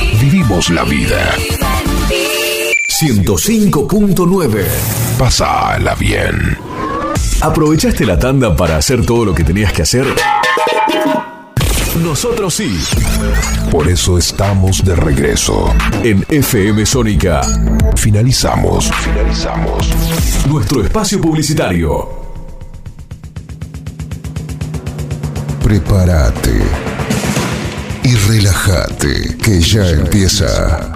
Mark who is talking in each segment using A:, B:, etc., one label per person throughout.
A: celebremos la vida. 105.9. Pasala bien.
B: ¿Aprovechaste la tanda para hacer todo lo que tenías que hacer? Nosotros sí.
A: Por eso estamos de regreso.
B: En FM Sónica,
A: Finalizamos. Finalizamos.
B: nuestro espacio publicitario.
A: Prepárate. Y relájate, que ya empieza.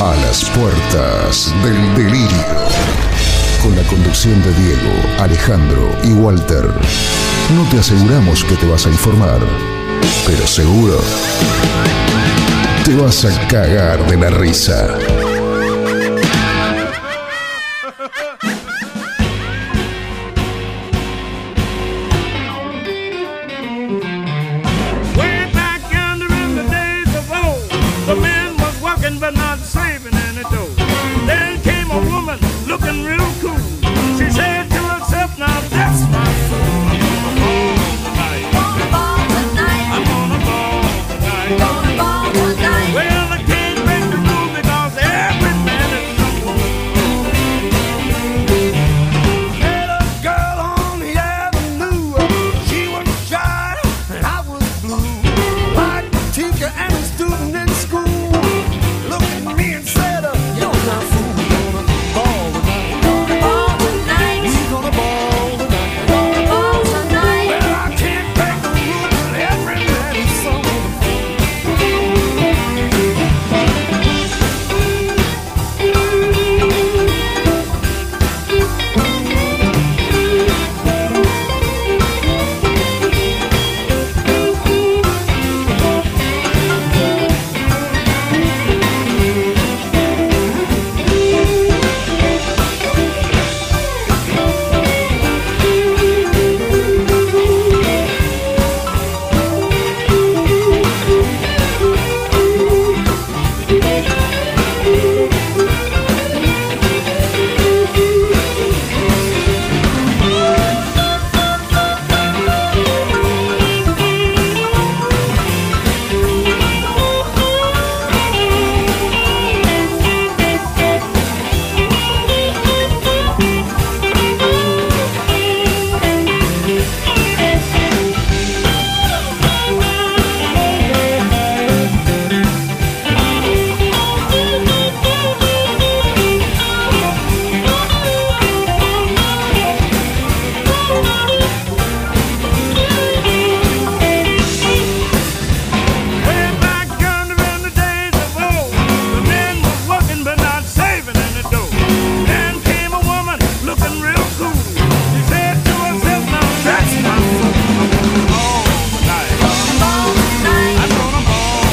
A: A las puertas del delirio. Con la conducción de Diego, Alejandro y Walter. No te aseguramos que te vas a informar, pero seguro te vas a cagar de la risa.
C: Way back yonder in the days of old, the man was working but not saving any dough. Then came a woman looking real cool. She said to herself, "Now that's my fool. I'm gonna ball tonight. Well, I can't break the rule because every man is a fool." Met a girl on the avenue. She was shy and I was blue. My teacher and a student in school looked at me and said, uh, "You're not fool. Gonna ball tonight. You gonna ball tonight." Well, I can't break the rule, but every man is someone. Way back yonder in the days of old, the men was working but not saving any dough. Then came a woman looking real cool. She said to herself, "Now that's my fool. I'm gonna ball tonight. I'm gonna ball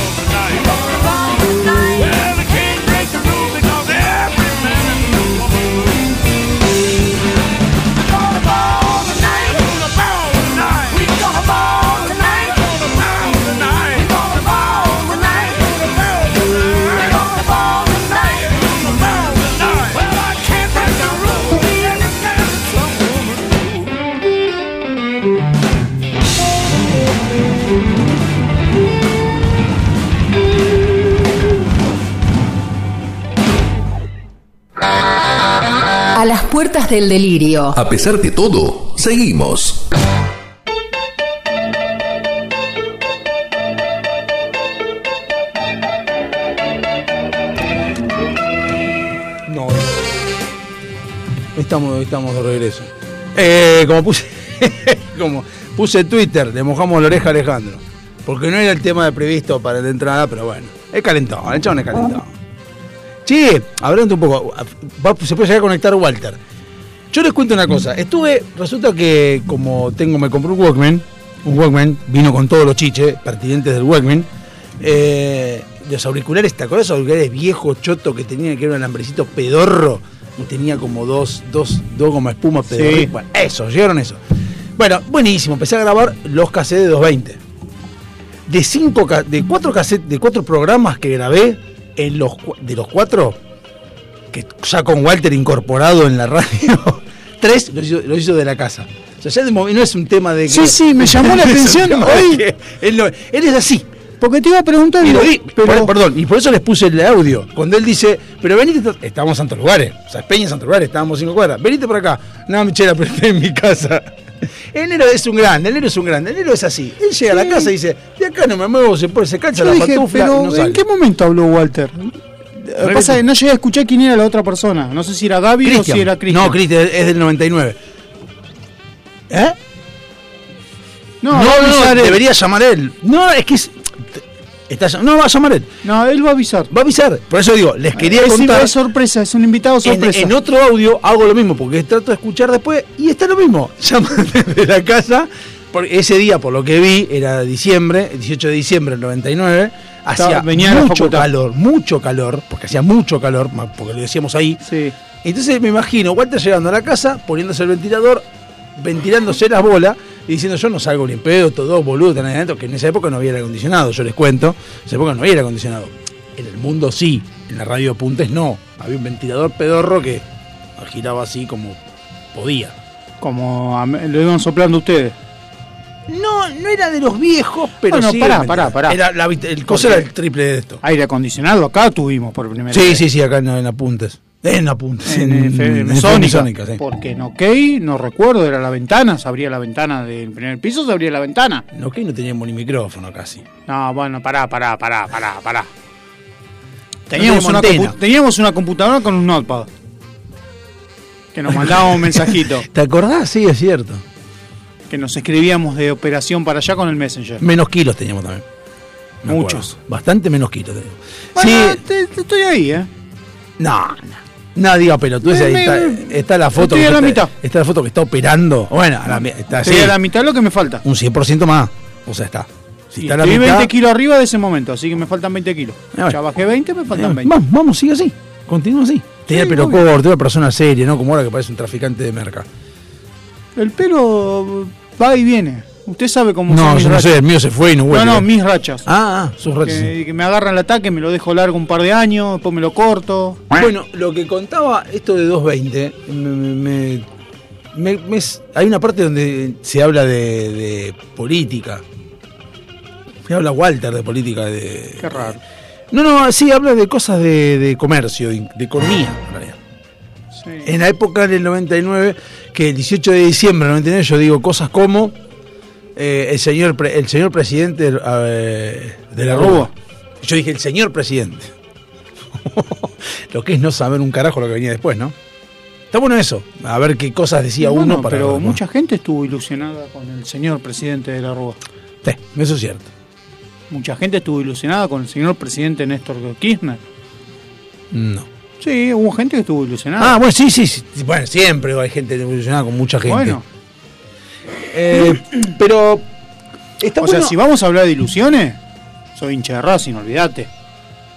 C: tonight." Well, I can't break the rule because every man is a fool. I'm gonna ball tonight. I'm gonna ball tonight. We gonna ball tonight. Gonna ball tonight. Gonna ball tonight. Gonna ball tonight. Gonna ball tonight. Gonna ball tonight. Well, I can't break the rule. Every man is a fool.
D: A las puertas del delirio.
E: A pesar de todo, seguimos.
F: No. Estamos, estamos de regreso. Eh, como puse, como puse Twitter, le mojamos la oreja a Alejandro. Porque no era el tema de previsto para la entrada, pero bueno. Es calentón, el chabón es calentón. Che, hablando un poco, va- se puede llegar a conectar Walter. Yo les cuento una cosa. Estuve, resulta que como tengo, me compré un Walkman, un Walkman, vino con todos los chiches pertinentes del Walkman. eh, los auriculares, ¿te acordás? Los auriculares viejos, choto que tenían que era un alambrecito pedorro. Y tenía como dos, dos, dos como espuma pedorro. Bueno, eso, llegaron eso. Bueno, buenísimo. Empecé a grabar los cassettes de 220 de cinco ca- de cuatro cassettes, de cuatro programas que grabé en los cu- de los cuatro que ya con Walter incorporado en la radio tres lo hizo, lo hizo de la casa o sea, sea, ya de movi- no es un tema de que.
G: Sí, sí, me llamó la
F: Es un
G: atención
F: tema de
G: hoy.
F: que Él, no- él es así.
G: Porque te iba a preguntar.
F: Y lo
G: digo,
F: di-
G: pero-
F: por- perdón, y por eso les puse el audio. Cuando él dice, pero venite, to- estábamos en Santos Lugares, o sea, Peña en Santos Lugares, estábamos cinco cuadras, venite por acá. No, Michela, pero estoy en mi casa. El Nero es un grande, el Nero es un grande, el Nero es así. Él llega a la
G: Sí.
F: casa y dice, de acá no me muevo, se pone, se calza
G: yo
F: la
G: dije,
F: pantufla y
G: pero
F: no
G: ¿en
F: sale.
G: qué momento habló Walter? Lo que Pasa es que no llegué a escuchar quién era la otra persona. No sé si era Gaby o
F: Cristian.
G: si era Cristian.
F: No, Cristian es del 99. ¿Eh?
G: No,
F: No,
G: va a
F: no, no,
G: avisar él.
F: debería llamar él. No, es que es- está, llam- no va a llamar él.
G: No, él va a avisar.
F: Va a avisar. Por eso digo, les quería
G: Encima
F: contar.
G: es sorpresa, es un invitado
F: En,
G: sorpresa.
F: en otro audio hago lo mismo, porque trato de escuchar después y está lo mismo. Llaman desde la casa, porque ese día, por lo que vi, era diciembre, 18 de diciembre del 99, hacía
G: Estaba- venía de la
F: mucho
G: facultad.
F: calor, mucho calor, porque hacía mucho calor, ma- porque lo decíamos ahí.
G: Sí.
F: Entonces me imagino Walter llegando a la casa, poniéndose el ventilador, ventilándose las bolas y diciendo yo no salgo ni en pedo, todos boludos están ahí adentro, que en esa época no había aire acondicionado, yo les cuento, en esa época no había aire acondicionado. En el mundo sí, en la radio de Puntes no, había un ventilador pedorro que giraba así como podía.
G: Como a- lo iban soplando ustedes.
F: No, no era de los viejos, pero
G: Bueno,
F: sí.
G: pará,
F: era un
G: pará,
F: ventilador.
G: pará.
F: Era la vit- el coso era el triple de esto.
G: Aire acondicionado acá tuvimos por primera
F: Sí,
G: vez.
F: sí, sí, acá en, en Apuntes. En Apuntes,
G: En, FM
F: Mm, en
G: Sónica,
F: Sónica, sí.
G: Porque en OK, no recuerdo, era la ventana. Se abría la ventana del primer piso, se abría la ventana.
F: No, que no teníamos ni micrófono casi.
G: No, bueno, pará, pará, pará, pará, pará.
F: Teníamos
G: Teníamos, una,
F: antena.
G: compu- teníamos una computadora con un notepad. Que nos mandaba un mensajito.
F: ¿Te acordás? Sí, es cierto.
G: Que nos escribíamos de operación para allá con el Messenger.
F: Menos kilos teníamos también. Me acuerdo.
G: Muchos.
F: Bastante menos kilos teníamos.
G: Bueno,
F: sí.
G: te- te estoy ahí, ¿eh?
F: No, no. No diga pelotudes,
G: Me-
F: ahí
G: me-
F: está, está la foto.
G: estoy
F: que
G: a la
F: está-
G: mitad.
F: Está la foto que está operando. Bueno, a la mi- está
G: Sería
F: así,
G: la mitad lo que me falta.
F: Un 100% más. O sea, está. Si
G: Y
F: está a la
G: estoy
F: mitad.
G: 20 kilos arriba de ese momento, así que me faltan 20 kilos.
F: Ah, bueno.
G: Ya bajé 20, me faltan
F: eh,
G: 20.
F: vamos, vamos, sigue así. Continúa así. Tenía el
G: Sí,
F: pelo
G: obvio.
F: corto, una persona seria, ¿no? Como ahora que parece un traficante de merca.
G: El pelo va y viene. Usted sabe cómo son
F: No,
G: mis
F: yo no
G: rachas.
F: sé, el mío se fue y no vuelve.
G: No, no, mis rachas.
F: eh. Ah, ah, sus ratas, sí.
G: que, que me agarran el ataque, me lo dejo largo un par de años, después me lo corto.
F: Bueno, lo que contaba esto de 220, me- me- me- me- me- hay una parte donde se habla de, de política. Se habla Walter de política. De,
G: Qué raro.
F: No, no, sí, habla de cosas de, de comercio, de, de economía. en realidad.
G: Sí.
F: En la época del 99, que el 18 de diciembre del 99, yo digo cosas como eh, el, señor, pre- el señor presidente eh, de la Rúa. Yo dije el señor presidente. lo que es no saber un carajo lo que venía después, ¿no? Está bueno eso, a ver qué cosas decía
G: Bueno,
F: uno para...
G: pero
F: ¿no?
G: mucha gente estuvo ilusionada con el señor presidente de la Rúa.
F: Sí, eso es cierto.
G: Mucha gente estuvo ilusionada con el señor presidente Néstor Kirchner.
F: No.
G: Sí, hubo gente que estuvo ilusionada.
F: Ah, bueno, sí, sí, sí. Bueno, siempre hay gente evolucionada con mucha gente.
G: bueno,
F: Eh, pero... Está
G: o
F: bueno.
G: sea, si vamos a hablar de ilusiones, soy hincha de Racing, olvídate.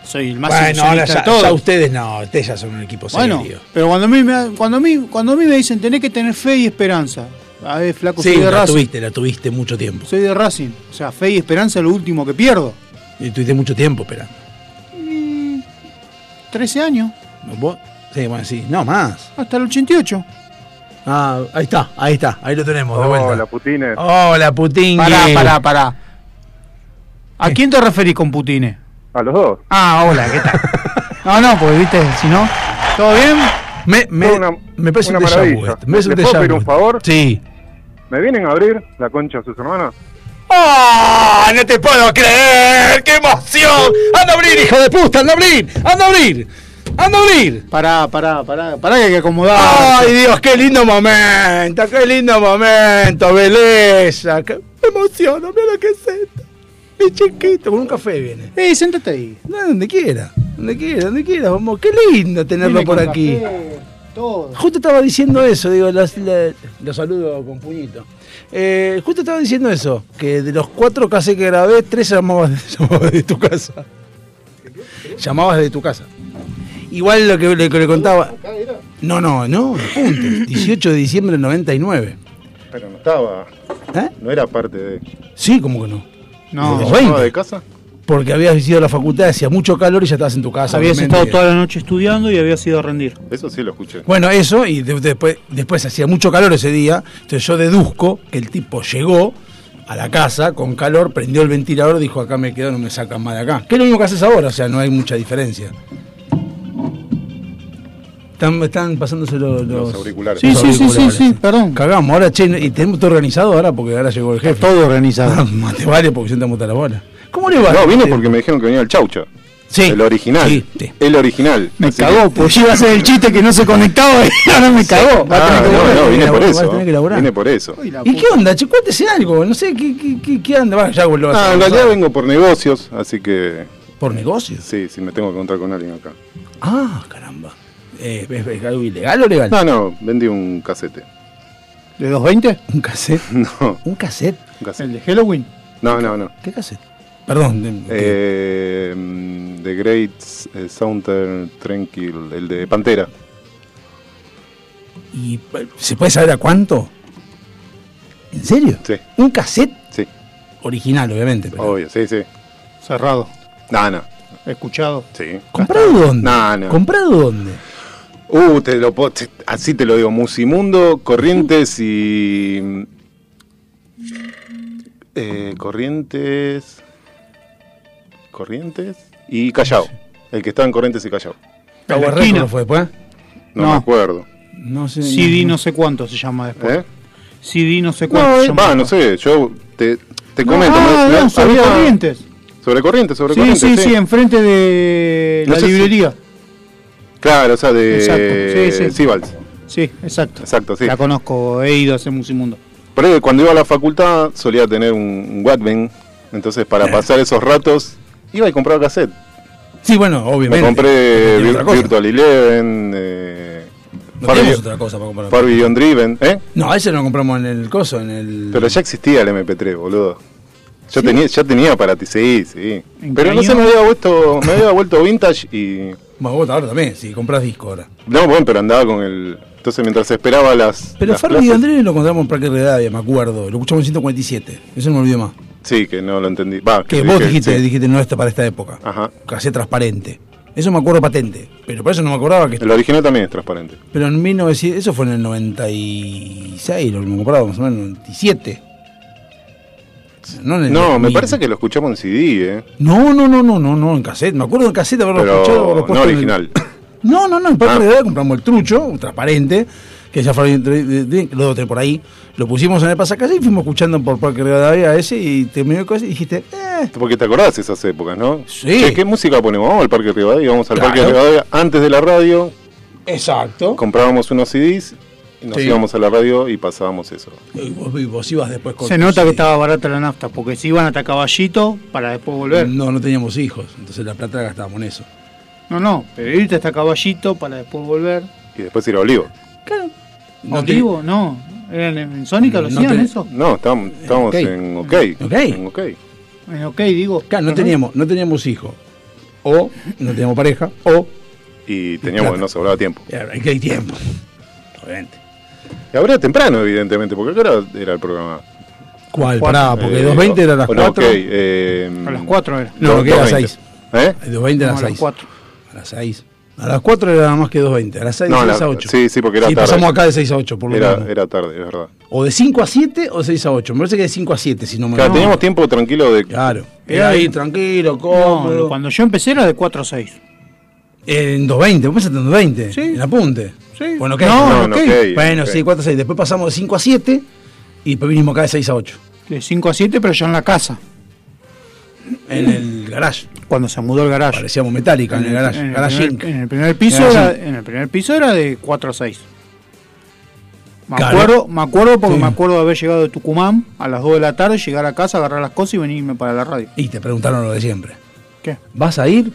G: Soy el más
F: Bueno, ahora
G: ilusionista
F: ya,
G: de todos.
F: ya ustedes no, ustedes ya son un equipo
G: Bueno,
F: serio.
G: pero cuando a, mí me, cuando, a mí, cuando a mí me dicen tenés que tener fe y esperanza. A ver, flaco,
F: Sí,
G: soy de
F: la
G: Racing.
F: tuviste, la tuviste mucho tiempo.
G: Soy de Racing. O sea, fe y esperanza es lo último que pierdo.
F: Y tuviste mucho tiempo esperando.
G: 13 años,
F: ¿Vos? Sí, bueno, sí. No, más.
G: hasta el 88.
F: Ah, ahí está, ahí está, ahí lo tenemos, de vuelta.
H: Hola, putines.
F: Hola, putín.
G: Pará, pará, pará. ¿A quién te referís con Putine?
H: A los dos.
G: Ah, hola, ¿qué tal? No, no, pues viste, si no. ¿Todo bien?
F: Me, me,
H: Fue una-
F: me parece
H: una
F: un déjà vu
H: maravilla.
F: este, Me parece
H: ¿Le
F: un
H: puedo
F: déjà
H: pedir
F: vu
H: un
F: este.
H: favor?
F: Sí.
H: ¿Me vienen a abrir la concha a sus hermanos?
F: ¡Oh! ¡No te puedo creer! ¡Qué emoción! ¡Anda a abrir, oh! hijo de puta! ¡Anda a abrir! ¡Anda a abrir! ¡Anda a abrir!
G: Pará, Ah, pará, pará, pará que hay que acomodar.
F: ¡Ay, Dios! ¡Qué lindo momento! ¡Qué lindo momento! ¡Belleza! Qué... Me emociono, mira que es esto. Mi chiquito, con un café viene.
G: Eh, siéntate ahí.
F: No, donde quiera, donde quiera, donde quiera. Vamos, qué lindo tenerlo
G: Viene
F: por
G: con
F: aquí.
G: café, todo.
F: Justo estaba diciendo eso, digo, las- la- lo saludo con puñito. Eh, justo estaba diciendo eso, que de los cuatro casi que grabé, tres llamabas, llamabas de tu casa. Llamabas de tu casa. Igual lo que le, que le contaba. No, no, no, Puntes, 18 de diciembre del 99.
H: Pero no estaba.
F: ¿Eh?
H: No era parte de.
F: Sí, como que no.
G: No,
F: Los 20.
H: de casa?
F: porque habías ido a la facultad, hacía mucho calor y ya estabas en tu casa.
G: Habías
F: obviamente.
G: estado toda la noche estudiando y habías ido a rendir.
H: Eso sí lo escuché.
F: Bueno, eso, y de- después, después hacía mucho calor ese día, entonces yo deduzco que el tipo llegó a la casa con calor, prendió el ventilador, dijo acá me quedo, no me sacan más de acá. Que es lo mismo que haces ahora, o sea, no hay mucha diferencia. Están, están pasándose los,
H: Los
F: los-
H: auriculares.
G: Sí, sí, sí, sí,
F: auriculares.
G: sí, perdón.
F: Cagamos, ahora che, y tenemos todo organizado ahora porque ahora llegó el jefe.
G: Todo organizado.
F: Más te vale porque sentamos hasta la bola. ¿Cómo le va?
H: No, vine porque me dijeron que venía el chaucho.
F: Sí.
H: El original.
F: Sí, sí.
H: El original.
G: Me
H: Así que-
G: cagó, pues yo iba a hacer el chiste que no se conectaba y ahora me cagó. Va a
H: Ah,
G: tener que volver.
H: no, no,
F: Tenés
H: vine
F: que
H: por
F: laburar,
H: eso.
F: tenés que laburar.
H: Vine por eso.
F: ¿Y qué onda? Che, cuéntese algo. No sé, ¿qué, qué, qué, qué anda? Bueno, ya vuelvo a
H: Ah, en realidad vengo por negocios, así que
F: ¿Por negocios?
H: sí, sí, me tengo que encontrar con alguien acá.
F: Ah, caramba. Eh, ¿es, es algo ilegal o legal?
H: No, no, vendí un casete.
G: ¿De 220?
F: ¿Un cassette?
H: No,
F: ¿Un cassette?
H: un
G: ¿El
H: casete.
G: de Halloween?
H: No, no, no.
F: ¿Qué cassette? Perdón. ¿qué?
H: Eh, mm, The Great eh, Southern Tranquil, el de Pantera.
F: ¿Y eh, se puede saber a cuánto? ¿En serio?
H: Sí.
F: ¿Un cassette?
H: Sí,
F: Original, obviamente. Pero.
H: obvio, sí, sí.
G: Cerrado.
H: No, no,
G: Escuchado.
H: sí.
F: ¿Comprado dónde?
H: No, no.
F: ¿Comprado dónde?
H: Uh, te lo puedo- te- así te lo digo, Musimundo, Corrientes y... eh, Corrientes... Corrientes y Callao. El que estaba en Corrientes y Callao.
G: la
F: ¿Tower
G: esquina.
F: Records fue después?
H: No,
G: No.
H: me acuerdo.
F: No sé.
G: CD no sé cuánto se llama después.
H: ¿Eh?
G: CD no sé cuánto
H: No,
G: se
H: eh,
G: llama.
H: va, no sé, yo te, te comento.
G: Ah,
H: me- me-
G: no, sobre
H: había-
G: corrientes.
H: Sobre Corrientes, sobre
G: Sí,
H: Corrientes.
G: sí, sí, enfrente de
H: No
G: la
H: sé si-
G: librería.
H: Claro, o sea, de
G: Exacto, sí, sí.
H: Sibals.
G: Sí, exacto.
H: Exacto, sí.
G: La conozco, he ido a ese musimundo.
H: Por ahí, cuando iba a la facultad solía tener un, un Walkman, entonces para pasar esos ratos iba y compraba cassette.
F: Sí, bueno, obviamente.
H: Me compré
F: No tiene
H: Vir-
F: otra cosa.
H: Virtual Eleven, eh,
F: No
H: Far
F: tenemos
H: Beyond-
F: otra cosa para comprar.
H: Far Beyond Driven, ¿eh?
F: No, ese no lo compramos en el coso, en el.
H: Pero ya existía el MP3, boludo. Yo tenía, ya tenía para ti, sí, sí.
G: ¿En
H: Pero
G: qué
H: no
G: año?
H: se me había vuelto, me había vuelto vintage y
F: Más vos ahora también, si compras disco ahora.
H: no, bueno, pero andaba con el. Entonces mientras esperaba las.
F: Pero
H: las
F: Farley y
H: clases-
F: Andrés lo encontramos en Parque Rivadavia, me acuerdo. Lo escuchamos en 147. Eso no me olvido más.
H: Sí, que no lo entendí. Va,
F: Que
H: te
F: vos
H: dije,
F: dijiste,
H: Ah, sí.
F: dijiste, no está para esta época.
H: Ajá.
F: Casi transparente. Eso me acuerdo patente. Pero por eso no me acordaba que.
H: El original también es transparente.
F: Pero en 1900. Eso fue en el 96, lo que me compraba, más o menos, 97. No, en el
H: No, me
F: 2000.
H: parece que lo escuchamos en CD, ¿eh?
F: No, no, no, no, no, no, en cassette. Me acuerdo en cassette haberlo
H: Pero
F: escuchado. haberlo
H: no
F: puesto en el-
H: original.
F: No, no, no, en Parque
H: Ah.
F: Rivadavia compramos el trucho, un transparente, que ya fue lo doté por ahí. Lo pusimos en el pasacalle y fuimos escuchando por Parque Rivadavia ese y terminó el coso y dijiste, eh,
H: Porque te acordás de esas épocas, ¿no?
F: Sí.
H: Che, ¿Qué música ponemos? Vamos al Parque Rivadavia, vamos al
F: Claro.
H: Parque Rivadavia. Antes de la radio,
F: exacto.
H: comprábamos unos CDs, y nos
F: Sí.
H: íbamos a la radio y pasábamos eso.
F: Y vos, y vos ibas después con.
G: Se nota que
F: sí.
G: estaba barata la nafta, porque se iban hasta caballito para después volver.
F: No, no teníamos hijos, entonces la plata la gastábamos en eso.
G: No, no, pero irte hasta caballito para después volver.
H: Y después ir a Olivo.
G: Claro.
F: No
G: ¿No
F: te-
G: vivo? No. ¿Eran en, en Sónica lo
F: No
G: hacían
F: te-
G: eso?
H: No, estábamos, estábamos
F: Ok.
H: en OK.
F: Ok.
H: En OK.
G: Eh, ok, digo.
F: Claro, no
G: Ajá.
F: teníamos, no teníamos hijos. O no teníamos pareja, o
H: Y teníamos,
F: Plata.
H: no sobraba tiempo.
F: eh, que hay tiempo. Obviamente.
H: Y ahora temprano, evidentemente, porque ahora era el programa.
F: ¿Cuál? Pará, porque
H: Eh,
F: 2.20 era las
H: o- o no,
F: 4.
H: ok, eh,
G: A las 4 era.
F: No, que era
H: 2:20.
F: 6.
H: ¿Eh?
F: 2.20
G: No,
F: era
G: a las
F: 6.
G: 4.
F: A las 6. A las 4 era más que 2.20. A las 6,
H: No, a la-
F: a 8.
H: sí, sí, porque era
F: Sí,
H: tarde.
F: pasamos acá de 6 a 8, por lo
H: Era,
F: menos.
H: era tarde, es verdad.
F: O de 5 a 7 o de 6 a 8. Me parece que de 5 a 7, si no me
H: Claro,
F: no.
H: teníamos tiempo tranquilo de.
F: Claro.
G: Era
F: Era ahí
G: ahí.
F: tranquilo, cómodo.
G: No, cuando yo empecé era de 4 a 6.
F: En 2.20, vos pensaste en 2.20.
G: Sí.
F: En apunte.
G: Sí.
F: Bueno, ok.
G: No,
H: No, en ok. ok,
F: Bueno,
H: ok.
F: sí, 4 a 6. Después pasamos de 5 a 7 y después vinimos acá de 6 a 8.
G: De 5 a 7, pero ya en la casa.
F: En el garage.
G: Cuando se mudó el garaje.
F: Parecíamos metálica en el garage.
G: En el,
F: garage
G: primer,
F: Inc.
G: en el primer piso
F: Garage
G: era,
F: Inc.
G: en el primer piso era de 4 a 6. Me
F: Claro.
G: acuerdo, me acuerdo porque
F: Sí.
G: me acuerdo de haber llegado de Tucumán a las 2 de la tarde, llegar a casa, agarrar las cosas y venirme para la radio.
F: Y te preguntaron lo de siempre.
G: ¿Qué?
F: ¿Vas a ir?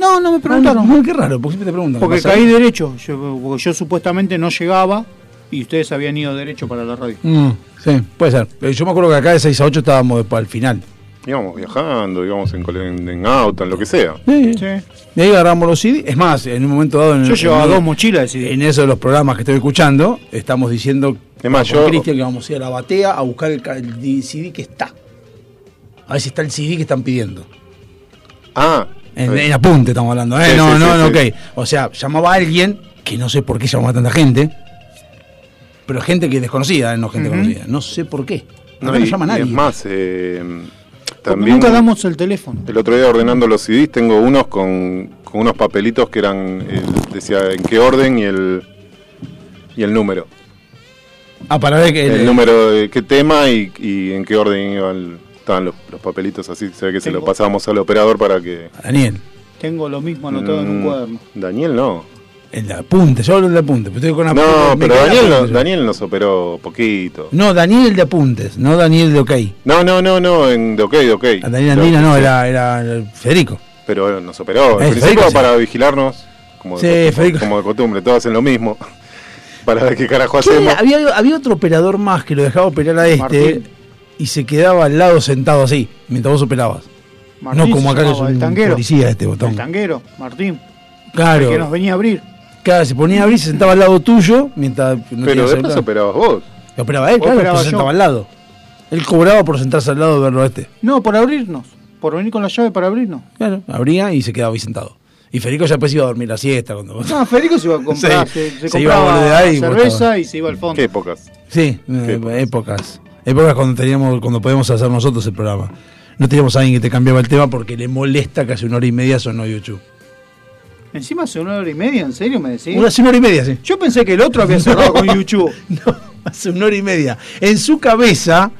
G: No, no me preguntaron.
F: Ah, no, qué raro, porque siempre te preguntan.
G: porque
F: ¿vas a ir?
G: caí derecho. Yo, porque yo supuestamente no llegaba y ustedes habían ido derecho para la radio.
F: Mm, sí, puede ser. Eh, Yo me acuerdo que acá de 6 a 8 estábamos después al final.
H: Íbamos viajando, íbamos en, cole- en- en auto, en lo que sea.
G: Sí.
F: Y ahí agarramos los CD. Es más, en un momento dado. En
G: Yo
F: en
G: llevaba
F: uno-
G: dos mochilas de CD.
F: En eso de los programas que estoy escuchando, estamos diciendo
H: Es más,
F: con
H: yo-
F: Cristian que vamos a ir a la batea a buscar el, ca- el di- CD que está. A ver si está el CD que están pidiendo.
H: Ah,
F: En,
H: eh,
F: en apunte estamos hablando, ¿eh?
H: Sí,
F: no,
H: sí,
F: no,
H: sí,
F: no,
H: sí.
F: ok. O sea, llamaba a alguien que no sé por qué llamaba a tanta gente, pero gente que es desconocida, eh, no gente conocida. No sé por qué. No,
H: no,
F: no
H: y-
F: llama a
H: y
F: nadie.
H: Es más, eh,
G: Porque
H: también
G: nunca damos el teléfono.
H: el otro día ordenando los CDs tengo unos con, con unos papelitos que eran, eh, decía en qué orden y el, y el número.
F: Ah, para ver que.
H: el,
F: eh,
H: número de qué tema y, y en qué orden iban, estaban los, los papelitos así. Se ve que se lo
G: Tengo-
H: pasábamos al operador para que.
F: Daniel,
G: Tengo lo mismo anotado en un
H: Mm,
G: cuaderno.
H: Daniel no.
F: el de apunte, solo el de apunte. pero estoy con una-
H: No,
F: Ah, me
H: pero
F: quedé
H: Daniel,
F: apunte
H: no-
F: yo.
H: Daniel nos operó poquito.
F: No, Daniel de apuntes, no Daniel de ok.
H: No, no, no, no, en de ok, de ok.
F: A Daniel
H: Pero-
F: Andina no, era, era Federico.
H: Pero nos operó.
F: Eh,
H: En principio
F: Federico,
H: para vigilarnos, como,
F: Sí,
H: de, costumbre,
F: Federico.
H: como de costumbre, todos hacen lo mismo. Para ver qué carajo
F: ¿Qué
H: hacemos.
F: era? Había, había otro operador más que lo dejaba operar a este
G: Martín.
F: y se quedaba al lado sentado así, mientras vos operabas.
G: Martín
F: no como
G: se
F: acá que es
G: llamaba, el
F: un
G: tanguero.
F: policía este botón.
G: El tanguero, Martín, que nos
F: Claro,
G: venía a abrir.
F: claro, se ponía a abrir, se sentaba al lado tuyo, mientras no
H: pero
F: tenías
H: después
F: celular.
H: operabas vos.
F: Lo operaba él,
G: Vos
F: claro,
G: operabas
F: pero se sentaba
G: yo.
F: al lado. Él cobraba por sentarse al lado de verlo a este.
G: No, por abrirnos. Por venir con la llave para abrirnos.
F: Claro, abría y se quedaba ahí sentado. Y Federico ya después iba a dormir la siesta cuando vos.
G: No, Federico se iba a comprar,
F: Sí,
G: se,
F: se
G: Ah, se
F: iba a
G: compraba
F: boludear y vos estabas.
G: Ah, cerveza y pues. se iba al fondo.
H: Qué épocas.
F: Sí, eh, épocas. Épocas cuando teníamos, cuando podíamos hacer nosotros el programa. No teníamos a alguien que te cambiaba el tema porque le molesta que hace una hora y media sonó YouTube.
G: Encima hace una hora y media, ¿en serio me decís?
F: Una, hace una hora y media, sí.
G: Yo pensé que el otro había cerrado con YouTube.
F: No, hace una hora y media. En su cabeza,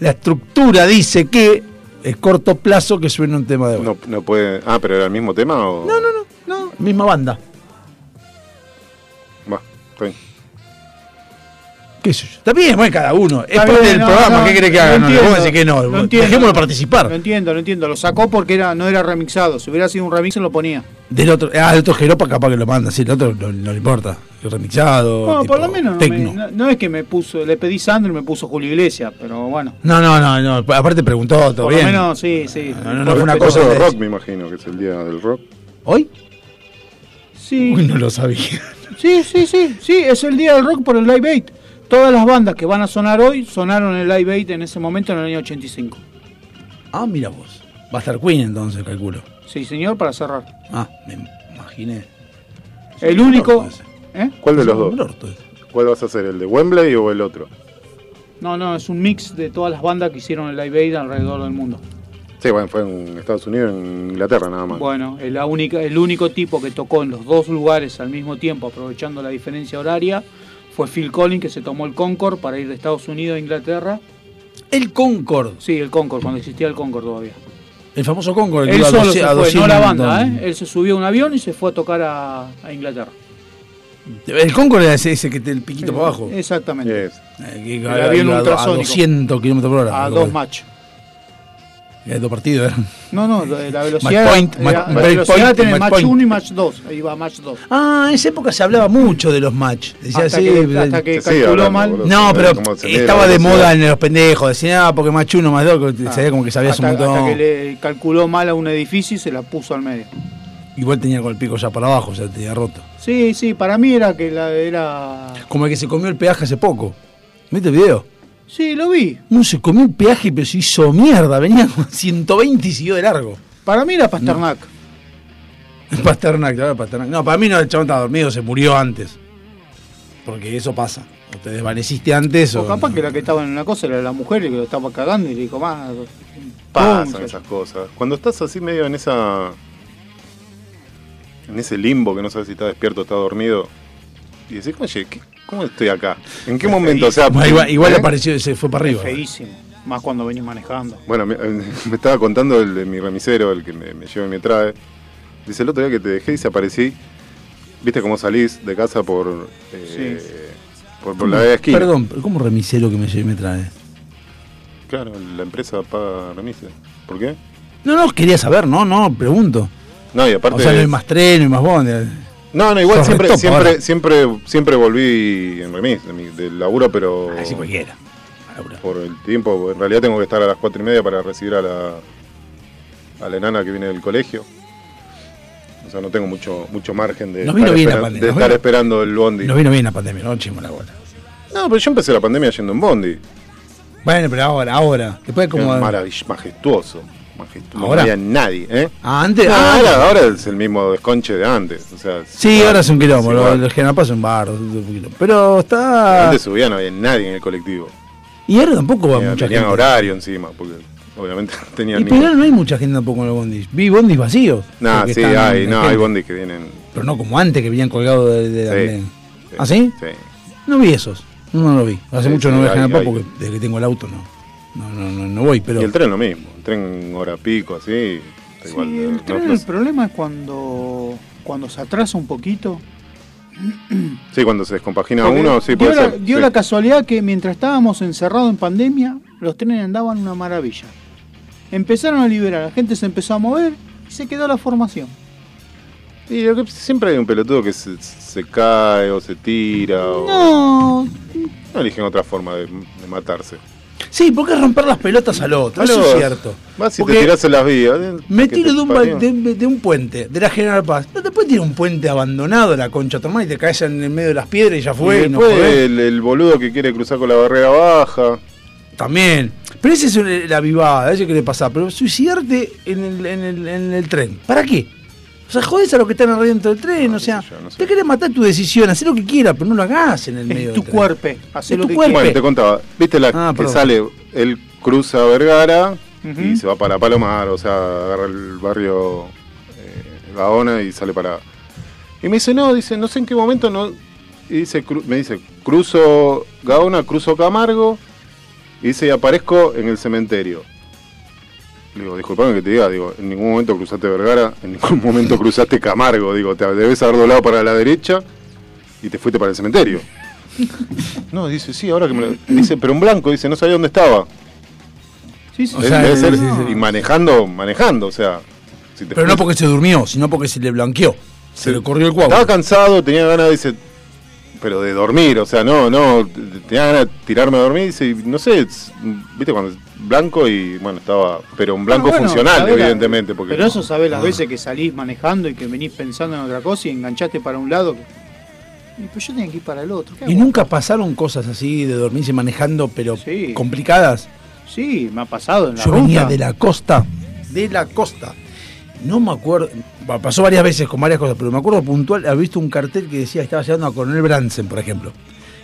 F: la estructura dice que es corto plazo que suena un tema de hoy.
H: No, no puede. Ah, pero era el mismo tema o.
F: no, no, no, no, Misma banda.
H: Va, está bien.
F: ¿Qué sé yo? Está bien, bueno, cada uno. Es
G: Está
F: parte
G: bien,
F: del
G: no,
F: programa.
G: no,
F: ¿Qué quiere que
G: lo
F: haga? No, le
G: entiendo,
F: vamos a decir que no.
G: lo entiendo.
F: Dejémoslo
G: Lo
F: participar.
G: entiendo, lo entiendo. Lo sacó porque era, no era remixado. Si hubiera sido un remix, se lo ponía.
F: Del otro, ah, el otro Jeropa capaz que lo manda. Sí, el otro no, no le importa. Remixado.
G: No,
F: tipo
G: por lo menos. no me-
F: tecno.
G: no, no es que me puso. Le pedí Sandro y me puso Julio Iglesias, pero bueno.
F: No, no, no, no. Aparte preguntó, todo
G: por
F: bien.
G: lo menos, sí, sí.
F: No, no, no,
G: Por
F: fue una
G: respeto.
F: cosa-
H: Cosa de
F: es-
H: rock, me imagino, que es el día del rock.
F: ¿Hoy?
G: Sí,
F: Uy, no lo sabía.
G: sí, sí, sí, sí. Es el día del rock por el Live Aid. Todas las bandas que van a sonar hoy sonaron en el Live Aid en ese momento en el año 85.
F: Ah, mira vos. Va a estar Queen entonces, calculo.
G: Sí, señor, para cerrar.
F: Ah, me imaginé.
G: El único. ¿Eh?
H: ¿Cuál de los
F: Un
H: dos?
F: orto ese.
H: ¿Cuál vas a hacer? ¿El de Wembley o el otro?
G: No, no, es un mix de todas las bandas que hicieron el Live Aid alrededor del mundo.
H: Sí, bueno, fue en Estados Unidos, en Inglaterra nada más.
G: Bueno, el, la única, el único tipo que tocó en los dos lugares al mismo tiempo, aprovechando la diferencia horaria, fue Phil Collins, que se tomó el Concord para ir de Estados Unidos a Inglaterra.
F: El Concord.
G: Sí, el Concord, cuando existía el Concord todavía.
F: El famoso Concord. que
G: Él
F: iba a
G: solo
F: doce-
G: se
F: a
G: fue,
F: 200
G: no la banda,
F: montón.
G: ¿eh? Él se subió a un avión y se fue a tocar a, a Inglaterra.
F: El Concord era ese, ese que te el piquito para abajo. Eh,
G: Exactamente.
H: Yes.
F: que
G: el
F: iba
G: avión
F: a, do- a
G: ultrasónico.
F: 200 kilómetros por hora.
G: A dos match.
F: Eh, dos partidos eran.
G: No, no, la
F: Match
G: la velocidad.
F: point,
G: era-
F: match-
G: la
F: break
G: velocidad
F: point,
G: tenés
F: match
G: match
F: point.
G: 1 y match 2. Ahí va match 2.
F: Ah, en esa época se hablaba mucho de los match. Decía,
G: Hasta
F: sí,
G: que,
F: eh,
G: hasta que
H: se sigue
G: calculó
H: hablando,
G: mal.
H: boludo.
F: No, pero
H: Como se mide la
F: estaba de
H: velocidad.
F: moda en los pendejos. Decían, ah, porque más uno, más dos. que
G: Ah,
F: sabía como que sabías
G: hasta,
F: un montón.
G: hasta que le calculó mal a un edificio y se la puso al medio.
F: Igual tenía con el pico ya para abajo, o sea, tenía roto.
G: Sí, sí, para mí era que la era.
F: Como el que se comió el peaje hace poco. ¿Viste el video?
G: Sí, lo vi.
F: No, se comió el peaje, pero se hizo mierda. Venía con 120 y siguió de largo.
G: Para mí era Pasternak.
F: Pasternak, claro, Pasternak. No, para mí no, el chabón estaba dormido, se murió antes. Porque eso pasa. O te desvaneciste antes o...
G: O capaz que la que estaba en una cosa era la mujer y que lo estaba cagando y le dijo más.
H: Pasan esas cosas. Cuando estás así medio en esa. en ese limbo que no sabes si está despierto o está dormido. Y decís, oye, ¿qué- ¿cómo estoy acá? ¿En qué momento? O sea,
F: Bueno, igual, igual
H: ¿eh?
F: apareció, se fue para
G: Es
F: arriba.
G: feísimo. Más cuando venís manejando.
H: Bueno, me, me estaba contando el de mi remisero, el que me, me lleva y me trae. Dice, el otro día que te dejé y se aparecí. ¿Viste cómo salís de casa por. eh, por, por la de esquina?
F: Perdón, pero ¿cómo remisero que me, lle- me trae?
H: Claro, la empresa paga remises. ¿Por qué?
F: No, no, quería saber, no, no, pregunto.
H: No, y
F: O
H: aparte.
F: sea, no hay más tren, no hay más bonde.
H: No, no, igual
F: Sos
H: siempre,
F: retopo ahora.
H: siempre, siempre, siempre volví en remis de mi- del laburo, pero
F: Así Ah, cualquiera. Laura.
H: por el tiempo, en realidad tengo que estar a las cuatro y media para recibir a la, a la enana que viene del colegio. O sea, no tengo mucho, mucho margen de
F: Nos vino bien la
H: esperan-
F: pandemia,
H: de
F: nos
H: estar
F: vino-
H: esperando el bondi.
F: Nos vino bien la pandemia, no chimo la bola.
H: No, pero yo empecé la pandemia yendo en bondi.
F: Bueno, pero ahora, ahora. Después
H: Como
F: como...
H: Maravilloso, majestuoso. Majestuoso. No
F: ¿Ahora?
H: había nadie, ¿eh?
F: Ah, antes.
H: No,
F: ah,
H: ahora, ahora es el mismo desconche de antes. O sea,
F: Sí, ahora es un quilombo.
H: sí,
F: lo-
H: ahora.
F: El Genapá es un barro. un quilombo. Pero está.
H: Antes subía, no había nadie en el colectivo.
F: Y ahora tampoco va
H: Tenía-
F: mucha
H: tenían
F: gente.
H: horario encima, porque obviamente no tenían
F: Y
H: ni-
F: pero ahora no hay mucha gente tampoco en los bondis. Vi bondis vacíos.
H: Nah,
F: porque
H: sí,
F: están
H: hay,
F: de
H: no,
F: gente.
H: hay bondis que vienen.
F: Pero no como antes que venían colgados de, de la
H: Sí,
F: bandera. ¿Ah, sí?
H: Sí.
F: No vi esos. No, no lo vi. Hace
H: Sí,
F: mucho
H: sí,
F: no voy a
H: hay-
F: Genapá
H: hay.
F: porque desde que tengo el auto no. No, no, no, no voy, pero.
H: Y el tren lo mismo. El tren hora pico, así. está
G: Sí,
H: igual, eh,
G: el,
H: no-
G: tren,
H: no-
G: el problema es cuando, cuando se atrasa un poquito.
H: sí, cuando se descompagina
G: Porque
H: uno, sí,
G: dio
H: puede
G: la,
H: ser.
G: dio
H: sí.
G: la casualidad que mientras estábamos encerrados en pandemia, los trenes andaban una maravilla. Empezaron a liberar, la gente se empezó a mover y se quedó la formación.
H: Y lo que- siempre hay un pelotudo que se, se cae o se tira o.
G: No,
H: No eligen otra forma de, de matarse.
F: Sí, porque es romper las pelotas al otro. Eso es
H: Boludo,
F: cierto.
H: Vas y
F: Porque
H: te tirás en las vías. eh,
F: Me
H: que
F: tiro
H: te
F: de un,
H: parió.
F: ba- de, de un puente, de la General Paz. No te puedes tirar un puente abandonado, la concha tu hermana, y te caes en el medio de las piedras y ya
H: Y
F: fue. y no
H: después
F: jodés.
H: el, el boludo que quiere cruzar con la barrera baja.
F: También. Pero esa es una- la vivada, eso que le pasa. Pero suicidarte en el, en el- en el tren. ¿Para qué? O sea, jodés a los que están adentro del tren.
H: No,
F: o
H: qué
F: sea,
H: sé yo, no sé.
F: te querés matar tu decisión, hacer lo que quieras, pero no lo hagas en el medio.
G: es
F: del
G: tu
F: tren.
G: cuerpo, hacer
F: Es
G: lo
F: tu
G: que
F: cuerpo.
G: quieras.
H: Bueno, te contaba. ¿Viste la
F: Ah,
H: que
F: perdón.
H: sale? Él cruza Vergara
G: Ujú.
H: y se va para Palomar, o sea, agarra el barrio eh, Gaona y sale para. Y me dice, no, dice, no sé en qué momento no. Y dice, cru- me dice, cruzo Gaona, cruzo Camargo. Y dice, y aparezco en el cementerio. Le digo, disculpame que te diga, digo, en ningún momento cruzaste Vergara, en ningún momento cruzaste Camargo, digo, te debes haber doblado para la derecha y te fuiste para el cementerio. No, dice, sí, ahora que me lo... Dice, pero un blanco, dice, no sabía dónde estaba.
G: Sí, sí,
F: O
H: Él
F: sea,
H: debe ser-
F: sí, sí, sí.
H: Y manejando, manejando, o sea... si te-
F: Pero no porque se durmió, sino porque se le blanqueó. Se le corrió el cuadro.
H: Estaba cansado, tenía ganas, dice, pero de dormir, o sea, no, no, tenía ganas de tirarme a dormir, dice, y no sé, es- viste, cuando es blanco y, bueno, estaba, pero un blanco
G: Bueno, bueno,
H: funcional,
G: sabés la-
H: evidentemente, porque... Ah.
G: Pero eso sabés las veces que salís manejando y que venís pensando en otra cosa y enganchaste para un lado. Y pues yo tenía que ir para el otro. ¿qué
F: ¿Y
G: hago?
F: nunca pasaron cosas así de dormirse manejando, pero
G: Sí.
F: complicadas?
G: Sí, me ha pasado en la
F: Yo
G: ruta.
F: venía de la costa, de la costa. No me acuerdo, pa- pasó varias veces con varias cosas, pero me acuerdo puntual, haber visto un cartel que decía que estaba llegando a Coronel Bransen, por ejemplo.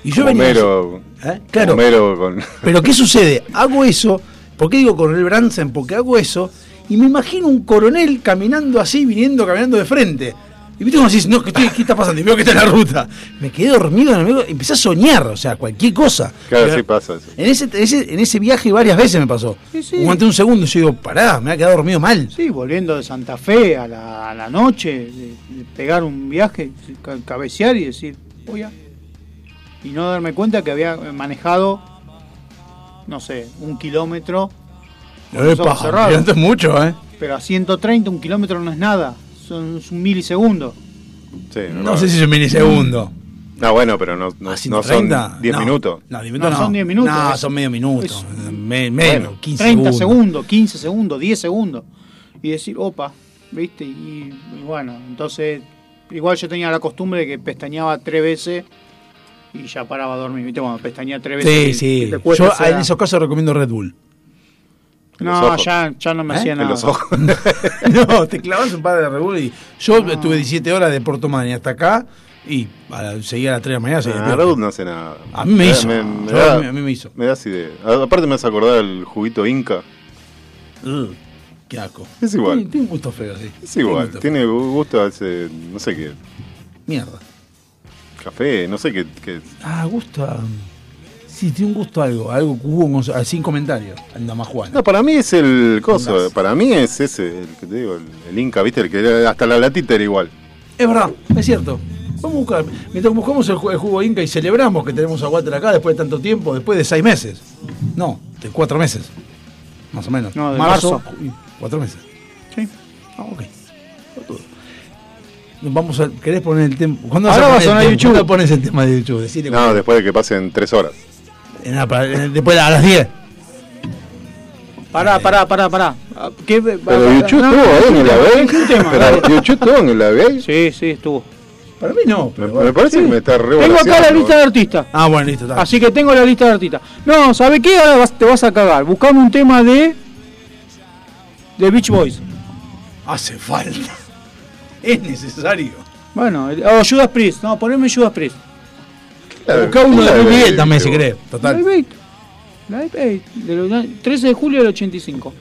F: Y yo
H: Como
F: venía...
H: Homero-
F: ¿Eh? Claro.
H: Homero con...
F: Pero ¿qué sucede? Hago eso, ¿por qué digo coronel Bransen? Porque hago eso y me imagino un coronel caminando así, viniendo, caminando de frente. Y viste como decís, no, ¿qué, estoy- qué está pasando? Y veo que está en la ruta. Me quedé dormido, en el medio, empecé a soñar, o sea, cualquier cosa.
H: Claro,
F: Pero
H: sí pasa eso.
F: En ese, en ese- en ese viaje varias veces me pasó.
G: Sí, sí.
F: Aguanté un segundo y yo digo, pará, me ha quedado dormido mal.
G: Sí, volviendo de Santa Fe a la, a la noche, de, de pegar un viaje, ca- cabecear y decir, voy a... Y no darme cuenta que había manejado, no sé, un kilómetro, con los ojos
F: Epa,
G: cerrados.
F: esto es mucho, ¿eh?
G: pero a 130 un kilómetro no es nada, son es un milisegundo.
H: Sí,
F: No sé si es un milisegundo.
H: No, bueno, pero no, no,
F: ¿A
H: no
F: 130?
H: son 10
F: No,
H: minutos.
F: No, 10 minutos
G: No,
F: no,
G: son 10 minutos.
F: No,
G: Es-
F: son medio minuto.
G: es-
F: Me- menos, 15
G: 30
F: segundos.
G: segundos, 15 segundos, 10 segundos. Y decir, opa, ¿viste? Y, y bueno, entonces, igual yo tenía la costumbre de que pestañaba tres veces y ya paraba a dormir, ¿viste? Cuando pestañaba tres veces.
F: Sí,
G: y-
F: sí.
G: y te cuesta
F: Yo ah,
G: esa
F: en
G: edad.
F: esos casos recomiendo Red Bull.
H: En los
G: No,
H: ojos.
G: ya, ya no me
F: ¿Eh?
G: hacía
F: En
G: nada.
H: los ojos.
F: no, te clavas un par de Red Bull y yo estuve 17 horas de Puerto Madryn hasta acá y a la- seguía a las 3 de la mañana. seguía
H: Ah,
F: despierto.
H: Raúl no hace nada.
F: A mí me hizo. Yo-
H: da-
F: a mí me hizo.
H: Me das idea. A- Aparte me hace acordar el juguito Inca. Uh.
F: Ugh, qué asco.
H: Es igual.
F: Tiene, tiene un gusto feo, sí.
H: Es igual.
F: Tiene un gusto
H: Tiene gu- gusto a ese, no sé qué,
F: feo. Mierda.
H: café, no sé qué. qué-
F: Ah, gusto a... Sí, tiene un gusto a algo. a Algo que hubo con- a- sin comentarios. Anda más Juan.
H: No, para mí es el coso.
F: Andás.
H: Para mí es ese, el que te digo, el, el Inca, ¿viste? El que era- hasta la latita era igual.
F: Es verdad, es cierto. Vamos a buscar. Mientras buscamos el, ju- el jugo Inca y celebramos que tenemos a Walter acá después de tanto tiempo, después de seis meses. No, de cuatro meses. Más o menos.
G: No, de marzo.
F: ju- Cuatro meses.
G: Sí.
F: Ah, ok. Vamos a. ¿Querés poner el tema? ¿Cuándo
G: Ahora va a
F: vas a
G: sonar
F: poner el tema?
G: YouTube.
F: ¿Cuándo pones el tema de YouTube? Decile
H: No, después de que pasen tres horas.
F: cuándo. Eh, nada, para- eh, después a las 10.
G: Pará, pará, pará, pará. Ah, ¿Qué,
H: Pero Yuchu estuvo ahí en el
G: un tema, dale.
H: AB. Pero Yuchu estuvo en el AB.
G: Sí, sí, estuvo.
F: Para mí no,
H: Me,
F: pero.
H: me parece que me está
G: Tengo
H: revolviendo.
G: acá la lista de artistas.
F: Ah, bueno, listo, está.
G: Así que tengo la lista de artistas. No, ¿sabe qué? Ahora vas- te vas a cagar. Buscame un tema de. de Beach Boys.
F: Hace falta. Es necesario.
G: Bueno, el- o Judas Priest. No, poneme Judas Priest.
F: Buscá uno de Luis Miguel también, si
H: se cree
F: querés. Total.
G: Live Aid. Live Aid, de los- 13 de julio del 85.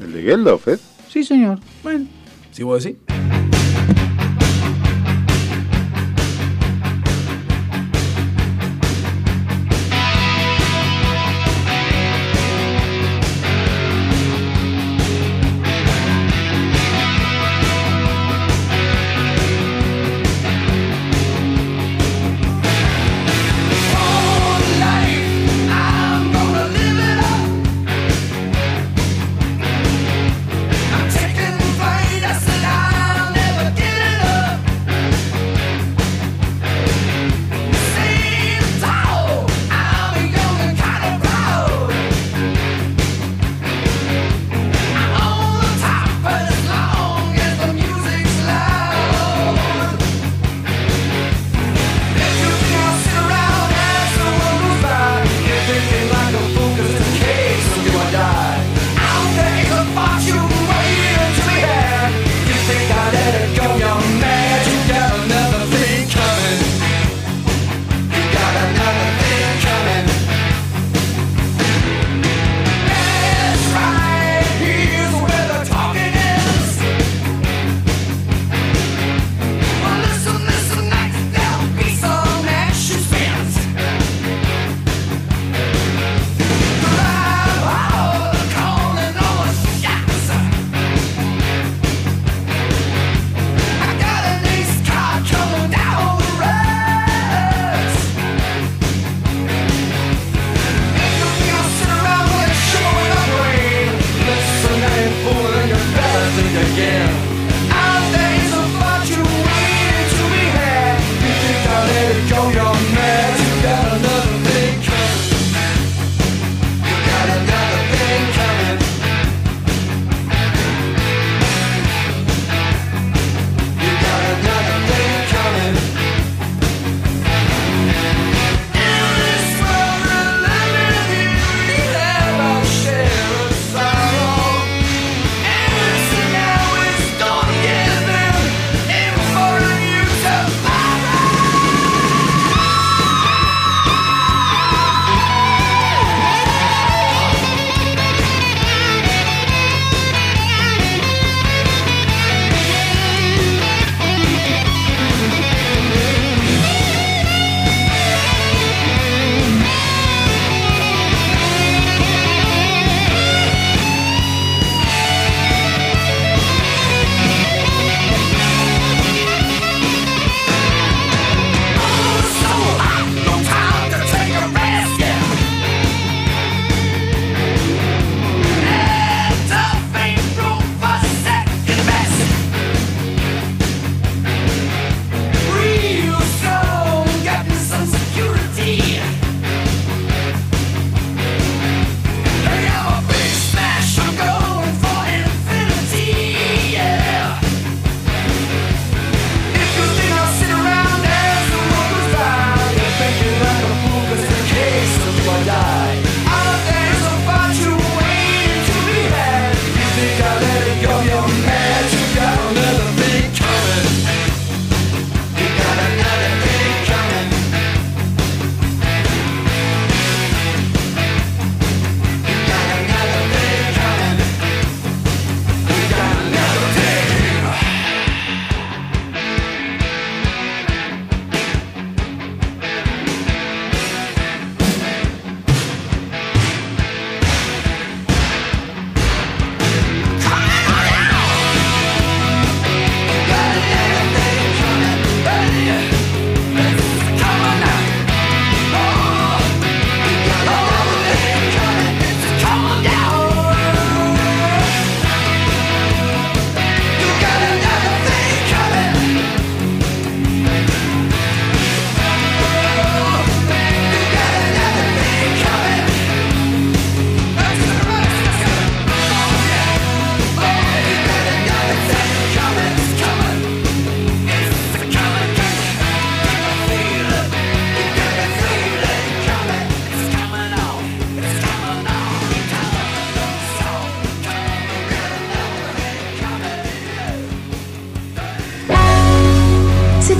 H: ¿El de Geldof, eh?
G: Sí, señor. Bueno.
F: Si vos decís.
C: Taking flight as the light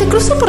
D: cruzó por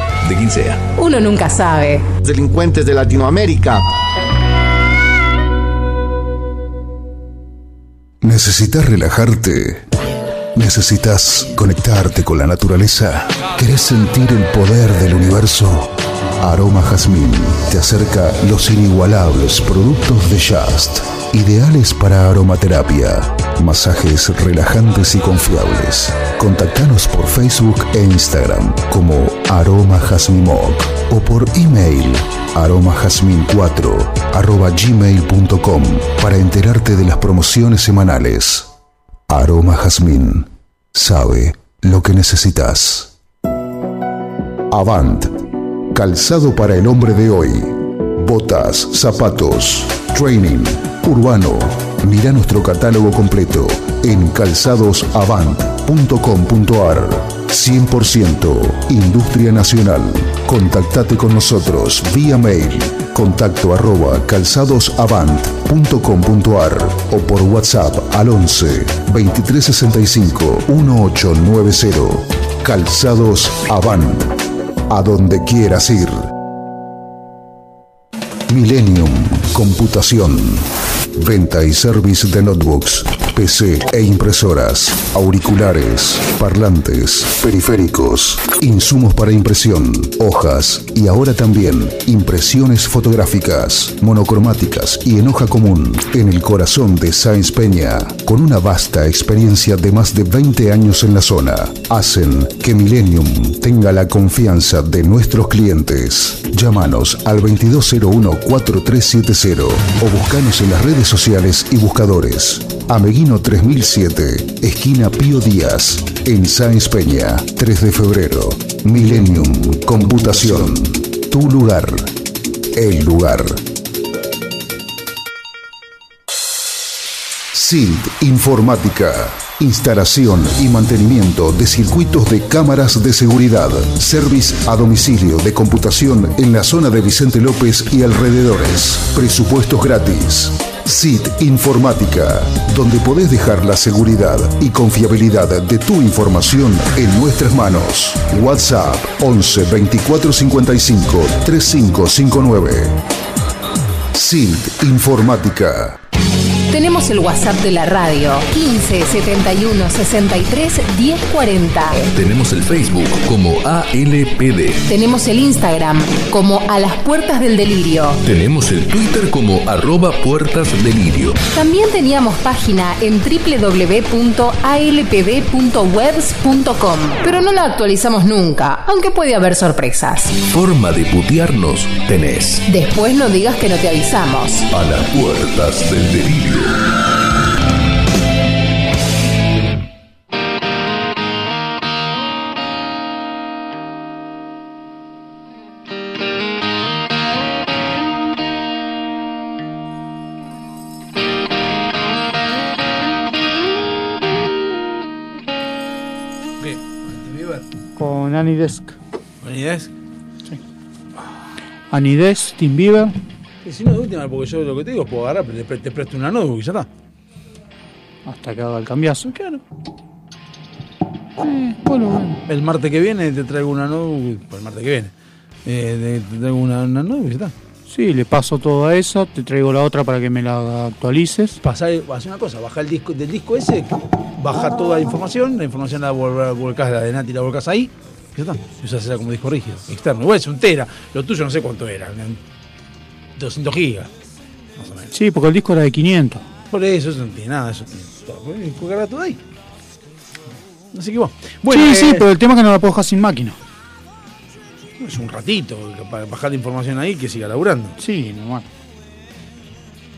E: de quien sea.
D: uno nunca sabe.
I: Delincuentes de Latinoamérica.
A: ¿Necesitas relajarte? ¿Necesitas conectarte con la naturaleza? ¿Querés sentir el poder del universo? Aroma Jazmín te acerca los inigualables productos de Just, ideales para aromaterapia, masajes relajantes y confiables. Contactanos por Facebook e Instagram como Aroma Jazmín Moc o por email aromajazmin4 arroba gmail.com para enterarte de las promociones semanales. Aroma Jazmín. Sabe lo que necesitas. Avant. Calzado para el hombre de hoy. Botas, zapatos, training, urbano. Mira nuestro catálogo completo en calzadosavant.com.ar. 100% Industria Nacional. Contactate con nosotros vía mail contacto arroba calzadosavant.com.ar o por WhatsApp al 11 2365 1890. Calzados Avant. A donde quieras ir. Millennium Computación. Venta y service de notebooks, PC e impresoras, auriculares, parlantes, periféricos, insumos para impresión, hojas y ahora también impresiones fotográficas, monocromáticas y en hoja común, en el corazón de Sáenz Peña, con una vasta experiencia de más de 20 años en la zona, hacen que Millennium tenga la confianza de nuestros clientes. Llámanos al 2201-4370 o buscanos en las redes sociales y buscadores. Ameguino 3007, esquina Pío Díaz, en Sáenz Peña, 3 de febrero. Millennium Computación. Tu lugar. El lugar. SILT Informática. Instalación y mantenimiento de circuitos de cámaras de seguridad. Service a domicilio de computación en la zona de Vicente López y alrededores. Presupuestos gratis. SIT Informática, donde podés dejar la seguridad y confiabilidad de tu información en nuestras manos. WhatsApp 11 24 55 3559. SIT Informática.
D: Tenemos el WhatsApp de la radio 15 71 63 1040.
E: Tenemos el Facebook como ALPD.
D: Tenemos el Instagram como a las puertas del delirio.
E: Tenemos el Twitter como arroba puertas delirio.
D: También teníamos página en www.alpd.webs.com, pero no la actualizamos nunca, aunque puede haber sorpresas.
E: Forma de putearnos tenés.
D: Después no digas que no te avisamos.
E: A las puertas del delirio.
J: ¿Qué? Antiviver.
G: Con Anidesk.
J: ¿Buena idea es?
G: Anidesk, Tim Bieber.
J: Y si no, de última, porque yo lo que te digo, puedo agarrar, pero te, te presto una notebook y ya está.
G: Hasta que haga el cambiazo.
J: Claro.
G: Eh, bueno, bueno.
J: El martes que viene te traigo una notebook. pues, El martes que viene. Eh, te, te traigo una, una notebook y ya está.
G: Sí, le paso todo a esa, te traigo la otra para que me la actualices.
J: Pasar, hacer una cosa, bajar el disco del disco ese, bajar toda la información, la información la vol- volcás, la de Nati la volcás ahí, y ya está. Y usás esa como disco rígido, externo. Igual es un tera, lo tuyo no sé cuánto era, eran 200 gigas, más o menos.
G: Sí, porque el disco era de 500.
J: Por eso, eso no tiene nada, eso tiene todo. Podés colgarla todo ahí. Así que bueno.
G: sí,
J: Bueno,
G: sí,
J: eh,
G: pero el tema es que no la puedo dejar sin máquina.
J: es un ratito, para bajar la información ahí que siga laburando.
G: Sí, normal.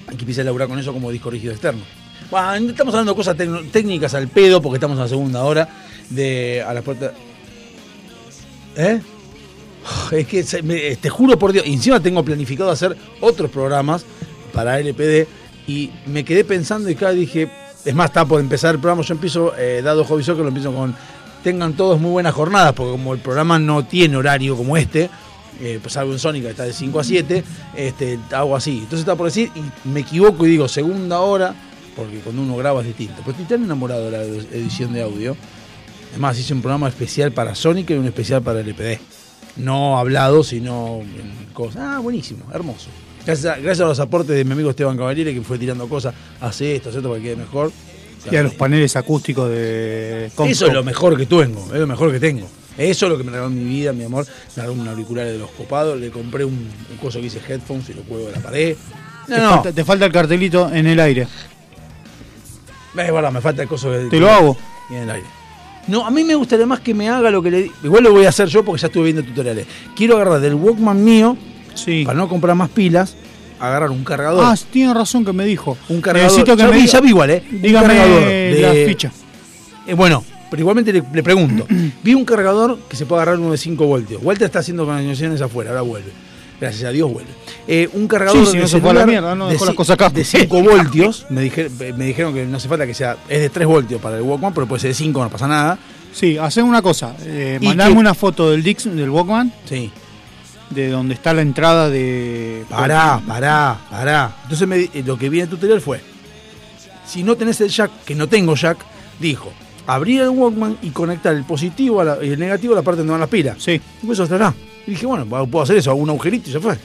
J: Hay que empieza a laburar con eso como disco rígido externo. Bueno, estamos hablando de cosas tecno- técnicas al pedo porque estamos en la segunda hora de a las puertas. ¿Eh?
F: Es que se- me- eh, te juro por Dios, y encima tengo planificado hacer otros programas para LPD y me quedé pensando y claro, dije, es más, está por empezar el programa, yo empiezo, eh, dado hobby que lo empiezo con, tengan todos muy buenas jornadas, porque como el programa no tiene horario como este, eh, pues salvo en Sónica que está de 5 a 7, este, hago así. Entonces está por decir, y me equivoco y digo segunda hora, porque cuando uno graba es distinto. Pero estoy tan enamorado de la edición de audio. Es más, hice un programa especial para Sónica y un especial para LPD. No hablado, sino en cosas. Ah, buenísimo, hermoso. Gracias a, gracias a los aportes de mi amigo Esteban Cavaliere, que fue tirando cosas, hace esto, hace esto para que quede mejor.
G: Y a los paneles acústicos de
F: Eso es lo mejor que tengo, es lo mejor que tengo. Eso es lo que me regaló mi vida, mi amor. Me regaló un auricular de los copados, le compré un, un coso que dice headphones y lo cuelgo de la pared. No,
G: te,
F: no,
G: Falta, te falta el cartelito en el aire.
F: es verdad, me falta el coso de-
G: Te lo hago.
F: Y en el aire. No, a mí me gustaría más que me haga lo que le di- Igual lo voy a hacer yo porque ya estuve viendo tutoriales. Quiero agarrar del Walkman mío, para no comprar más pilas, agarrar un cargador.
G: Ah, tiene razón que me dijo.
F: un cargador.
G: Necesito que
F: ya,
G: me
F: vi,
G: diga-
F: ya vi igual, ¿eh? Un
G: dígame
F: cargador
G: la ficha.
F: Eh, bueno, pero igualmente le, le pregunto. vi un cargador que se puede agarrar uno de 5 voltios. Walter está haciendo conexiones afuera, ahora vuelve. Gracias a Dios vuelve. Eh, un cargador
G: Sí, sí,
F: de
G: no se fue a la
F: celular
G: mierda, no
F: de
G: dejó
F: ci-
G: las cosas acá.
F: de 5 voltios. Me, dije- me dijeron que no hace falta que sea. Es de 3 voltios para el Walkman, pero puede ser de 5, no pasa nada.
G: Sí, hacen una cosa. Eh,
F: ¿Y
G: mandame
F: qué?
G: una foto del Dixon, del Walkman,
F: Sí.
G: de donde está la entrada de.
F: Pará, pará, pará. Entonces me di- eh, lo que vi en el tutorial fue, si no tenés el jack, que no tengo jack, dijo, abrir el Walkman y conectar el positivo a la- y el negativo a la parte donde van las pilas. Sí. Y eso estará. Y dije, bueno, pa- puedo hacer eso, hago un agujerito y se fue.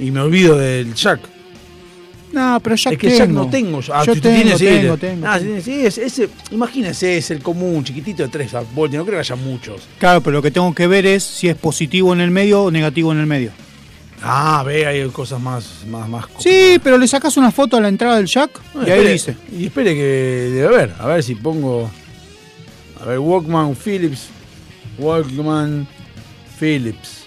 F: Y me olvido del jack.
G: No, pero ya
F: es que
G: tengo.
F: jack no tengo. yo. Ah,
G: Yo
F: si
G: tengo,
F: tienes, sí,
G: tengo,
F: le-
G: tengo,
F: Ah, si tienes, sí, es- ese, imagínense, es el común, chiquitito de 3 voltios, no creo que haya muchos.
G: Claro, pero lo que tengo que ver es si es positivo en el medio o negativo en el medio.
F: Ah, ve, hay cosas más, más, más
G: Sí, pero le sacas una foto a la entrada del jack
F: Bueno,
G: y ahí
F: Ah, espere-
G: dice.
F: Y espere que debe haber. A ver si pongo. A ver, Walkman Philips. Walkman Philips.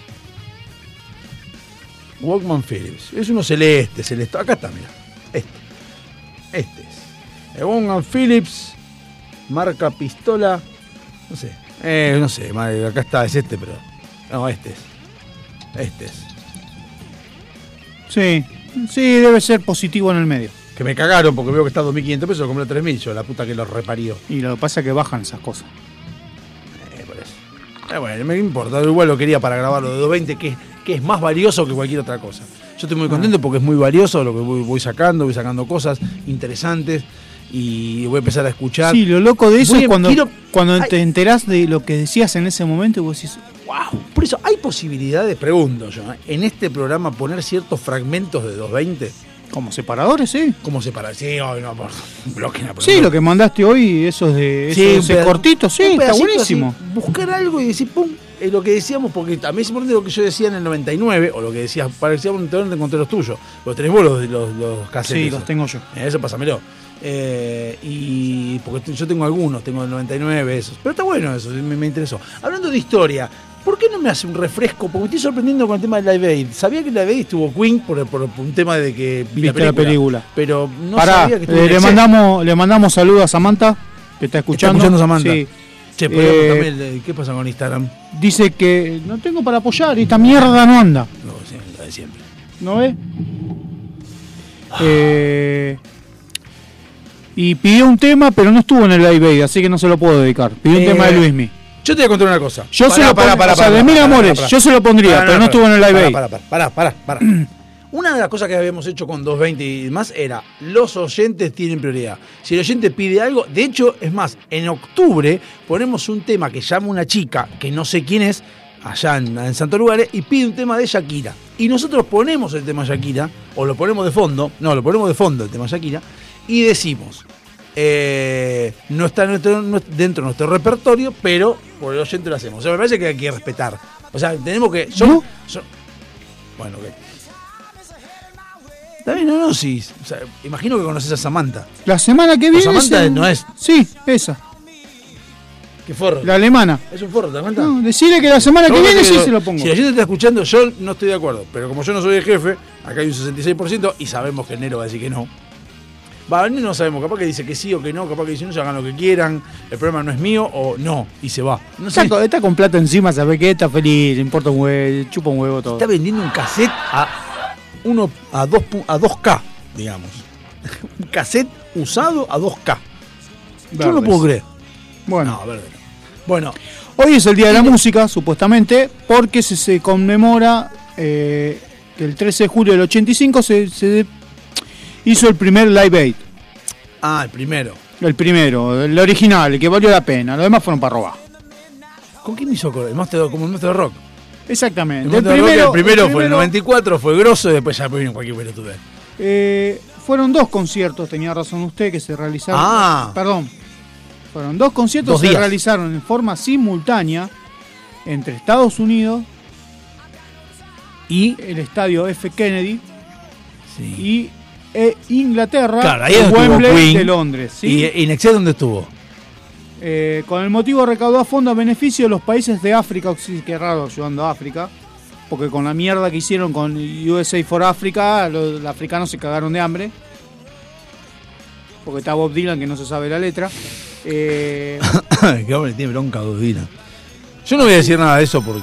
F: Walkman Philips. Es uno celeste, celeste. Acá está, mira. Este. Este es. El Walkman Philips. Marca pistola. No sé. Eh, no sé, madre, acá está, es este, pero. No, este es. Este es.
G: Sí, sí, debe ser positivo en el medio.
F: Que me cagaron porque veo que está a 2.500 pesos, lo compré a 3.000 yo, la puta que los reparió.
G: Y lo que pasa es que bajan esas cosas.
F: Eh, bueno, me importa, igual lo quería para grabarlo de 220, que, que es más valioso que cualquier otra cosa. Yo estoy muy contento porque es muy valioso lo que voy, voy sacando, voy sacando cosas interesantes y voy a empezar a escuchar.
G: Sí, lo loco de eso
F: Voy
G: es
F: a-
G: cuando,
F: quiero-
G: cuando
F: Ay.
G: te enterás de lo que decías en ese momento y vos decís,
F: ¡Wow! Por eso, ¿hay posibilidades, pregunto yo, ¿eh? en este programa poner ciertos fragmentos de 220?
G: como separadores, sí.
F: ¿Cómo separar? Sí, ay, no, por un bloque, no, por
G: Sí,
F: un
G: lo que mandaste hoy, esos de esos
F: Sí, un
G: de
F: peda-
G: cortitos, sí,
F: un
G: está
F: pedacito
G: buenísimo.
F: así, buscar algo y decir, pum, es lo que decíamos, porque a mí es importante lo que yo decía en el 99, o lo que decías, parecía un no te encontré los tuyos. Los tenés vos los, los, los cassettes
G: Sí,
F: esos.
G: los tengo yo.
F: Eh, Eso pásamelo. Eh, y porque t- yo tengo algunos, tengo el 99, esos. Pero está bueno eso, me, me interesó. Hablando de historia, ¿por qué no me hace un refresco? Porque me estoy sorprendiendo con el tema de Live Aid. Sabía que Live Aid estuvo Queen por, por un tema de que vi
G: Viste la película.
F: Pero no
G: Pará,
F: sabía que estuvo
G: eh,
F: en
G: le
F: Excel.
G: mandamos le mandamos saludos a Samantha, que está escuchando.
F: escuchando Samantha.
G: Sí.
F: Che, podríamos
G: Eh,
F: también, eh, ¿qué pasa con Instagram?
G: Dice que no tengo para apoyar, esta mierda no anda.
F: No, sí, la de siempre.
G: ¿No ves? Eh, y pidió un tema, pero no estuvo en el live Aid, así que no se lo puedo dedicar. Pidió un
F: Eh,
G: tema de Luismi.
F: Yo te voy a contar una cosa.
G: Yo se lo pon- o sea, de mil amores, yo se lo pondría, pero no estuvo en el Live Aid.
F: Pará, pará, pará, pará, pará. Una de las cosas que habíamos hecho con 220 y demás era los oyentes tienen prioridad. Si el oyente pide algo, de hecho, es más, en octubre ponemos un tema que llama una chica que no sé quién es, allá en, en Santo Lugares, y pide un tema de Shakira. Y nosotros ponemos el tema Shakira, o lo ponemos de fondo, no, lo ponemos de fondo el tema Shakira, y decimos, eh, no está en nuestro- nu- dentro de nuestro repertorio, pero por el oyente lo hacemos. O sea, me parece que hay que respetar. O sea, tenemos que. son- son- bueno, ok. Está bien, no, no, sí. O sea, imagino que conoces a Samantha.
G: La semana que
F: O
G: viene.
F: Samantha
G: se-
F: no es.
G: Sí, esa,
F: Qué forro.
G: la alemana.
F: Es un forro, ¿te das cuenta?
G: No, decirle que la semana que
F: Yo
G: viene
F: creo
G: sí
F: lo-
G: se lo pongo.
F: Si la gente está escuchando, yo no estoy de acuerdo. Pero como yo no soy el jefe, acá hay un 66% y sabemos que enero va a decir que no. Va, enero no sabemos, capaz que dice que sí o que no, capaz que dice no, se hagan lo que quieran. el problema no es mío o no, y se va. No sé,
G: Está, con, está con plata encima, sabe que está feliz, le importa un huevo, chupa un huevo todo.
F: está vendiendo un cassette a, uno, a, 2, a 2K, digamos. un cassette usado a 2K. Yo no lo
G: Verdes.
F: puedo creer.
G: Bueno.
F: No, verde no. Bueno,
G: Hoy es el Día de la Música, supuestamente, porque se, se conmemora eh, que el 13 de julio del 85 se, se hizo el primer Live Aid.
F: ah, el primero.
G: El primero, el original, el que valió la pena. Los demás fueron para robar.
F: ¿Con quién me hizo acordar? El Master, como el Master Rock. El,
G: Exactamente.
F: Master Rock, el primero fue el 94, fue grosso, y después ya vino cualquier pelotudez.
G: eh, fueron dos conciertos, tenía razón usted, que se realizaron.
F: Ah.
G: Perdón. Fueron dos conciertos
F: Dos
G: que se
F: días.
G: realizaron en forma simultánea entre Estados Unidos,
F: Y,
G: el estadio F. Kennedy
F: sí.
G: y e Inglaterra,
F: Claro, ahí es
G: el
F: donde estuvo
G: Wembley
F: Queen.
G: de Londres. ¿sí?
F: y, y Nexé, ¿dónde estuvo?
G: Eh, con el motivo de recaudar fondos a beneficio de los países de África, Occ- qué raro ayudando a África, porque con la mierda que hicieron con USA for Africa, los, los africanos se cagaron de hambre, porque está Bob Dylan que no se sabe la letra. Eh,
F: que hombre tiene bronca Dudina. Yo no voy a decir nada de eso porque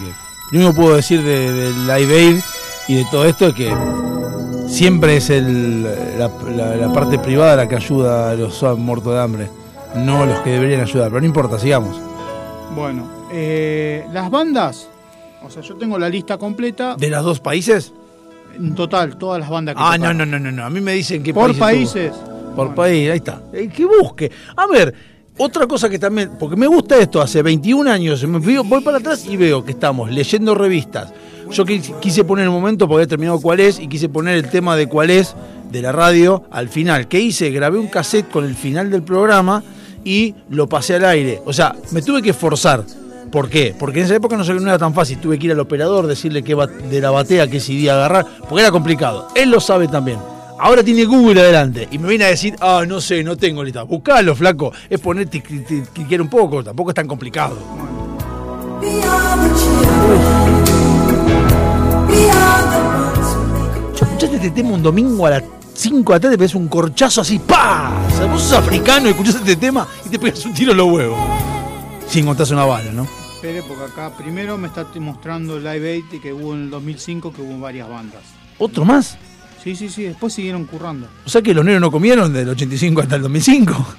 F: lo único que puedo decir de, de Live Aid y de todo esto es que siempre es el, la, la- la parte privada la que ayuda a los muertos de hambre, no los que deberían ayudar. Pero no importa, sigamos.
G: bueno, eh, las bandas, o sea, yo tengo la lista completa,
F: ¿De los dos países?
G: en total, todas las bandas que
F: Ah, no,
G: tocaron.
F: no, no, no, no. A mí me dicen que
G: Por países.
F: Por
G: Bueno.
F: país, ahí está. El que busque. A ver, otra cosa que también, porque me gusta esto, hace 21 años, me fui- voy para atrás y veo que estamos leyendo revistas. Yo qui- quise poner el momento, porque había terminado cuál es, y quise poner el tema de cuál es de la radio al final. ¿Qué hice? Grabé un cassette con el final del programa y lo pasé al aire. O sea, me tuve que forzar. ¿Por qué? Porque en esa época no, sé- no era tan fácil. Tuve que ir al operador, decirle qué bat- de la batea, qué CD agarrar, porque era complicado. Él lo sabe también. Ahora tiene Google adelante y me viene a decir, ah, no sé, no tengo lista. Buscalo, flaco. Es ponerte cliquear un poco, tampoco es tan complicado. Yo escuchaste este tema un domingo a las 5 de la tarde, pegas un corchazo así, ¡pa! O sea, vos sos africano y escuchás este tema y te pegas un tiro en los huevos. Si encontrás una bala, ¿no?
G: Espere, porque acá primero me está mostrando Live Aid y que hubo en el 2005, que hubo varias bandas.
F: ¿Otro más?
G: Sí, sí, sí, después siguieron currando.
F: O sea que los negros no comieron del 85 hasta el 2005.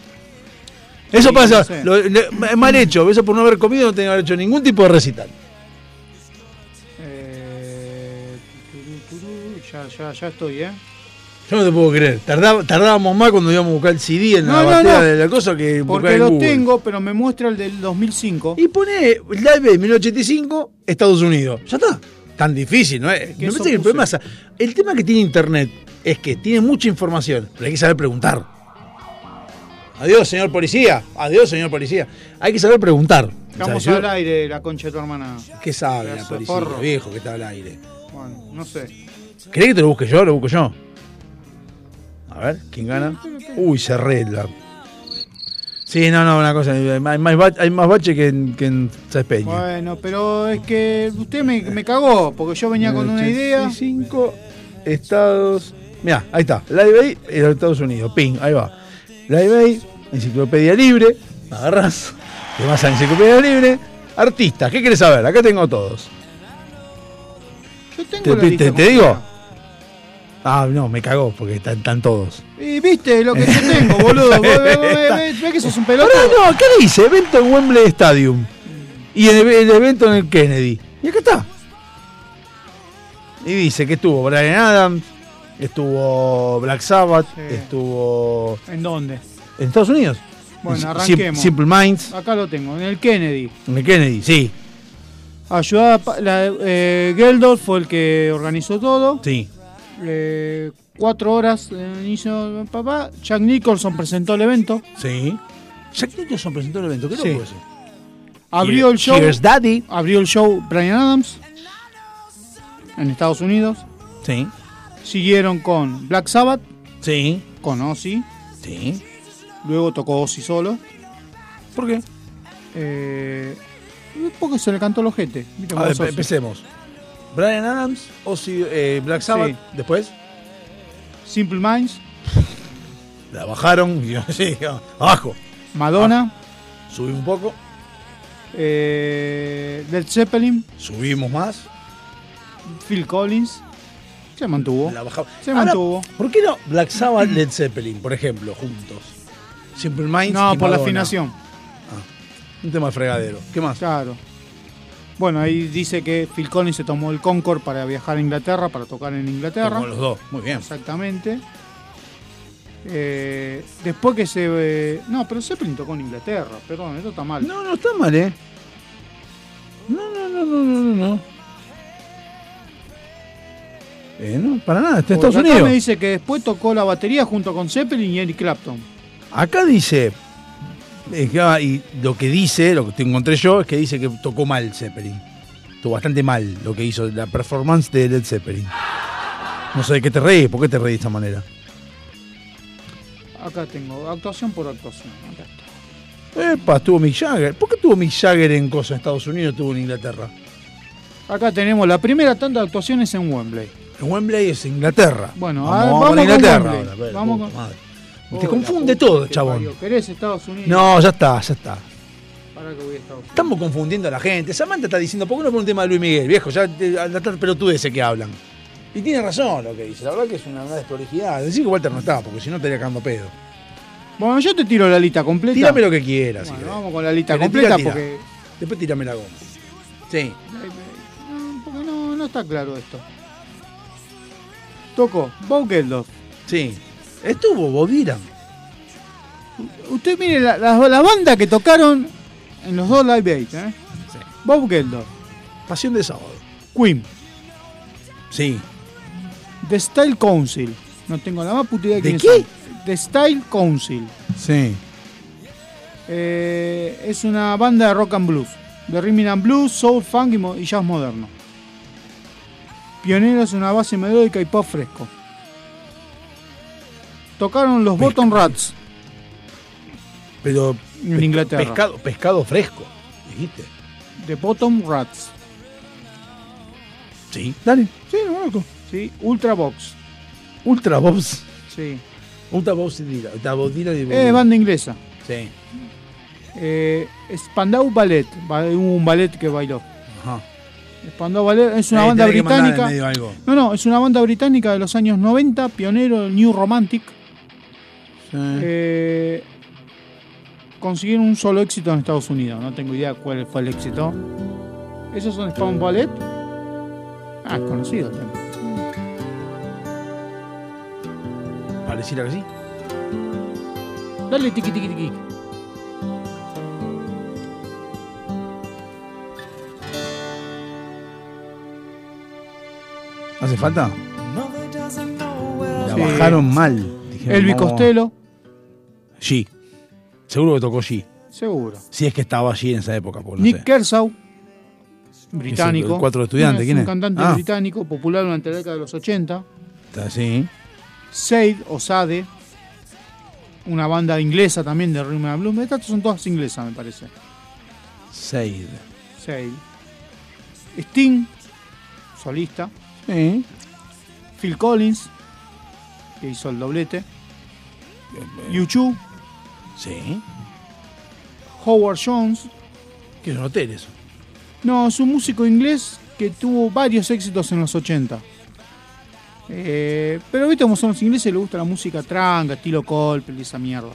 F: Eso
G: Sí,
F: pasa,
G: no sé.
F: lo- le- es mal hecho, eso por no haber comido no tenía que haber hecho ningún tipo de recital.
G: Eh, turú, turú, ya, ya, ya estoy, ¿eh?
F: Yo no te puedo creer, Tardá- tardábamos más cuando íbamos a buscar el CD en la
G: No, no,
F: batea
G: no.
F: de la cosa que buscar
G: Porque
F: en
G: lo
F: Google.
G: tengo, pero me muestra el del 2005.
F: Y pone Live Aid 1985, Estados Unidos. Ya está. Tan difícil, ¿no es? Me
G: eso
F: parece que el
G: puse.
F: problema es- El tema que tiene Internet es que tiene mucha información, pero hay que saber preguntar. Adiós, señor policía. Adiós, señor policía. Hay que saber preguntar.
G: Estamos
F: O sea, yo-
G: al aire, la concha de tu hermana.
F: ¿Qué sabe la
G: Pedazo de
F: policía?
G: forro.
F: viejo que está al aire.
G: Bueno, no sé.
F: ¿Querés que te lo busque yo? Lo busco yo. A ver, ¿quién gana? Uy, cerré la. Sí, no, no, una cosa. Hay más bache, hay más bache que en, que en Sáenz Peña.
G: Bueno, pero es que usted me, me cagó, porque yo venía con una idea.
F: 85 estados. Mirá, ahí está. Live Aid en los Estados Unidos. Ping, ahí va. Live Aid, Enciclopedia Libre. Agarrás. Te vas a Enciclopedia Libre. Artistas, ¿qué querés saber? Acá tengo todos.
G: Yo tengo
F: ¿Te,
G: la
F: te- te-
G: lista
F: te
G: completa.
F: digo? Ah, no, me cagó porque están, están todos.
G: Y viste lo que yo tengo, boludo. Ve, ve, ve, ve, ve que sos un
F: Pará,
G: pelotudo.
F: no, ¿qué dice? Evento en Wembley Stadium. Y el, el evento en el Kennedy. Y acá está. Y dice que estuvo Brian Adams, estuvo Black Sabbath,
G: Sí.
F: estuvo
G: ¿En dónde?
F: en Estados Unidos.
G: Bueno,
F: En Sim-
G: arranquemos.
F: Simple Minds,
G: Acá lo tengo, en el Kennedy.
F: en el Kennedy, sí,
G: Ayudada, pa- la, eh, Geldof fue el que organizó todo.
F: sí.
G: Eh, cuatro horas en el inicio de papá. Jack Nicholson presentó el evento.
F: Sí. Jack Nicholson presentó el evento, ¿qué
G: Sí.
F: loco eso?
G: Abrió el show.
F: Here's Daddy.
G: Abrió el show Brian Adams en Estados Unidos.
F: Sí,
G: Siguieron con Black Sabbath,
F: sí,
G: con Ozzy.
F: sí.
G: Luego tocó Ozzy solo.
F: ¿Por qué?
G: Eh, porque se le cantó el ojete. Viste
F: A
G: cómo
F: ver,
G: es Ozzy.
F: empecemos. Brian Adams, Ozzy, eh, Black Sabbath,
G: Sí.
F: después.
G: Simple Minds,
F: La bajaron y yo, sí, abajo. Ah,
G: Madonna,
F: Subí un poco.
G: Eh, Led Zeppelin.
F: Subimos más.
G: Phil Collins. Se mantuvo.
F: La bajaba.
G: Se
F: Ahora,
G: mantuvo.
F: ¿Por qué no Black Sabbath, Led Zeppelin, por ejemplo, juntos? Simple Minds.
G: No,
F: y
G: por
F: Madonna.
G: la
F: Ah,
G: afinación.
F: Un tema de fregadero. ¿Qué más?
G: Claro. Bueno, ahí dice que Phil Collins se tomó el Concorde para viajar a Inglaterra, para tocar en Inglaterra.
F: Como los dos. Muy bien.
G: Exactamente. Eh, después que se. eh, no, pero Zeppelin tocó en Inglaterra, perdón, esto está mal.
F: No, no está mal, ¿eh? No, no, no, no, no, no. no. Eh, no, para nada, está en
G: Porque
F: Estados
G: acá
F: Unidos.
G: me dice que después tocó la batería junto con Zeppelin y Eric Clapton.
F: Acá dice, eh, ya, y lo que dice, lo que te encontré yo, es que dice que tocó mal Zeppelin. Estuvo bastante mal lo que hizo, la performance de Led Zeppelin. No sé de qué te reís, ¿por qué te reís de esta manera?
G: Acá tengo actuación por actuación. acá está.
F: Epa, estuvo Mick Jagger. ¿Por qué estuvo Mick Jagger en cosas Estados Unidos, estuvo en Inglaterra?
G: Acá tenemos la primera tanda de actuaciones en Wembley.
F: En Wembley es Inglaterra.
G: Bueno,
F: vamos,
G: a ver,
F: vamos
G: vamos
F: para
G: con
F: Inglaterra
G: Wembley.
F: ahora, pero,
G: Vamos
F: puta
G: con-
F: madre.
G: Oh,
F: Te
G: la
F: confunde
G: puta
F: todo,
G: que
F: chabón.
G: parió. ¿Querés Estados Unidos?
F: No, ya está, ya está.
G: Pará que voy a Estados Unidos.
F: Estamos confundiendo a la gente. Samantha está diciendo, ¿por qué no pone un tema de Luis Miguel, viejo? Ya eh, te- al tratar pelotudeces que hablan. Y tiene razón lo que dice. La verdad que es una gran desprolijidad. Decir que Walter no está, porque si no estaría cagando pedo.
G: Bueno, yo te tiro la lista completa.
F: Tírame lo que quieras. si
G: Bueno,
F: querés.
G: vamos con la lista
F: Pero tira,
G: completa
F: tira.
G: porque.
F: Después tírame la goma. Sí.
G: Eh, No, porque no, no está claro esto. Toco, Bob Geldof.
F: Sí. Estuvo Bob Dylan.
G: Usted mire la, la- la banda que tocaron en los dos Live Aid, ¿eh?
F: Sí.
G: Bob Geldof,
F: Pasión de sábado.
G: Queen,
F: Sí.
G: The Style Council. No tengo la más puta idea de
F: ¿De
G: quiénes
F: qué?
G: son. The Style Council.
F: Sí.
G: Eh, es una banda de rock and blues. De rhythm and blues, soul, funk y, mo- y jazz moderno. Pioneros en una base melódica y pop fresco. Tocaron los Bottom Rats
F: Pero.
G: en Inglaterra.
F: Pescado, pescado fresco. ¿Dijiste?
G: The Bottom Rats.
F: Sí. Dale. Sí, no loco.
G: ¿sí? Ultra Box.
F: Ultra Bobs.
G: Sí. Eh,
F: Ultra Bobs y Dylan. Ultra Bob Dylan y Bob
G: Es
F: Dylan.
G: banda inglesa.
F: Sí.
G: Eh, Spandau Ballet. ba- Un ballet que bailó.
F: Ajá.
G: Spandau Ballet es una
F: Ahí
G: banda
F: tenés que mandar en
G: británica.
F: medio algo.
G: No, no, es una banda británica de los años 90, pionero del New Romantic. Eh, consiguieron un solo éxito en Estados Unidos. No tengo idea cuál fue el éxito. ¿Esos son Spawn Ballet? Ah, es conocido el tema.
F: Pareciera que sí.
G: Dale tiqui tiqui tiqui.
F: ¿Hace falta? La
G: Sí.
F: bajaron mal. Dijeron,
G: Elvis
F: vamos-
G: Costello,
F: G. Seguro que tocó G.
G: seguro.
F: Si es que estaba allí en esa época, porque no
G: Nick
F: sé.
G: Kershaw, británico.
F: el cuatro de estudiantes? ¿Quién es?
G: Un cantante
F: Ah.
G: británico, popular durante la década de los 80.
F: Está así.
G: Sade o Sade, una banda inglesa también de Rhythm and Blues. Estas son todas inglesas, me parece.
F: Seid.
G: Sade. Sting, solista.
F: Sí.
G: Phil Collins, que hizo el doblete. Yuchu,
F: Sí.
G: Howard Jones.
F: Que no hotel eso.
G: No, es un músico inglés que tuvo varios éxitos en los 80. Eh, pero viste cómo son los ingleses, les gusta la música tranca, estilo Coldplay, esa mierda.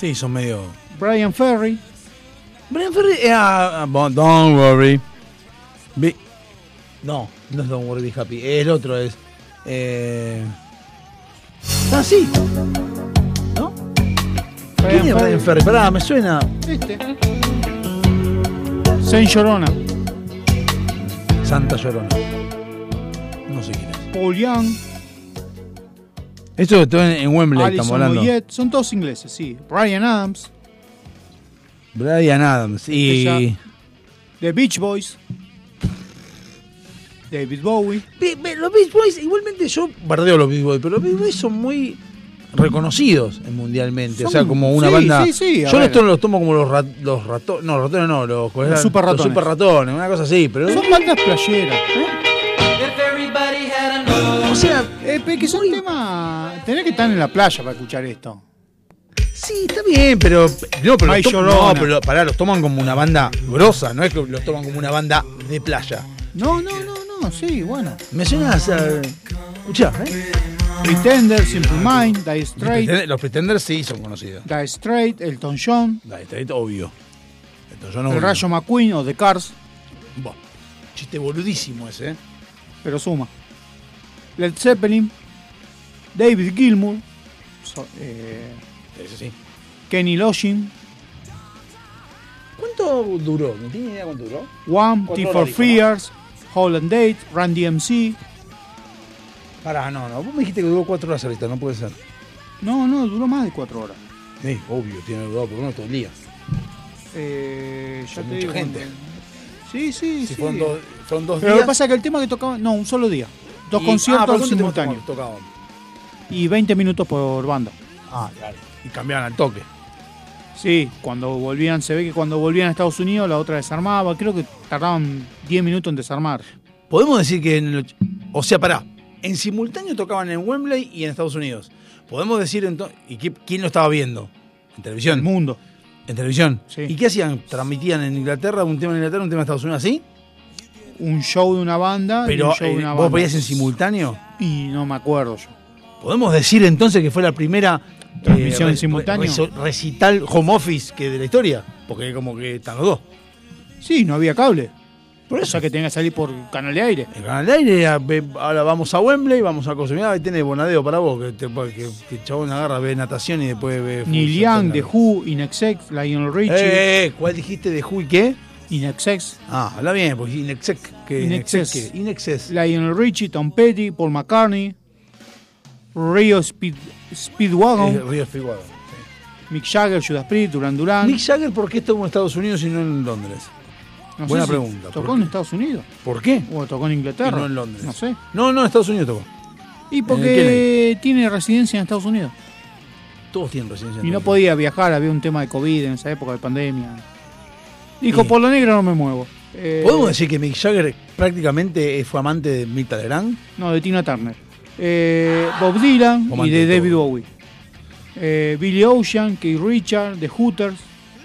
F: Sí, son medio.
G: Brian Ferry,
F: Brian Ferry. eh, ah, ah, bon- don't worry. Be- No, no es Don't Worry Be Happy. El otro es. Eh... Ah, sí. ¿No?
G: Brian
F: ¿Quién es Brian Ferry? Pará, me suena.
G: este. Saint Llorona,
F: Santa Llorona. No sé quién es.
G: Paul Young,
F: Esto todo en, en Wembley estamos
G: Alison
F: hablando.
G: Moyet, son todos ingleses, sí. Brian Adams,
F: Brian Adams y.
G: Ella. The Beach Boys, David Bowie.
F: Ve- ve, Los Beach Boys, igualmente yo bardeo los Beach Boys, pero los Beach Boys son muy reconocidos eh, mundialmente. o sea,
G: Son-
F: como una
G: sí,
F: banda.
G: sí, sí, a
F: yo
G: ver.
F: los, los tomo como los, rat- los ratones. No, ratones no, los, ¿cuál era? los
G: super ratones.
F: super ratones, una cosa así. Pero,
G: Son bandas playeras.
F: o sea,
G: Eh, pero que son temas. Tenés que estar en la playa para escuchar esto.
F: Sí, está bien, pero. No, pero,
G: Ay,
F: los to- no,
G: llorona.
F: pero pará, los toman como una banda grosa, no es que los toman como una banda de playa.
G: No, no, no, no, sí, bueno.
F: Me llenas a. Escuchá, ¿eh?
G: Pretender, Simple Mind, Die
F: Los
G: Straight,
F: Pretenders- Los Pretenders sí son conocidos.
G: Die Straight, Elton John,
F: Dale, está- obvio. Entonces, yo no
G: El Rayo McQueen o The Cars,
F: Buah, chiste boludísimo ese, ¿eh?
G: pero suma. Led Zeppelin, David Gilmour, so- eh,
F: Ese sí.
G: Kenny Login,
F: ¿Cuánto duró? ¿No tiene idea cuánto duró?
G: One,
F: Otro
G: T
F: lo
G: for
F: dijo,
G: Fears, Holland Date, Randy MC.
F: Pará, no, no. Vos me dijiste que duró cuatro horas ahorita, no puede ser.
G: No, no, duró más de cuatro horas.
F: Sí, obvio, tiene que durar por lo menos todo el día.
G: Eh, ya
F: Son
G: te
F: mucha
G: digo,
F: gente.
G: Sí, sí,
F: Si
G: sí.
F: fueron dos, fueron dos
G: Pero lo
F: días.
G: que pasa es que el tema que tocaban, no, un solo día. Dos
F: y- ah, ¿por
G: conciertos
F: cuánto tiempo
G: simultáneos.
F: tocaban?
G: Y 20 minutos por banda.
F: Ah, claro. Y cambiaban al toque.
G: Sí, cuando volvían, se ve que cuando volvían a Estados Unidos la otra desarmaba. Creo que tardaban 10 minutos en desarmar.
F: Podemos decir que. en el och- o sea, pará. En simultáneo tocaban en Wembley y en Estados Unidos. Podemos decir entonces. ¿Y qué- quién lo estaba viendo? En
G: El
F: televisión.
G: mundo.
F: En televisión.
G: Sí.
F: ¿Y qué hacían? ¿Transmitían en Inglaterra un tema en Inglaterra, un tema en Estados Unidos así?
G: Un show de una banda. y
F: Pero
G: un show de
F: eh,
G: una
F: vos
G: banda.
F: veías en simultáneo.
G: Y no me acuerdo yo.
F: Podemos decir entonces que fue la primera eh,
G: Transmisión en
F: re-
G: simultáneo.
F: re- reso- recital home office que de la historia, porque como que están los dos.
G: Sí, no había cable. Por eso que tenía que salir por canal de aire.
F: El canal de aire, a- ve- ahora vamos a Wembley, vamos a consumir, ahí tenés Bonadeo para vos, que, te, pues, que, que el chabón agarra, ve natación y después ve...
G: Neil
F: fútbol,
G: Young, The
F: etcétera.
G: Who, Inexex, Lionel Richie,
F: Eh, eh, ¿Cuál dijiste de Who y qué?
G: Inexex,
F: Ah, habla bien, pues Inexec. Que,
G: In
F: Inexcess.
G: Excess.
F: que- In Excess.
G: Lionel Richie, Tom Petty, Paul McCartney, Rio Speed, Speedwagon,
F: Eh, Río Figuado.
G: Mick Jagger, Judas Priest, Duran Duran.
F: Mick Jagger, ¿por qué estuvo en Estados Unidos y no en Londres?
G: No sé
F: buena
G: si
F: pregunta, ¿por
G: ¿Tocó
F: qué?
G: en Estados Unidos?
F: ¿Por qué?
G: ¿O tocó en Inglaterra?
F: Y no en Londres.
G: No sé.
F: No, no, en Estados Unidos tocó.
G: Y
F: ¿En
G: porque
F: Kennedy?
G: tiene residencia en Estados Unidos.
F: Todos tienen residencia. en
G: Y no
F: Estados
G: podía viajar, había un tema de COVID en esa época de pandemia. Dijo,
F: Sí.
G: por lo negro no me muevo. Eh,
F: ¿Podemos decir que Mick Jagger prácticamente fue amante de Mirta Legrand?
G: No, de Tina Turner. Eh, Bob Dylan
F: Como
G: y de
F: ante
G: David
F: todo.
G: Bowie. Eh, Billy Ocean, Keith Richard, The Hooters,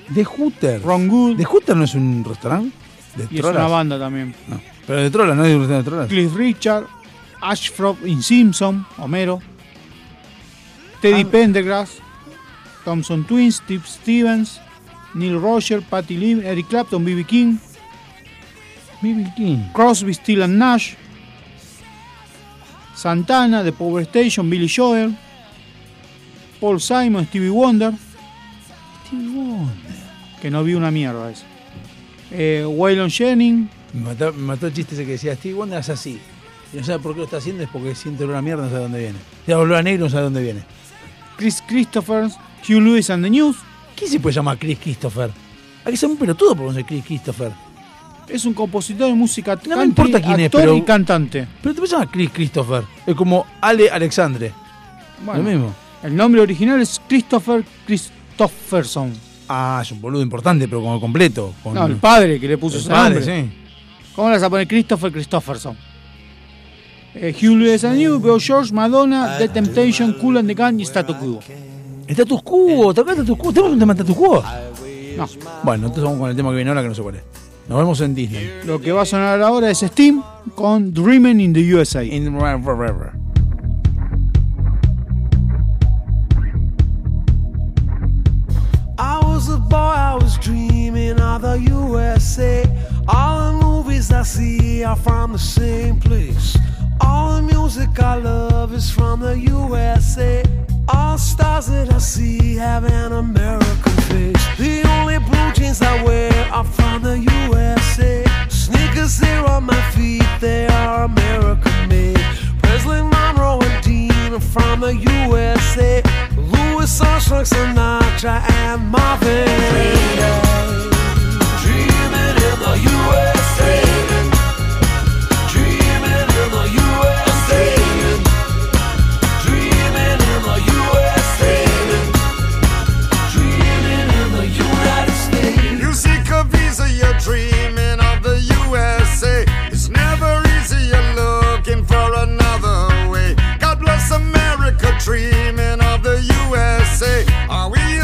F: De Hooter.
G: Ron Good.
F: ¿De Hooter no es un restaurante? De
G: y es una
F: trolas.
G: banda también.
F: No. Pero de trolas, ¿no es un restaurante de trolas?
G: Cliff Richard, Ashford in Simpson, Homero. Teddy
F: Ah.
G: Pendergrass, Thompson Twins, Steve Stevens, Neil Roger, Patty Lee, Eric Clapton, B.B. King,
F: B.B. King.
G: Crosby, Steel and Nash, Santana, The Power Station, Billy Joel, Paul Simon, Stevie Wonder,
F: Stevie Wonder.
G: que no vi una mierda esa. Eh, Waylon Jennings,
F: Me mató, me mató el chiste ese que decía, Stevie Wonder es así. Y no sabe por qué lo está haciendo, es porque siente olor a mierda, no sabe dónde viene. Ya olor a negro, no sabe dónde viene.
G: Chris Christophers, Hugh Lewis and the News.
F: ¿Quién se puede llamar Chris Christopher? Hay que ser un pelotudo por conocer Chris Christopher.
G: Es un compositor de música
F: No me importa quién es,
G: actor
F: pero-
G: y cantante.
F: Pero te puedes llamar Chris Christopher. Es como Ale Alexandre.
G: Bueno,
F: Lo mismo.
G: El nombre original es Christopher Christofferson.
F: Ah, es un boludo importante, pero como completo. Con
G: No, el padre que le puso
F: sus
G: ese
F: padres,
G: nombre.
F: sí.
G: ¿Cómo le vas a poner Christopher Christofferson? Eh, Hugh Lewis and You, Bill George, Madonna, The Temptation, Cool and the Gun y Status Quo.
F: Status quo, ¿te acuerdas de status quo? ¿Tenemos un tema de status quo?
G: No,
F: Bueno, entonces vamos con el tema que viene ahora que no sé cuál es. Nos vemos en Disney.
G: lo que va a sonar ahora es Steam con Dreaming in the USA.
F: In forever.
K: I was a boy, I was dreaming of the USA. All the movies I see are from the same place. All the music I love is from the USA. All stars that I see have an American face. The only blue jeans I wear are from the USA. Sneakers there on my feet, they are American made. Presley Monroe and Dean are from the USA. Louis Armstrong, Sinatra, and Marvin. Dreaming, dreaming in the USA. Dreaming in the USA. Dreaming in the USA. Dreaming in the United States.
C: You seek a visa, you're dreaming of the USA. It's never easy, you're looking for another way. God bless America, dreaming of the USA. Are we a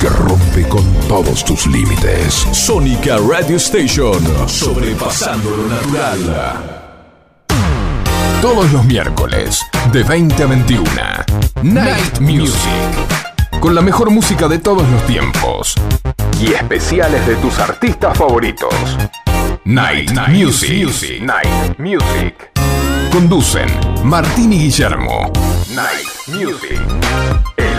B: que rompe con todos tus límites. Sónica Radio Station, sobrepasando lo natural.
L: Todos los miércoles, de 20 a 21. Night Music. Con la mejor música de todos los tiempos. Y especiales de tus artistas favoritos. Night, Music. Night Music. Conducen Martín y Guillermo.
M: Night Music. En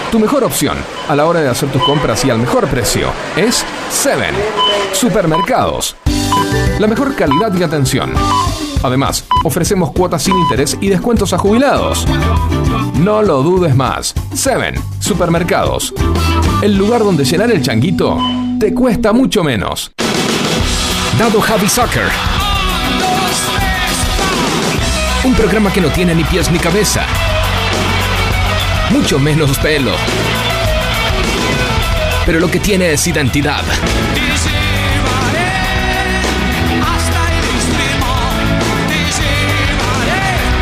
L: Tu mejor opción a la hora de hacer tus compras y al mejor precio es Seven Supermercados. La mejor calidad y atención. Además, ofrecemos cuotas sin interés y descuentos a jubilados. No lo dudes más. Seven Supermercados. El lugar donde llenar el changuito te cuesta mucho menos. Dado Happy Soccer. Un programa que no tiene ni pies ni cabeza. Mucho menos pelo. Pero lo que tiene es identidad.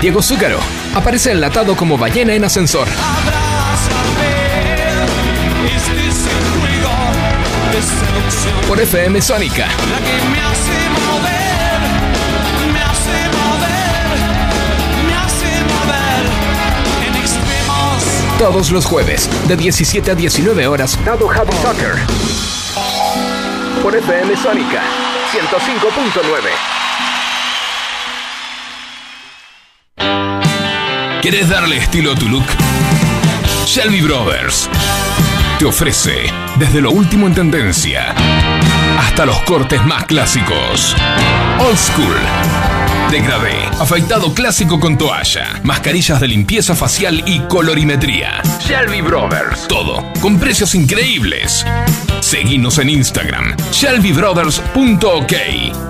L: Diego Zúcaro aparece enlatado como ballena en ascensor. Por FM Sónica. Todos los jueves, de 17 a 19 horas. Dado Happy Soccer. Por FM Sónica 105.9.
E: ¿Querés darle estilo a tu look?
L: Shelby Brothers te ofrece desde lo último en tendencia hasta los cortes más clásicos. Old School. Degradé, afeitado clásico con toalla, mascarillas de limpieza facial y colorimetría. Shelby Brothers. Todo, con precios increíbles. Seguinos en Instagram, shelbybrothers.ok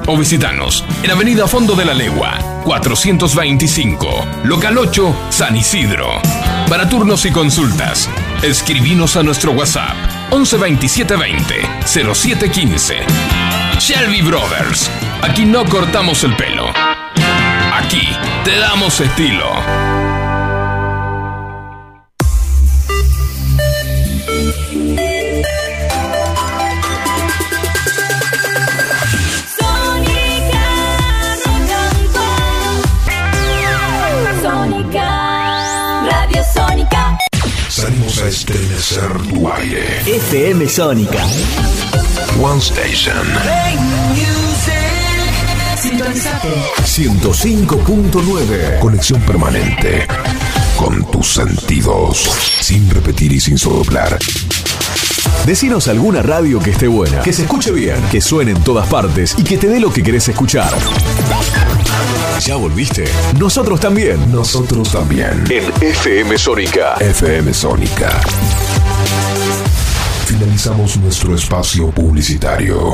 L: o visitanos en Avenida Fondo de la Legua, 425, local 8, San Isidro. Para turnos y consultas, escribinos a nuestro WhatsApp 11 27 20 07 15. Shelby Brothers, aquí no cortamos el pelo. Aquí te damos estilo.
N: Sónica, Radio Sónica.
M: Salimos a estremecer tu aire.
C: FM Sónica.
M: One Station.
N: Sintonizate.
B: 105.9.
A: Conexión permanente con tus sentidos. Sin repetir y sin soplar.
B: Decinos alguna radio que esté buena, que se escuche bien, que suene en todas partes y que te dé lo que querés escuchar. ¿Ya volviste? Nosotros también. Nosotros también. En FM Sónica.
A: FM Sónica. Finalizamos nuestro espacio publicitario.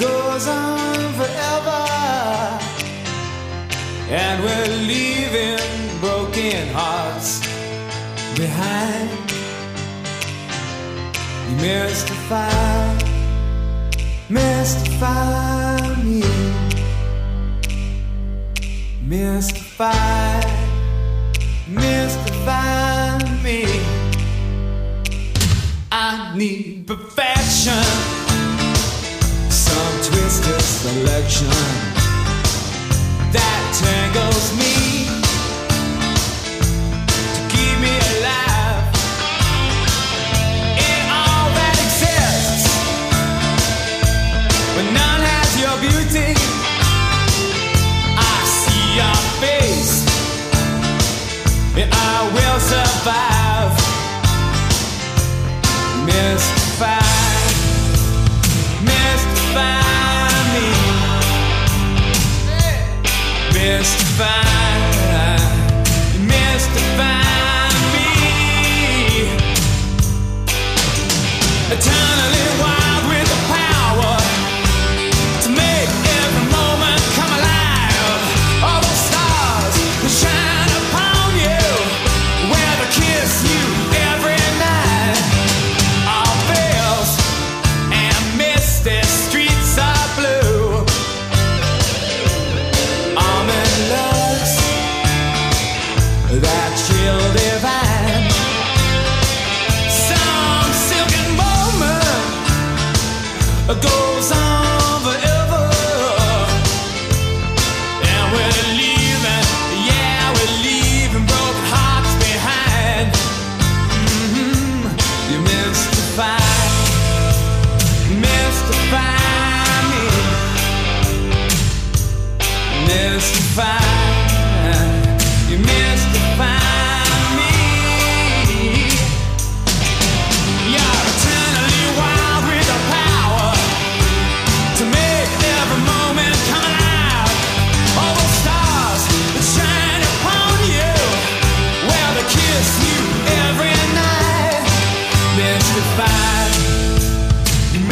K: goes on forever.
C: and we're leaving broken hearts behind. You mystify, mystify me, mystify, mystify me. I need perfection, some twisted selection that tangles me to keep me alive in all that exists. But none has your beauty. I see your face, and I will survive. Mystified, mystify me mystify, mystify me. Eternally wild with the power to make every moment come alive. All those stars that shine upon you, where they kiss you every night. All veils and misty streets are blue. Almond looks that chill divine. Some silken moment goes on forever. And we're leaving, yeah, we're leaving broken hearts behind. hmm You mystify, mystify me mystify. You mystify me. You're eternally wild with the power to make every moment come alive. All the stars that shine upon you, well they kiss you every night. Mystify,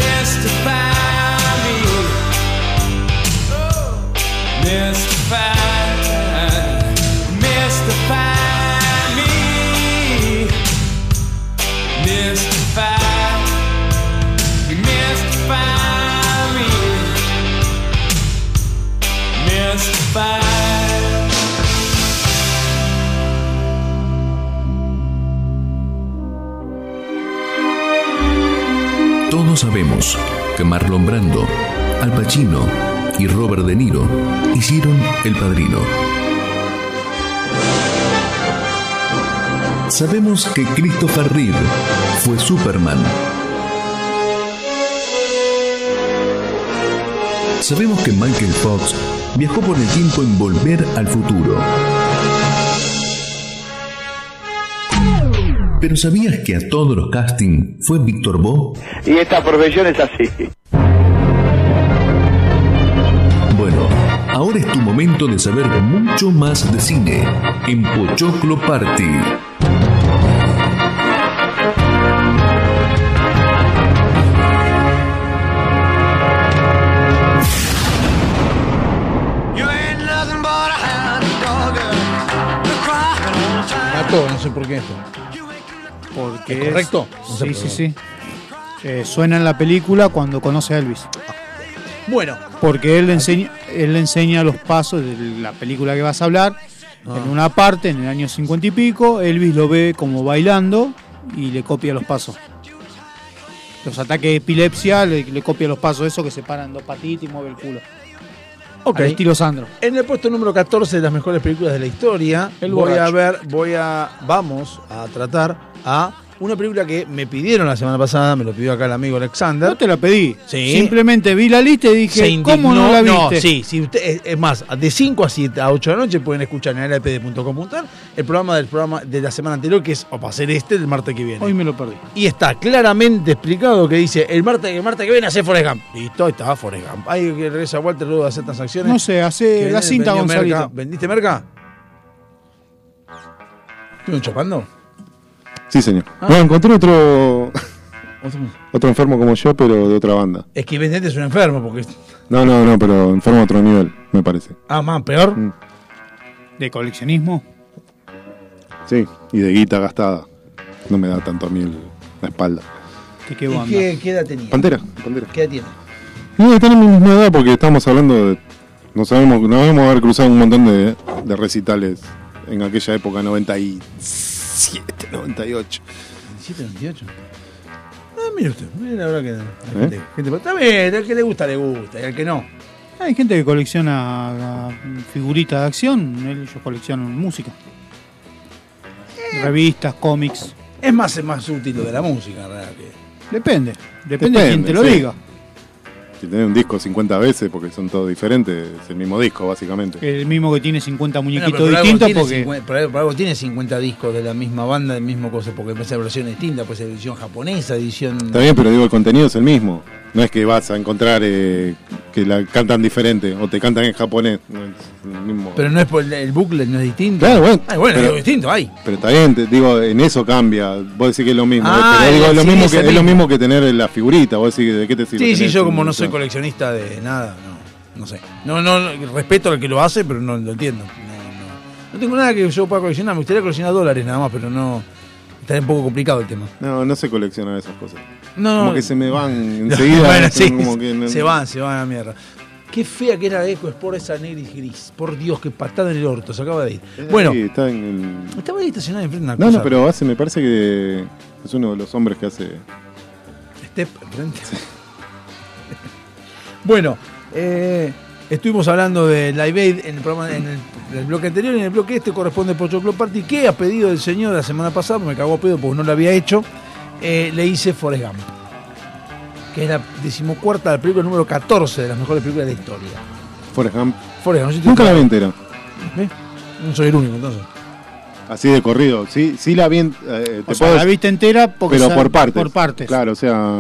C: mystify me. Mystify, mystify me. Mystify, mystify me. Mystify.
E: Todos sabemos que Marlon Brando, Al Pacino y Robert De Niro hicieron El Padrino. Sabemos que Christopher Reeve fue Superman. Sabemos que Michael Fox viajó por el tiempo en Volver al Futuro. Pero ¿sabías que a todos los castings fue Víctor Bo?
O: Y esta profesión es así.
E: Bueno, ahora es tu momento de saber mucho más de cine en Pochoclo Party.
F: Mató, Oh, no sé por qué esto.
G: Porque
F: ¿Es correcto? No sé
G: sí,
F: por
G: sí,
F: qué.
G: sí. Eh, suena en la película cuando conoce a Elvis.
F: Bueno,
G: Porque él le enseña, él le enseña los pasos de la película que vas a hablar.
F: Ah.
G: En una parte, en el año 50 y pico, Elvis lo ve como bailando y le copia los pasos. Los ataques de epilepsia le, le copia los pasos, eso que se paran dos patitas y mueve el culo.
F: Ok.
G: Al estilo Sandro.
F: En el puesto número 14 de las mejores películas de la historia,
G: El
F: voy a
G: borracho.
F: ver, voy a, vamos a tratar a una película que me pidieron la semana pasada, me lo pidió acá el amigo Alexander. No
G: te la pedí.
F: Sí.
G: Simplemente vi la lista y
F: Se
G: dije,
F: indignó.
G: ¿cómo no la viste?
F: sí, sí, usted- es, es más, de 5 a 7 a 8 de la noche pueden escuchar en lpd.com.ar el programa del programa de la semana anterior, que es o para hacer este del martes que viene.
G: Hoy me lo perdí.
F: Y está claramente explicado que dice, el martes, el martes que viene hace Forrest Gump. Listo, ahí está Forrest Gump. Ahí que regresa Walter luego de hacer estas acciones.
G: No sé, hace
F: Que
G: la cinta,
F: vendió
G: Gonzalito.
F: merca. ¿Vendiste merca? ¿Estuvieron chapando?
H: Sí, señor.
F: Ah.
H: No, encontré otro, otro enfermo como yo, pero de otra banda.
F: Es que Vendete es un enfermo, porque...
H: No, no, no, pero enfermo a otro nivel, me parece.
F: Ah, más, peor.
G: ¿De coleccionismo?
H: Sí, y de guita gastada. No me da tanto a mí el- la espalda.
G: ¿De qué
F: ¿Y
G: banda?
F: qué, qué edad tenía?
H: Pantera,
F: ¿Qué edad tiene?
H: No, tenemos la misma edad porque estamos hablando de. No sabemos, nos debemos haber cruzado un montón de, de recitales en aquella época, 97, 98.
F: 27, 28. Ah, mire usted, mire la verdad que.
H: ¿Eh?
F: Gente, pero está bien, al que le gusta, le gusta, y al que no.
G: Hay gente que colecciona ah, figuritas de acción, ellos coleccionan música.
F: Eh.
G: Revistas, cómics.
F: Es más, es más útil lo de la música, en realidad. Que...
G: Depende, depende de quien te lo
H: sí.
G: diga.
H: Si tenés un disco 50 veces, porque son todos diferentes, es el mismo disco, básicamente.
G: El mismo que tiene 50
F: Bueno, pero por
G: muñequitos
F: algo
G: distintos
F: tiene
G: porque
F: 50 por algo- por algo tiene 50 discos de la misma banda, del mismo cosa, porque puede ser versión distinta, puede ser edición japonesa, edición.
H: Está bien, pero digo, el contenido es el mismo. No es que vas a encontrar eh, que la cantan diferente o te cantan en japonés. No es el mismo.
F: Pero no es por el, el booklet, no es distinto.
H: Claro, bueno,
F: Ay, bueno,
H: pero-
F: digo, distinto, hay.
H: Pero está bien, te- digo, en eso cambia. Vos decís que es lo mismo.
F: Ah,
H: pero digo, es, lo
F: sí,
H: mismo
F: es
H: que,
F: el
H: es lo
F: mismo.
H: mismo que tener la figurita. Vos decís, ¿de qué te sirve?
F: Sí, sí,
H: tener
F: yo
H: un-
F: como no soy
H: un-
F: coleccionista de nada, no, no sé. No, no, no, respeto al que lo hace, pero no lo entiendo. No, no. No tengo nada que yo pueda coleccionar, me gustaría coleccionar dólares nada más, pero no. Está un poco complicado el tema.
H: No, no se coleccionan esas cosas.
F: No,
H: Como
F: no.
H: que se me van enseguida.
F: Bueno,
H: son
F: sí,
H: como que no-
F: se van, se van a la mierda. Qué fea que era Eco Sport esa negra y gris. Por Dios, qué patada en el orto, se acaba de ir.
H: Eh, Sí,
F: Bueno,
H: está en el-
F: estaba ahí estacionada enfrente de una
H: No,
F: cosa.
H: no, pero hace, me parece que es uno de los hombres que hace.
F: Step enfrente. bueno, eh, estuvimos hablando de Live Aid en el, programa, en, el, en el bloque anterior y en el bloque este corresponde Pocho Club Party, que a pedido del señor la semana pasada, me cagó a pedo porque no lo había hecho, eh, le hice Forrest Gump, que es la decimocuarta, la película número 14 de las mejores películas de la historia.
H: Forrest Gump.
F: Forrest Gump.
H: Nunca la vi entera.
F: ¿Ves? ¿Eh? No soy el único entonces.
H: Así de corrido. Sí, sí la vi. en- eh, te
G: o sea,
H: puedo
G: la
H: decir-
G: viste entera porque
H: pero
G: sal-
H: por partes.
G: por partes. Mm.
H: Claro, o sea,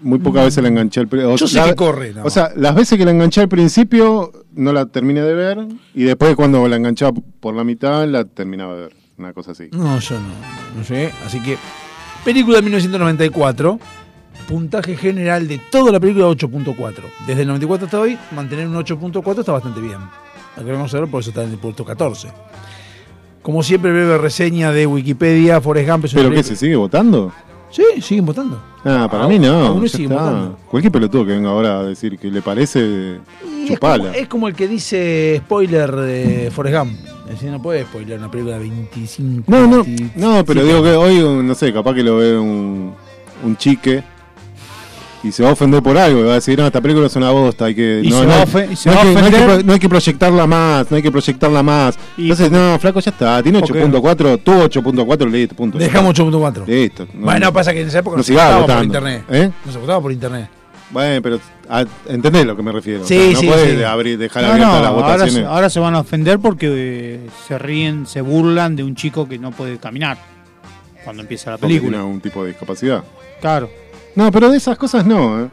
H: muy pocas veces la enganché al principio.
G: Yo sé que corre, no.
H: O sea, las veces que la enganché al principio no la terminé de ver y después cuando la enganchaba por la mitad la terminaba de ver. Una cosa así.
G: Mm.
F: No, yo no. No llegué. Así que, película de 1994. Puntaje general de toda la película 8.4. Desde el 94 hasta hoy, mantener un 8.4 está bastante bien. Lo queremos saber, por eso está en el puesto 14. Como siempre, breve reseña de Wikipedia, Forrest Gump.
G: pues,
F: es una
H: ¿Pero qué? ¿Se
F: película-
H: sigue votando?
F: Sí, siguen votando.
H: Ah, para
F: Ah,
H: mí no.
F: algunos
H: ya
F: siguen
H: está.
F: votando.
H: Cualquier pelotudo que venga ahora a decir que le parece,
F: Y es, como,
H: chupala.
F: es como el que dice spoiler de Forrest Gump. Es decir, no puede spoiler una película de 25.
H: No, no,
F: 20.
H: no, pero digo que hoy, un- no sé, capaz que lo ve un, un chique y se va a ofender por algo, y va a decir, no, esta película es una bosta, hay que...
G: Y
H: no,
G: se
H: no
G: va a
H: hay-
G: ofe- y se
H: no
G: va a
H: hay que- no hay que
G: ofender.
H: pro- No hay que proyectarla más, no hay que proyectarla más. Entonces, no, flaco, ya está, tiene
F: Porque-
H: 8.4, tú 8.4, listo, punto.
F: Dejamos 8.4.
H: Listo. no-
F: bueno, pasa que en esa época no,
H: no
F: se
H: sigas
F: votaba por
H: votando,
F: internet.
H: ¿eh?
F: No se votaba por internet.
H: Bueno, pero ah, entendés lo que me refiero.
F: Sí,
H: o sea,
F: sí,
H: no podés
F: sí.
H: abrir, dejar
G: No,
H: abiertas
G: no,
H: las
G: ahora, se,
H: votaciones.
G: ahora se van a ofender porque eh, se ríen, se burlan de un chico que no puede caminar cuando empieza la
H: Porque
G: película.
H: tiene algún tipo de discapacidad.
G: Claro.
H: No, pero de esas cosas no, ¿eh?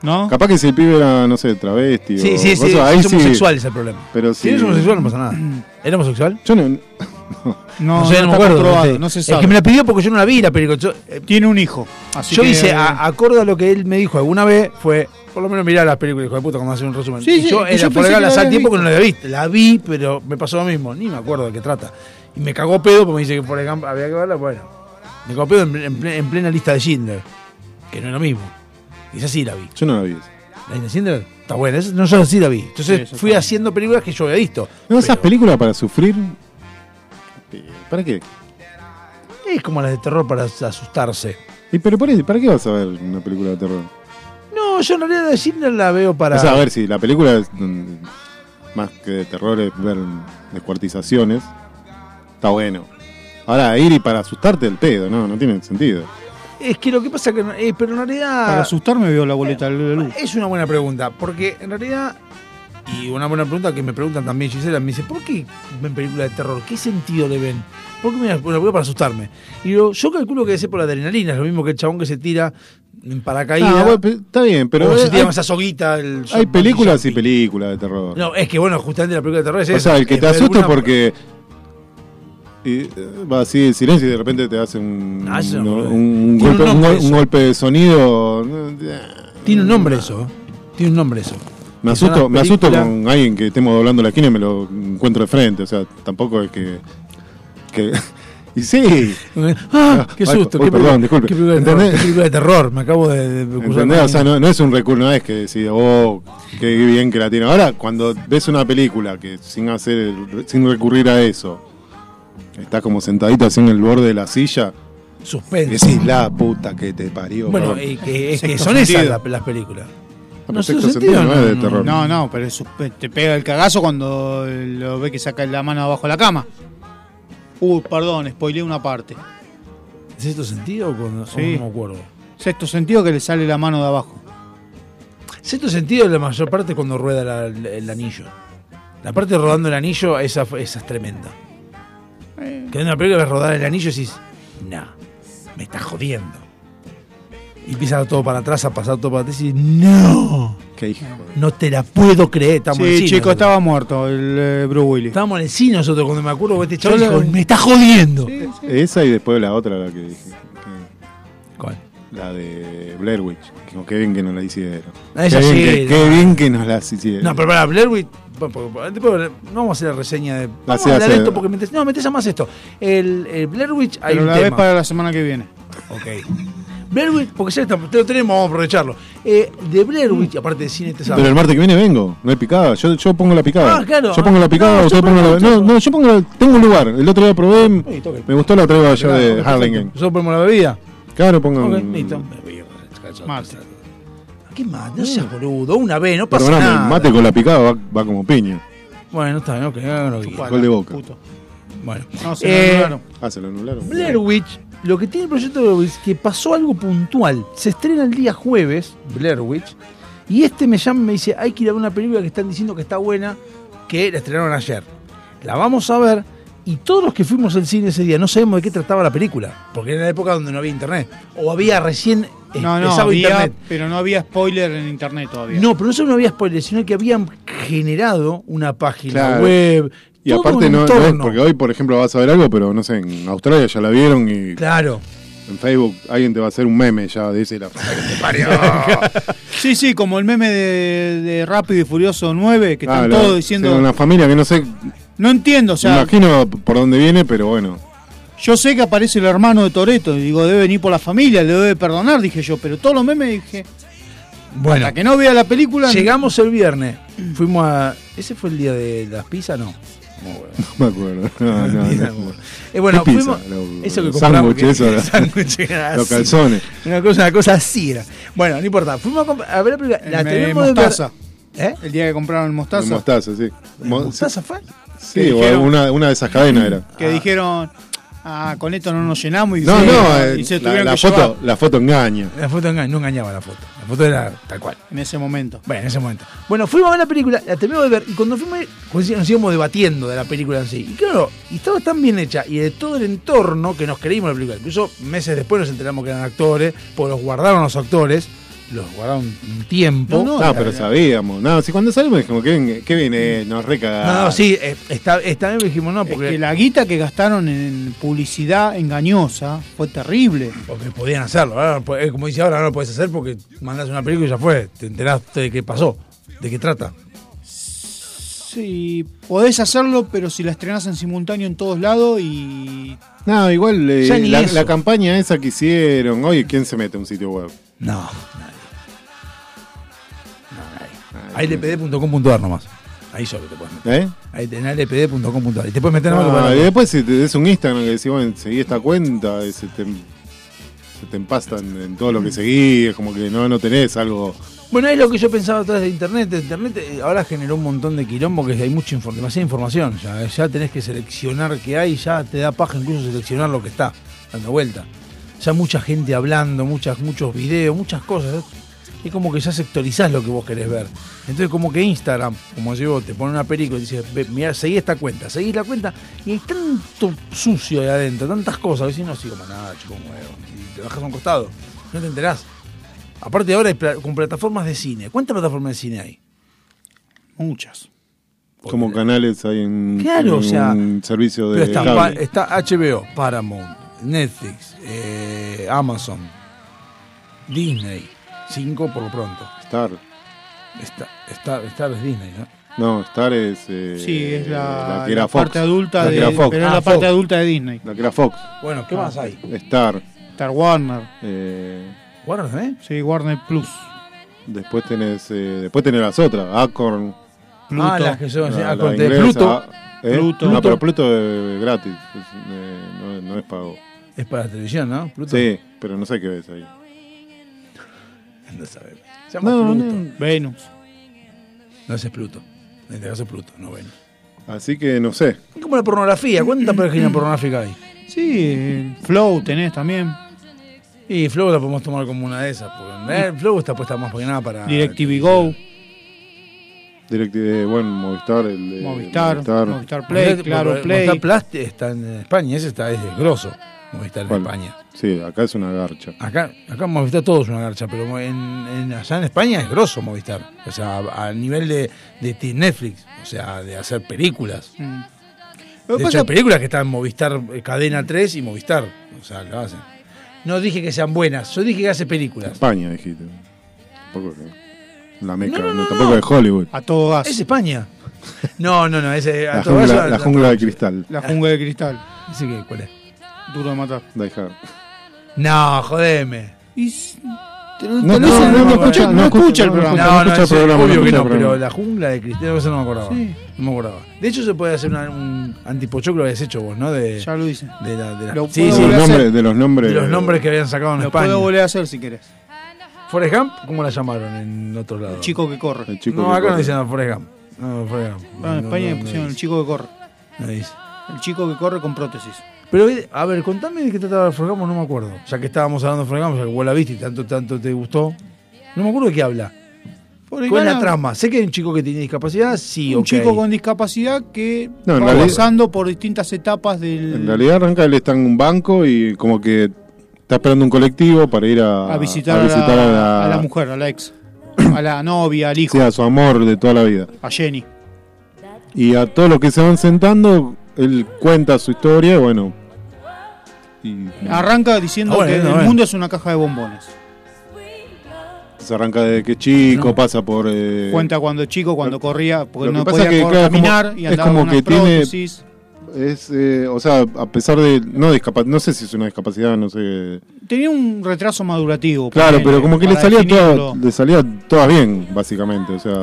G: ¿No?
H: Capaz que si el pibe era, no sé, travesti
F: Sí,
H: o
F: sí, sí.
H: cosas, ahí
F: es
H: sí.
F: homosexual es el problema.
H: Pero
F: si
H: sí.
F: eres homosexual no pasa nada. ¿Era homosexual?
H: Yo no.
F: sé,
G: No,
F: no
G: no
F: me
G: está
F: acuerdo.
G: comprobado,
F: sé.
G: no se
F: Es
G: sabe.
F: que me la pidió porque yo no la vi la película. Yo, eh,
G: Tiene un hijo. Así
F: yo
G: que-
F: hice, a- acorde a lo que él me dijo alguna vez, fue, por lo menos mirar las películas, hijo de puta, cuando hace un resumen.
G: Sí,
F: Y
G: sí,
F: yo,
G: que yo
F: era por acá
G: pensé que la
F: la hace
G: habías
F: tiempo que no
G: visto.
F: la había visto. La vi, pero me pasó lo mismo. Ni me acuerdo de qué trata. Y me cagó pedo porque me dice que por acá había que verla. Bueno, me cagó pedo en, en ple- en plena lista de Schindler, que no es lo mismo. Y esa sí la vi.
H: Yo no la vi. esa.
F: La lista de Schindler está buena. esa- no, yo sí la vi.
H: Sí,
F: Entonces
H: eso
F: fui haciendo películas que yo había visto.
H: No, esas películas para sufrir. eh, ¿Para qué?
F: Es como las de terror para as- asustarse.
H: ¿Y pero para, para qué vas a ver una película de terror?
F: No, yo en realidad la de Schindler la veo para.
H: O sea, a ver si la película es, mm, más que de terror es ver descuartizaciones. Está bueno. Ahora, ir y para asustarte el pedo, no, no tiene sentido.
F: Es que lo que pasa que. no- eh, pero en realidad. Eh,
G: Para asustarme veo la boleta de luz.
F: Es una buena pregunta, porque en realidad. Y una buena pregunta que me preguntan también, Gisela, me dice, ¿por qué ven películas de terror? ¿Qué sentido le ven? ¿Por qué me las bueno, veo para asustarme? Y yo, yo calculo que debe ser por la adrenalina, es lo mismo que el chabón que se tira en paracaídas.
H: Ah, bueno, pe- está bien, pero.
F: o
H: eh,
F: se tira
H: hay-
F: con esa soguita. el-
H: hay películas y películas de terror.
F: No, es que bueno, justamente la película de terror es
H: O
F: esa,
H: sea, el que
F: es
H: te
F: ver
H: asusta es
F: una-
H: porque y, eh, va así en silencio y de repente te hace un,
F: Ah, eso es
H: un-
F: una boludez.
H: un- un
F: Tiene
H: golpe,
F: un
H: un
F: nombre
H: gol-
F: eso.
H: un golpe de sonido. eh,
F: Tiene un nombre eso. ¿eh? Tiene un nombre eso.
H: Me
J: que son
H: asusto,
J: las
H: me asusto
J: películas-
H: con alguien que estemos doblando la esquina y me lo encuentro de frente. O sea, tampoco es que. que- y sí.
F: ¡Ah! ¡Qué
H: Ay,
F: susto!
H: uy,
F: qué
H: perdón,
F: película-
H: disculpe.
F: Qué película de terror,
H: ¿Entendés?
F: qué película de terror, me acabo de, de cruzar
H: ¿Entendés? Ah,
F: la
H: O sea, no, no es un recurso, no es que decís, oh, qué bien que la tiene. Ahora, cuando ves una película que sin hacer, el- sin recurrir a eso, estás como sentadito así en el borde de la silla,
F: Suspenso.
H: decís, la puta que te parió.
F: Bueno, eh,
H: cabrón".
F: y que, es que
G: Sexto
F: son esas
G: sentido.
F: la- las películas.
H: pero No, sexto sexto sentido sentido no no, es de no, terror.
G: No, no, pero eso, eh, te pega el cagazo cuando lo ve que saca la mano abajo de la cama. Uh, perdón, spoileé una parte.
F: ¿Es esto sentido o cuando- o
G: Sí.
F: no me acuerdo?
G: Sexto sentido que le sale la mano de abajo.
F: Sexto sentido la mayor parte es cuando rueda la- el, el anillo. La parte de rodando el anillo, esa, fue- esa es tremenda. Que en una película ves rodar el anillo y decís, nah, me estás jodiendo. Y empieza todo para atrás, a pasar todo para atrás y decís, no,
H: Qué hijo.
F: no te la puedo creer. Eh, Estamos en el
G: Sí,
F: cine
G: chico,
F: nosotros.
G: estaba muerto el eh, Bruce Willis.
F: Estábamos en el cine nosotros cuando me acuerdo que este chaval
G: Yo la-
F: dijo, me está jodiendo.
H: Esa y después la otra, la que dije.
F: ¿Cuál?
H: La de Blair Witch. Que, qué bien que nos la hicieron.
F: Ah, esa
H: qué, bien
F: sí,
H: que,
F: no.
H: qué bien que nos la hicieron.
F: No, pero para Blair Witch, bueno, porque- después no vamos a hacer la reseña de... Vamos
H: Hace-
F: a hablar de
H: hace-
F: esto porque me interesa, no, me interesa más esto. El, el Blair Witch hay
G: Pero
F: un
G: la ves
F: tema.
G: para la semana que viene.
F: Ok. Blair Witch, porque ya está- te lo tenemos, vamos a aprovecharlo. Eh, de Blair Witch, aparte de cine este sábado.
H: Pero el martes que viene vengo, no hay picada. Yo, yo pongo la picada.
F: Ah, claro.
H: Yo pongo la picada,
F: No,
H: yo,
F: yo
H: pongo la.
F: propongo
H: No, no, yo pongo la- Tengo un lugar. El otro día probé. me gustó la traigo yo de
F: Perfecto.
H: Harlingen.
F: ¿Nosotros ponemos la bebida?
H: Claro, pongo.
F: Ok,
H: un-
F: listo. Mate. ¿Qué mate? No seas boludo, una vez, no pasa
H: Perdóname,
F: nada.
H: el mate con la picada va, va como piña.
F: Bueno, está bien, ok, hagan lo que quieran.
H: Gol de boca.
F: Bueno.
G: No, se
F: Eh,
G: lo anularon.
H: Ah, se lo anularon.
F: Blair Witch, lo que tiene el proyecto Blair Witch es que pasó algo puntual. Se estrena el día jueves, Blair Witch, y este me llama y me dice, hay que ir a ver una película que están diciendo que está buena, que la estrenaron ayer. La vamos a ver, y todos los que fuimos al cine ese día no sabemos de qué trataba la película, porque era la época donde no había internet, o había recién eh,
G: No, no,
F: empezaba
G: había-
F: internet.
G: pero no había spoiler en internet todavía.
F: No, pero no solo no había spoilers, sino que habían generado una página
H: Claro.
F: web.
H: Y
F: todo
H: aparte
F: un
H: no, no es
F: entorno.
H: porque hoy, por ejemplo, vas a ver algo, pero no sé, en Australia ya la vieron y
F: Claro.
H: en Facebook alguien te va a hacer un meme ya de ese la puta que te parió.
G: Sí, sí, como el meme de, de Rápido y Furioso 9, que
H: Ah,
G: están
H: la-
G: todos diciendo.
H: Una familia que no sé,
G: No entiendo, o
H: me
G: sea,
H: imagino por dónde viene, pero bueno.
G: yo sé que aparece el hermano de Toreto, digo, debe venir por la familia, le debe perdonar, dije yo, pero todos los memes dije.
F: Bueno.
G: Hasta que no vea la película.
F: Llegamos el viernes. Fuimos a. ¿Ese fue el día de las pizzas? No.
H: No me acuerdo. No, no, no.
F: Eh, bueno,
H: ¿Qué
F: fuimos-
H: pizza? Lo-
F: eso que ah,
H: los
F: compramos.
H: sándwiches, eso, la-
F: sándwiches, era
H: los
F: así.
H: calzones.
F: Una cosa, una cosa así era. Bueno, no importa. Fuimos a, comprar- a ver la película. La
G: me-
F: tenemos de ver-
G: Mostaza.
F: ¿Eh?
G: El día que compraron el mostaza.
H: El mostaza, sí. Mo-
F: ¿Mostaza fue?
H: Sí,
G: ¿Qué
H: o
G: dijeron?
H: una, una de esas cadenas era.
G: Que dijeron, ah, con esto no nos llenamos y,
H: No,
G: se,
H: no, eh,
G: y se
H: la,
G: tuvieron
H: la
G: que llevar
H: foto, la foto engaña.
F: La foto enga- no engañaba la foto. La foto era tal cual.
G: en ese momento.
F: Bueno, en ese momento. Bueno, fuimos a ver la película, la terminamos de ver, y cuando fuimos, a ir, pues, nos íbamos debatiendo de la película en sí. Y claro, y estaba tan bien hecha, y de todo el entorno que nos creímos la película. Incluso meses después nos enteramos que eran actores, porque los guardaron los actores, los guardaron un tiempo.
H: No, pero sabíamos. No, si cuando salimos dijimos, ¿qué bien, qué bien, eh, nos recagaron.
F: Mm. No, no, sí, eh, está, está bien, dijimos no, porque,
G: Es que la guita que gastaron en publicidad engañosa fue terrible.
F: porque podían hacerlo. Ahora no po- eh, como dice ahora, no lo podés hacer porque mandás una película y ya fue, te enteraste de qué pasó, de qué trata.
G: Sí, podés hacerlo, pero si la estrenás en simultáneo en todos lados y.
H: No, igual eh,
G: Ya ni
H: la,
G: eso.
H: la campaña esa que hicieron. Oye, ¿quién se mete a un sitio web?
F: No. Ahí ldpd.com.ar nomás. Ahí solo te puedes meter.
H: ¿Eh?
F: Ahí en ldpd.com.ar. Y te puedes meter en
H: Ah,
F: algo para-
H: y después si te des un Instagram que decís, bueno, seguí esta cuenta, eh, se te, se te empastan en todo lo
F: Mm.
H: que seguí, es como que no, no tenés algo.
F: Bueno, es lo que yo pensaba atrás de Internet. Internet eh, ahora generó un montón de quilombo que hay mucha información, demasiada información. Ya, eh, ya tenés que seleccionar qué hay, ya te da paja incluso seleccionar lo que está dando vuelta. Ya mucha gente hablando, muchas, muchos videos, muchas cosas. Es como que ya sectorizás lo que vos querés ver. Entonces como que Instagram, como yo, te pone una película y dice, "Ve, mirá, seguí esta cuenta, seguí la cuenta. Y hay tanto sucio ahí adentro, tantas cosas. A veces no sigo más nada, chico, un huevo. Y te bajas a un costado, no te enterás. Aparte ahora hay pla- con plataformas de cine. ¿Cuántas plataformas de cine hay?
G: Muchas.
H: Como canales hay en,
F: Claro, o
H: en
F: sea,
H: un servicio
F: Pero
H: de
F: está,
H: cable.
F: pa- está HBO, Paramount, Netflix, eh, Amazon, Disney. Cinco por lo pronto.
H: Star.
F: Star, Star, Star es Disney, ¿no?
H: No, Star es. eh,
G: Sí, es la,
H: la que era
G: la
H: Fox.
G: parte adulta
H: La
G: de
H: que era Fox.
G: pero es la
H: Ah,
G: parte
H: Fox.
G: adulta de Disney. Ah.
H: La que era Fox.
F: Bueno, ¿qué más hay?
H: Star.
G: Star Warner.
H: Eh,
F: ¿Warner también?
G: Sí, Warner Plus.
H: después tenés. eh, después tenés las otras. Acorn.
G: Pluto.
F: Ah, las que son- sí,
H: la- la
F: Acorn te-
H: inglesa,
F: Pluto.
H: ah, ¿eh?
F: Pluto.
H: No, pero Pluto es gratis. es, eh, no, no es pago.
F: Es para la televisión, ¿no? Pluto.
H: Sí, pero no sé qué ves ahí.
F: No sabemos. Se llama
H: No,
F: Pluto.
H: no.
G: Venus.
F: No, ese es Pluto. En este caso es Pluto, no Venus.
H: Así que no sé.
F: Es como la pornografía. ¿Cuántas páginas pornográficas hay?
G: Sí, Flow tenés también.
F: Y Flow la podemos tomar como una de esas. Porque eh, Flow está puesta más que nada para.
G: DirecTV Go,
H: Directive, eh, bueno, Movistar. El, de-
G: Movistar, Movistar Play,
F: Movistar-
G: claro,
F: porque
G: Play.
F: Movistar Plus está en España, ese está es grosso. Movistar en
H: Bueno,
F: España.
H: Sí, acá es una garcha.
F: Acá, acá en Movistar todo es una garcha, pero en, en- allá en España es grosso Movistar. O sea, a, a nivel de, de ti- Netflix, o sea, de hacer películas.
G: Mm. Lo que
F: De hecho,
G: pasa-
F: hay películas que están en Movistar eh, Cadena 3 y Movistar. O sea, lo hacen. No dije que sean buenas, yo dije que hace películas.
H: España, dijiste. Tampoco que- La meca,
F: No, no,
H: no,
F: no,
H: tampoco
F: no.
H: de Hollywood.
G: a todo gas.
F: Es España. No, no, no, ese. a
H: La
F: todo
H: jungla,
F: eso-
H: la jungla de cristal.
G: La jungla de cristal.
F: Ese que, ¿cuál es?
G: Duro de matar.
H: Die Hard.
F: No, jodeme.
G: Y
H: No,
G: Tal vez
H: no,
G: él no
H: no, no
G: escucha-
H: escucha,
G: no escucha el
H: no,
G: programa.
H: no escucha el
F: ese-
H: programa,
F: obvio
H: no
F: que
H: escucha
F: no,
H: el
F: pero
H: programa.
F: la jungla de cristal, eso no me acordaba.
G: Sí.
F: No me acordaba. De hecho, se puede hacer una- un antipochoclo que habías hecho vos, ¿no? De,
G: Ya lo hice.
F: de la, de la-
G: Lo
F: sí,
G: puedo
F: sí,
H: Los
G: volver a
H: nombres-
G: hacer.
H: de los nombres.
F: de los nombres que habían sacado en
G: Lo
F: España.
G: puedo volver a hacer si querés.
F: Forrest Gump, ¿cómo la llamaron en otro lado?
G: El chico que corre.
H: El chico
F: no,
H: que
F: acá no
H: corre.
F: dicen a Forrest Gump. No, Forrest Gump.
G: Ah, en
F: No,
G: España
F: no,
G: le
F: no
G: pusieron el
F: dice.
G: chico que corre.
F: No dice.
G: El chico que corre con prótesis.
F: Pero, eh, a ver, contame de qué trataba Forrest Gump, no me acuerdo. Ya que estábamos hablando de Forrest Gump, ya que vos la viste y tanto, tanto te gustó. No me acuerdo de qué habla.
G: Forrest
F: ¿Cuál es la
G: Gump,
F: trama? Sé que hay un chico que tiene discapacidad, sí,
G: Un
F: ok.
G: chico con discapacidad que
H: No, en
G: va
H: realidad-
G: pasando por distintas etapas del.
H: En realidad arranca, él está en un banco y como que está esperando un colectivo para ir a,
G: a visitar,
H: a, visitar
G: a,
H: a
G: la,
H: la,
G: a la mujer, a la ex, a la novia, al hijo,
H: sí, a su amor de toda la vida.
G: a Jenny.
H: Y a todos los que se van sentando, él cuenta su historia y bueno. Y
G: Arranca diciendo
F: Ah, bueno,
G: que
F: no,
G: el
F: bueno.
G: mundo es una caja de bombones.
H: se arranca desde que chico, pasa por. eh,
G: Cuenta cuando chico, cuando corría, porque
H: lo que
G: no
H: pasa
G: podía
H: es que,
G: cor-
H: claro, es como-
G: caminar y
H: es
G: andaba
H: como
G: con
H: que
G: unas
H: tiene-
G: prótesis.
H: Es, eh, o sea, a pesar de. No, discapa- no sé si es una discapacidad, no sé.
G: Tenía un retraso madurativo.
H: Claro,
G: ponele,
H: pero como que le
G: para
H: salía, toda,
G: definirlo.
H: le salía todas bien, básicamente. O sea,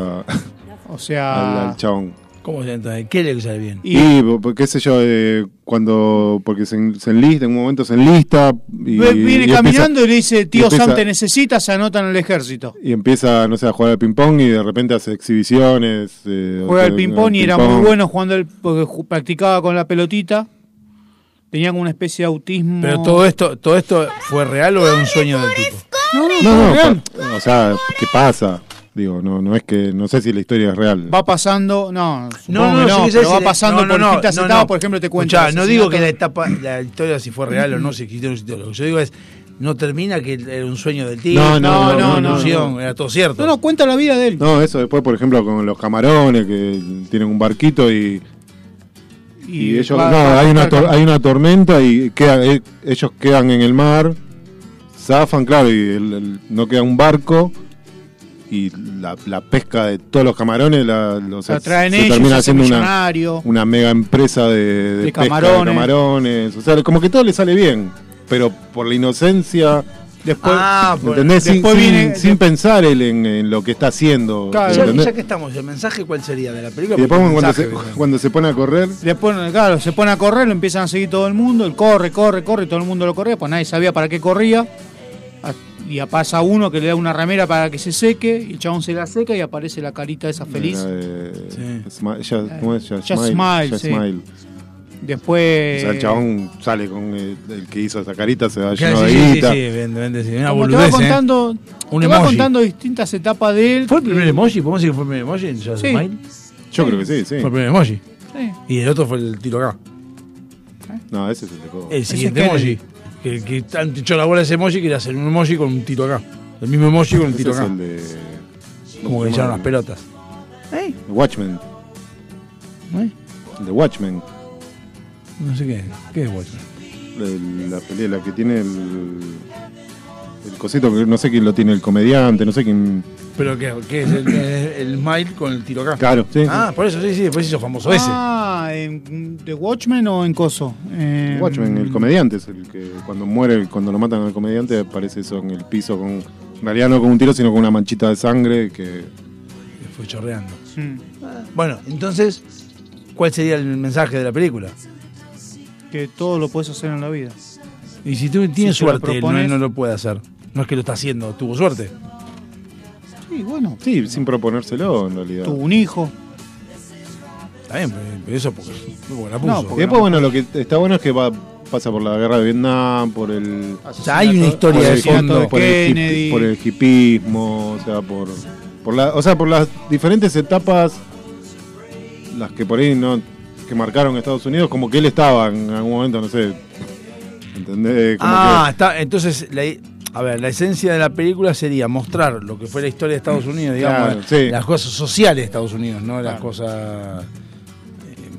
G: O
H: al,
G: sea,
H: al chabón.
F: ¿Cómo se entonces? ¿Qué le sale bien?
G: Ah. y
H: Y, po- po- qué sé yo, eh, cuando. Porque se, en- se enlista, en un momento se enlista. Y,
G: ve- viene
H: y
G: caminando y le dice, tío
H: empieza-
G: Sam, te necesitas, se anotan al ejército.
H: Empieza, y empieza, no sé, a jugar al ping-pong y de repente hace exhibiciones. eh,
G: Juega al
H: al
G: ping-pong y era
H: ping-pong.
G: muy bueno jugando, al- porque ju- practicaba con la pelotita. Tenía como una especie de autismo.
F: Pero todo esto, todo esto fue real o era un sueño del tipo.
G: No, no,
H: No,
G: fue
H: no,
G: real.
H: pa- o sea, ¿qué pasa? Digo, no, no es que. No sé si la historia es real.
G: va pasando,
F: No,
G: no, supongo
F: no,
G: que
F: yo
G: no,
F: qué sé
G: pero
F: si
G: va
F: le- no,
G: pasando
F: no,
G: por
F: no,
G: distintas
F: no,
G: etapas,
F: no.
G: por ejemplo, te cuento.
F: Escuchá,
G: el
F: no digo que la
G: asesinato.
F: etapa, la historia si fue real o no, si existió o no existió. Lo que yo digo es, no termina que era un sueño del tipo,
H: No,
F: era
H: no, no,
F: una
H: no, no,
F: ilusión,
H: no.
F: era todo cierto.
G: No, no, cuenta la vida de él.
H: No, eso después, por ejemplo, con los camarones que tienen un barquito y. Y, ellos,
G: va-
H: no,
G: va-
H: hay una,
G: va-
H: tor- hay una tormenta y quedan, e- ellos quedan en el mar, zafan, claro, y el- el- no queda un barco y la, la pesca de todos los camarones la, los-
G: la traen
H: se
G: ellos,
H: termina
G: se hace
H: haciendo una,
G: millonario.
H: una mega empresa de, de
G: De
H: pesca de
G: camarones.
H: camarones. O sea, como que todo le sale bien, pero por la inocencia,
G: Después,
F: Ah, bueno.
H: ¿entendés? Sin,
G: después
H: sin-
G: viene-
H: sin pensar él en, en lo que está haciendo.
G: Claro.
F: Ya,
H: ¿entendés?
F: ya que estamos, ¿el mensaje cuál sería de la película?
H: Y después
F: Porque el
H: cuando se,
F: mensaje, ¿verdad?
H: cuando se pone a correr,
G: después, claro, se pone a correr, lo empiezan a seguir todo el mundo, él corre, corre, corre, todo el mundo lo corría, pues nadie sabía para qué corría. A- Y a- pasa uno que le da una remera para que se seque, y el chabón se la seca y aparece la carita esa feliz. Eh,
H: Era de-
F: Sí.
H: eh, Smi- ya, ¿cómo es? Ya
G: Ya
H: Smile,
G: Smile,
H: ya
G: sí. Eh,
H: Smile.
G: Después.
H: O sea, el chabón sale con el, el que hizo esa carita, se va lleno
F: Claro,
H: de
F: sí, sí, sí,
H: guita.
F: sí, vende, vende, sí, una
G: como te va
F: boludez, ¿eh?
G: contando,
F: Un
G: te va
F: emoji.
G: contando distintas etapas de él.
F: ¿Fue el primer emoji? ¿Podemos decir que fue el primer emoji? ¿El Just
G: Sí.
F: Smile?
H: Yo creo que sí, sí.
F: Fue ¿eh? el primer emoji.
G: Sí.
F: Y el otro fue el tiro acá.
H: No, ese es el de Cobo.
F: El siguiente
G: es
F: emoji. Que, que tanto echó la bola ese emoji que era hacer un emoji con un tiro acá. El mismo emoji con un
H: Ese
F: tiro
H: es
F: acá.
H: el de
F: Como que le echaron las pelotas.
G: ¿Eh?
H: de Watchmen.
F: ¿Eh?
H: De Watchmen.
F: No sé qué. ¿Qué es Watchmen?
H: de la pelea, la que tiene el. el cosito que no sé quién lo tiene el comediante, no sé quién.
F: Pero que, que es el, el, el mail con el tiro acá.
H: Claro, sí,
F: Ah, por eso, sí, sí, después hizo famoso ese.
G: Ah, ¿en The Watchmen o en Coso? Eh,
H: Watchmen, el comediante es el que cuando muere, cuando lo matan al comediante, aparece eso en el piso con. En realidad no con un tiro, sino con una manchita de sangre que.
F: Que este, Fue chorreando.
G: Mm.
F: Bueno, entonces, ¿cuál sería el mensaje de la película?
G: Que todo lo puedes hacer en la vida.
F: Y si tú tienes
G: Si te lo
F: suerte, él no,
G: propones-
F: él no lo puede hacer. No es que lo está haciendo, tuvo suerte.
G: Sí, bueno.
H: Sí, sin proponérselo en realidad.
G: Tuvo un hijo.
F: Está bien, pero- pero eso porque, porque la puso.
G: No,
H: Y después, bueno, lo que está bueno es que va, pasa por la guerra de Vietnam, por el.
F: O sea, hay una historia
H: por el
F: de fondo.
H: hipi- por el,
F: Kennedy.
H: hipismo, o sea, por, por la, o sea, por las diferentes etapas, las que por ahí no que marcaron Estados Unidos, como que él estaba en algún momento, no sé. ¿Entendés? Como
F: Ah, está. Entonces, la, i- a ver, la esencia de la película sería mostrar lo que fue la historia de Estados Unidos, digamos,
H: Claro, sí.
F: las cosas sociales de Estados Unidos, no las cosas. eh,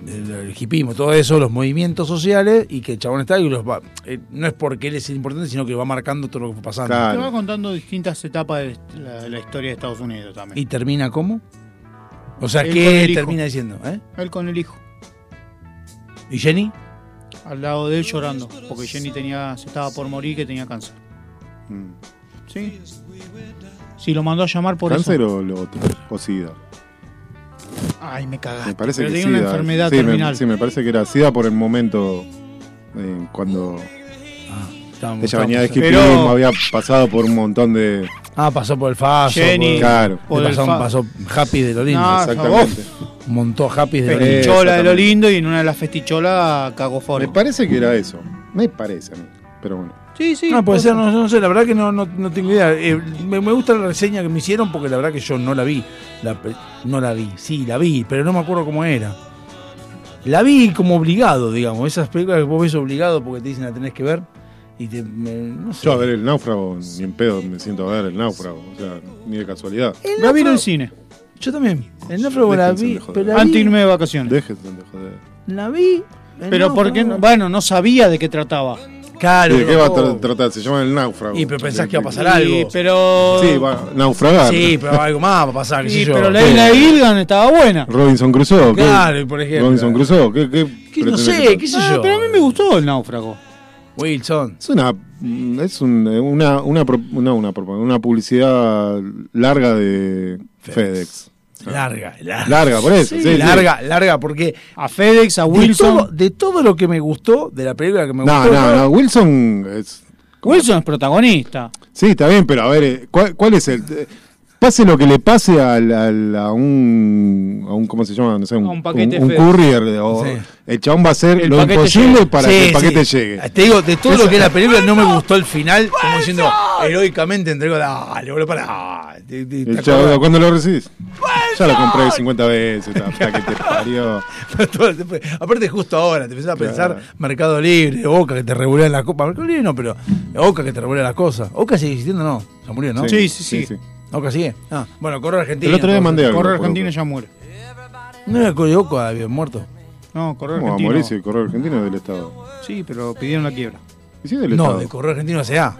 F: El, el hipismo, todo eso, los movimientos sociales y que el chabón está y los va. eh, no es porque él es el importante, sino que va marcando todo lo que fue pasando.
G: Te va contando distintas etapas de la, la historia de Estados Unidos también.
F: ¿Y termina cómo? O sea,
G: Él con
F: ¿qué
G: el hijo.
F: termina diciendo? eh?
G: Él con el hijo,
F: ¿Y Jenny?
G: al lado de él llorando, porque Jenny tenía, se estaba por morir que tenía cáncer.
H: Mm.
G: ¿Sí? Sí, lo mandó a llamar por
H: ¿Cáncer
G: eso.
H: o lo otro? ¿O SIDA?
G: Ay, me cagaste.
H: Me parece
G: pero
H: que
G: tenía una
H: SIDA.
G: enfermedad
H: Sí, me-
G: terminal.
H: sí, me parece que era SIDA por el momento eh, cuando
F: Ah, estábamos-
H: ella venía de
F: estábamos-
H: hipismo,
F: Pero-
H: había pasado por un montón de.
F: Ah, pasó por el FASO.
H: Jenny,
F: por-
H: Claro.
F: le
H: por el
F: pasó,
H: fa-
F: pasó Happy de lo lindo.
G: No,
H: Exactamente.
F: Montó Happy de lo lindo.
G: Festichola de lo lindo y en una de las festicholas cagó foro.
H: Me parece que era eso. Me parece a mí. Pero bueno.
G: Sí, sí.
F: No, puede ser, no, no sé, la verdad que no, no, no tengo idea. Eh, me, me gusta la reseña que me hicieron porque la verdad que yo no la vi. La pe- no la vi, sí, la vi, pero no me acuerdo cómo era. La vi como obligado, digamos. Esas películas que vos ves obligado porque te dicen la tenés que ver. Y te, me- no sé.
H: Yo a ver el náufrago, ni en pedo me siento a ver el náufrago, o sea, ni de casualidad.
G: La vi en el cine.
F: Yo también. eh, El náufrago la
H: Déjense
F: vi,
H: de joder.
F: pero la
G: Antes de
F: vi,
G: irme de vacaciones.
H: Déjense de joder.
F: la vi. eh, el
G: Pero porque,
F: náufrago.
G: bueno, no sabía de qué trataba.
F: Claro. Oh.
H: ¿Y ¿De qué va a tra- tratar? Se llama el náufrago.
F: Y pero pensás que va a pasar
G: Sí,
F: algo.
G: pero.
H: Sí, va a naufragar.
F: Sí, pero algo más va a pasar, qué
G: Sí,
F: sé yo.
G: pero la isla de Gilgan estaba buena.
H: Robinson Crusoe. ¿qué?
F: Claro, por ejemplo.
H: Robinson Crusoe, ¿qué? qué pretende que-
G: Ah, Pero a mí me gustó el náufrago.
F: Wilson.
H: Es una es un- una una pro- no, una, pro- una publicidad larga de FedEx.
F: Larga, larga.
H: Larga, por eso, sí, sí.
F: larga, larga, porque.
G: A FedEx, a
F: De todo, de todo lo que me gustó de la película que me
H: No,
F: gustó.
H: no, no, Wilson es
G: Wilson es protagonista.
H: Sí, está bien, pero a ver, eh, ¿cuál, cuál es el...? eh, Pase lo que le pase al, al- a un, a un, ¿cómo se llama? No sé, un,
G: A un paquete
H: un- un
G: FedEx.
H: courier. o-
F: Sí.
H: El chabón va a hacer
F: El
H: lo
F: paquete
H: imposible
F: llegue. Sí,
H: para que el
F: sí.
H: paquete llegue.
F: Te digo, de todo lo que es la película no me gustó el final, como diciendo, heroicamente entregó, dale, boludo, pará. Te- te- te
H: El chabón,
F: acordás.
H: ¿Cuándo lo recibís? Ya lo compré 50 veces, hasta que te parió.
F: Todo el tiempo. Aparte, justo ahora, te empezás a pensar Mercado Libre, Oca que te regulan las copas. Mercado Libre no, pero Oca que te regula las cosas. Oca sigue existiendo, no. Ya murió, ¿no?
G: Sí, sí, sí.
F: Oca sigue. Ah, bueno, Correo Argentino.
H: El otro día
F: entonces.
H: mandé algo.
G: Correo
H: por
G: argentino ya muere.
F: No era Correo Oca, había muerto.
G: No, correo
H: ¿Cómo va a
G: argentino.
H: morir si el correo argentino es del Estado?
G: Sí, pero pidieron la quiebra.
H: ¿Y si es del
F: no,
H: Estado?
F: de Correo Argentino SA.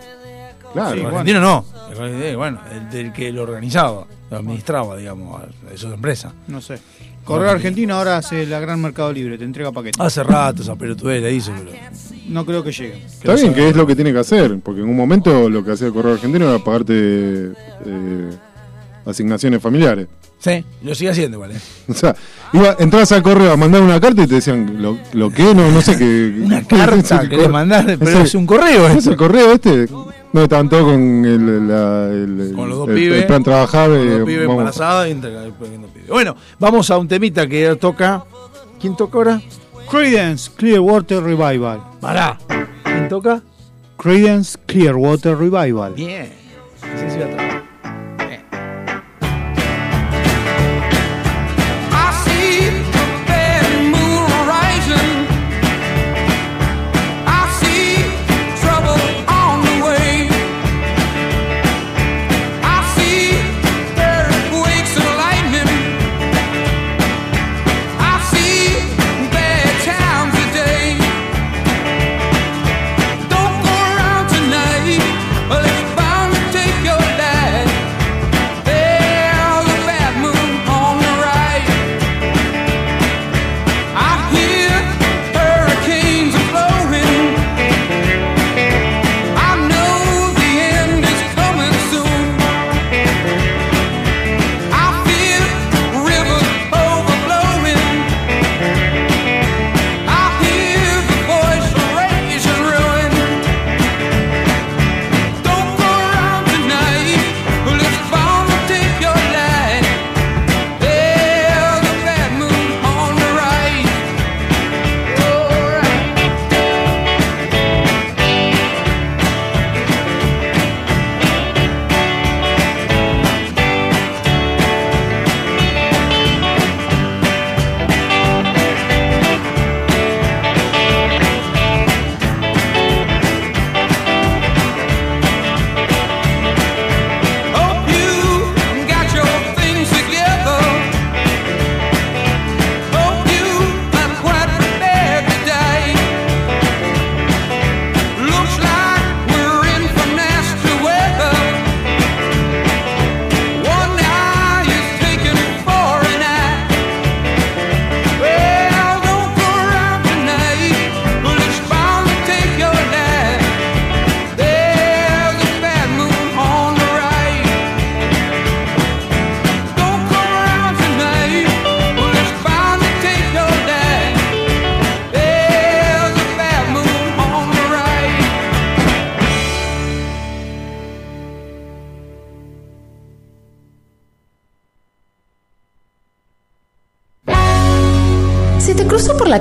H: Claro.
F: Sí,
H: bueno.
F: Argentino no. El Correo Argentino, Bueno, el del que lo organizaba, lo administraba, digamos, a- eso es empresa.
G: No sé. Correo argentino ahora hace la gran Mercado Libre, te entrega paquetes.
F: Hace rato esa pelotudez la hizo, pero.
G: No creo que llegue.
H: Está bien que es lo que tiene que hacer, porque en un momento lo que hacía el correo argentino era pagarte eh, asignaciones familiares.
F: Sí, lo sigue haciendo, eh. ¿vale?
H: O sea, iba, entrabas al correo a mandar una carta y te decían, ¿lo, lo que? No, no sé qué. una
F: carta que le mandaste, pero es un correo eh.
H: ¿Es
F: esto.
H: el correo este? No, estaban todos con el, la- el-
F: Con los dos
H: el- el
F: pibes.
H: plan trabajable.
F: Con dos pibes
H: vamos.
F: embarazadas y entre- poniendo pibes. Bueno, vamos a un temita que toca. ¿Quién toca ahora?
G: Credence Clearwater Revival.
F: Pará. ¿Quién toca?
G: Credence Clearwater Revival.
F: Bien. Sí, sí, atrás.
C: I see the bad moon rising. I see trouble on the way. I see earthquakes and lightning. I see bad times today. Don't go around tonight. Let's bound
D: la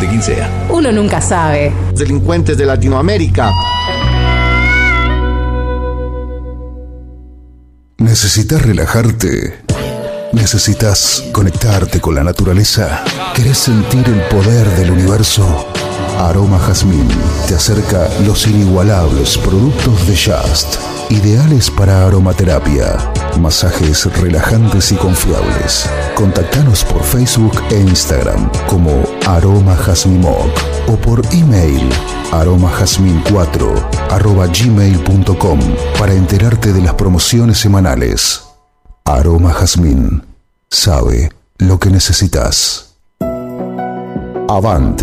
P: de quien sea.
D: uno nunca sabe.
I: Delincuentes de Latinoamérica.
A: ¿Necesitas relajarte? ¿Necesitas conectarte con la naturaleza? ¿Querés sentir el poder del universo? Aroma Jazmín te acerca los inigualables productos de Just, ideales para aromaterapia, masajes relajantes y confiables. Contactanos por Facebook e Instagram como Aroma Jazmimoc o por email aromajazmin4 arroba gmail.com para enterarte de las promociones semanales. Aroma Jazmín. Sabe lo que necesitas. Avant.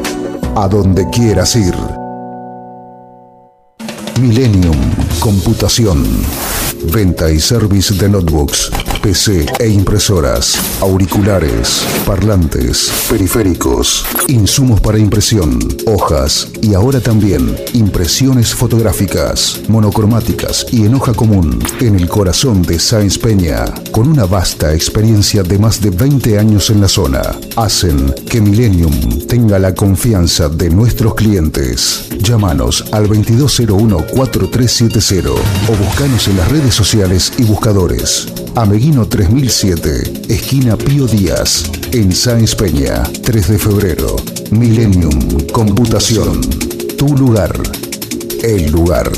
A: A donde quieras ir. Millennium Computación. Venta y service de notebooks, PC e impresoras, auriculares, parlantes, periféricos, insumos para impresión, hojas y ahora también impresiones fotográficas, monocromáticas y en hoja común, en el corazón de Sáenz Peña, con una vasta experiencia de más de 20 años en la zona, hacen que Millennium tenga la confianza de nuestros clientes. Llámanos al 2201-4370 o buscanos en las redes sociales y buscadores. Ameguino 3007, esquina Pío Díaz, en Sáenz Peña, 3 de febrero. Millennium Computación. Tu lugar. El lugar.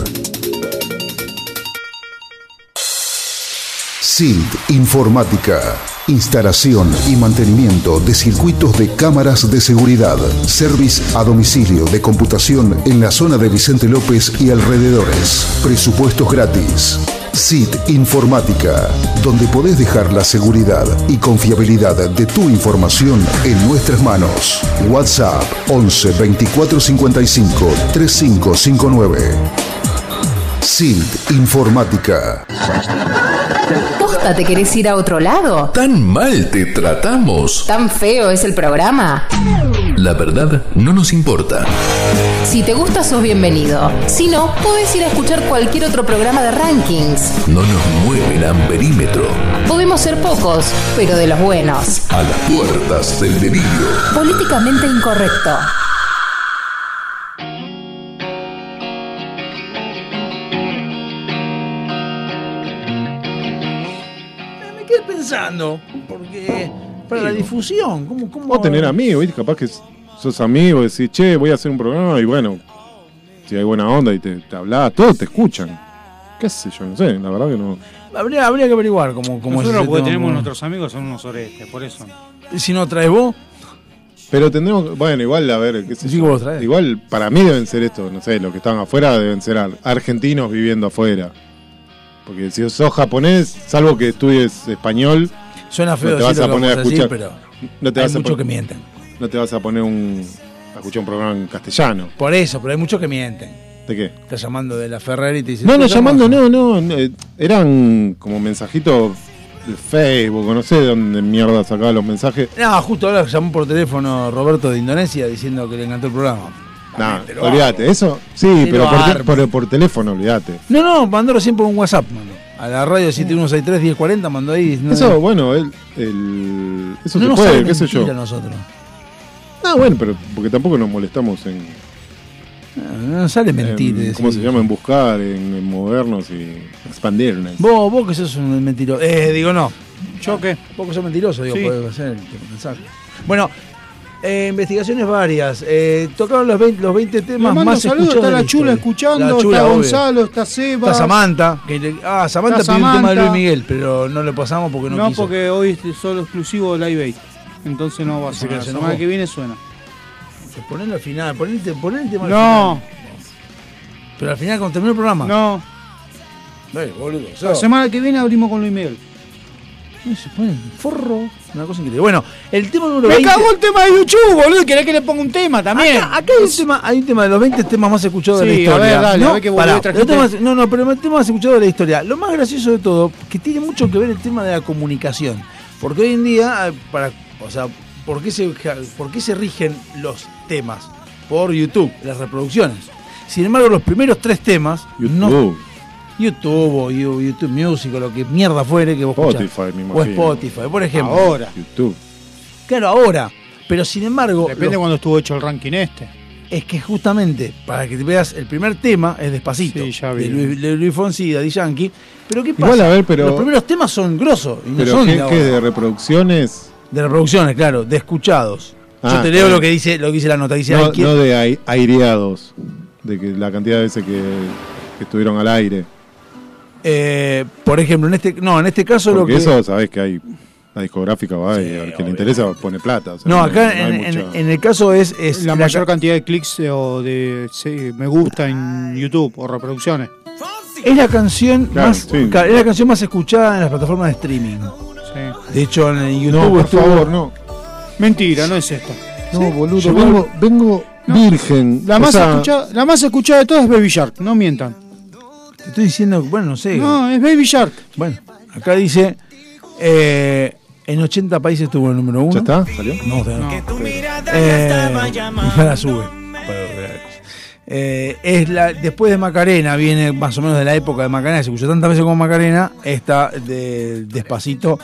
A: SILT Informática. Instalación y mantenimiento de circuitos de cámaras de seguridad. Service a domicilio de computación en la zona de Vicente López y alrededores. Presupuestos gratis. SIT Informática, donde podés dejar la seguridad y confiabilidad de tu información en nuestras manos. WhatsApp 11 24 55 3559. SIT Informática.
D: ¿Posta te querés ir a otro lado?
P: ¿Tan mal te tratamos?
D: ¿Tan feo es el programa?
P: La verdad no nos importa.
D: Si te gusta, sos bienvenido. Si no, podés ir a escuchar cualquier otro programa de rankings.
P: No nos mueve el amperímetro.
D: Podemos ser pocos, pero de los buenos.
P: A las puertas del delirio.
D: Políticamente incorrecto.
F: Me quedé pensando, porque para la difusión, ¿cómo, cómo
H: O tener amigos, ¿viste? Capaz que sos amigo, decís, che, voy a hacer un programa y bueno, si hay buena onda y te, te hablás, todos te escuchan. ¿Qué sé yo? No sé, la verdad que no.
F: Habría, habría que averiguar cómo, cómo es
G: Nosotros
F: ese
G: porque
F: tema,
G: tenemos
F: ¿no?
G: nuestros amigos son unos orestes, por eso.
F: ¿Y Si no traes vos,
H: Pero tendremos, bueno, igual, a ver, qué sé yo. Igual, para mí deben ser estos, no sé, los que están afuera deben ser ar- argentinos viviendo afuera. Porque si sos japonés, salvo que estudies español,
F: suena feo
H: no te vas
F: decirlo
H: a poner a
F: como
H: escuchar.
F: así, pero
H: no te
F: hay
H: vas a
F: muchos
H: pon-
F: que mienten.
H: No te vas a poner un, a escuchar un programa en castellano.
F: Por eso, pero hay muchos que mienten.
H: ¿De qué?
F: Está llamando de la Ferrari y te dice.
H: No, no,
F: "Escuchá,
H: llamando, no, no. no, eh, Eran como mensajitos de Facebook, o no sé de dónde mierda sacaba los mensajes.
F: No, justo ahora llamó por teléfono Roberto de Indonesia diciendo que le encantó el programa.
H: Nah,
F: te lo
H: olvídate, eso. Sí,
F: Te
H: pero
F: lo
H: por, te-
F: armo.
H: por- por teléfono, olvídate.
F: No, no, mandó recién por un WhatsApp, mano. A la radio 7163-1040 mandó ahí. diciendo-
H: Eso, bueno, el, el- eso
F: no
H: se
F: nos
H: puede,
F: sale
H: qué sé
F: mentira
H: yo.
F: a nosotros.
H: Ah, bueno, pero porque tampoco nos molestamos en.
F: Ah, No, no sale mentir.
H: en-
F: decir.
H: ¿Cómo se llama? En buscar, en, en movernos y expandirnos.
F: Vos, vos que sos un mentiroso. Eh, digo, no.
G: ¿Yo qué?
F: Vos que sos mentiroso, digo,
G: Sí.
F: podés hacer el mensaje. Bueno, Eh, investigaciones varias. Eh, tocaron los 20, los 20
G: Le
F: temas
G: mando
F: más
G: saludos,
F: escuchados.
G: está
F: de
G: la chula
F: historia.
G: escuchando,
F: La Chula,
G: está
F: obvio.
G: Gonzalo, está Seba.
F: Está Samantha. que le- ah, Samantha
G: Está
F: pidió un tema de
G: Samantha.
F: Luis Miguel, pero no lo pasamos porque no,
G: No,
F: quiso.
G: porque hoy es solo exclusivo de Live Aid. Entonces no va a
F: Así que
G: sonar. La
F: se
G: semana
F: enojó.
G: que viene suena.
F: Ponelo al final, ponete, ponete el tema al
G: No.
F: final. Pero al final, cuando termine el programa.
G: No.
F: boludo.
G: La semana que viene abrimos con Luis Miguel.
F: Se ponen forro. Una cosa increíble. Bueno, el tema número
G: Me
F: 20.
G: cagó el tema de YouTube, boludo. ¿Querés que le ponga un tema también?
F: Acá, acá hay, un tema, hay un tema de los 20 temas más escuchados de la
G: Sí, a
F: historia.
G: ver, dale,
F: ¿no?
G: a ver qué volvió
F: Pará,
G: trajiste.
F: los temas- no, no, pero el tema más escuchado de la historia. Lo más gracioso de todo, que tiene mucho que ver el tema de la comunicación. Porque hoy en día, eh, para, o sea, ¿por qué se, por qué se rigen los temas? Por YouTube, las reproducciones. Sin embargo, los primeros tres temas. No, YouTube o You- YouTube Music o lo que mierda fuere que vos escuchás.
H: Spotify, me
F: O
H: imagino.
F: Spotify, por ejemplo.
H: YouTube.
F: Claro, ahora. Pero sin embargo.
G: Depende
F: los-
G: cuando estuvo hecho el ranking este.
F: es que justamente, para que te veas, el primer tema es Despacito, de, Luis, de Luis Fonsi y Daddy Yankee. Pero ¿qué pasa?
H: Igual, a ver, pero-
F: Los primeros temas son grosos y no
H: Pero
F: son de
H: ¿qué,
F: ahora.
H: qué de reproducciones?
F: De reproducciones, claro, de escuchados. Yo
H: Ah,
F: te leo
H: claro.
F: lo que dice lo que dice la nota. Dice,
H: No,
F: ay, ¿quién-
H: no de ai- aireados, de que la cantidad de veces que, que estuvieron al aire.
F: eh, por ejemplo, en este no en este caso lo
H: Porque
F: que...
H: eso sabés que hay la discográfica va y al que le interesa pone plata. o sea,
F: no, acá
H: hay
F: en, en-
H: mucha-
F: en el caso es... es
G: La
F: la
G: mayor
F: ca-
G: cantidad de clics eh, o de sí, me gusta en YouTube o reproducciones.
F: es la canción
G: Claro,
F: más
G: sí.
F: ca- es la canción más escuchada en las plataformas de streaming. De hecho, en YouTube
H: No, por
F: estuvo-
H: favor, no.
G: Mentira, no es esta.
H: No, boludo,
G: Yo
H: vengo, vengo virgen.
G: La
H: o
G: más,
H: sea,
G: escuchada, la más escuchada de todas es Baby Shark, no mientan.
F: Te estoy diciendo, bueno, no sé.
G: No, es Baby Shark.
F: Bueno, acá dice. eh, en 80 países tuvo el número uno. ¿Ya
H: está? ¿Salió?
F: No, todavía no.
C: estaba
F: Eh, y ahora sube. Para ver. Eh, es la, después de Macarena, viene más o menos de la época de Macarena, que se escuchó tantas veces como Macarena, esta de Despacito,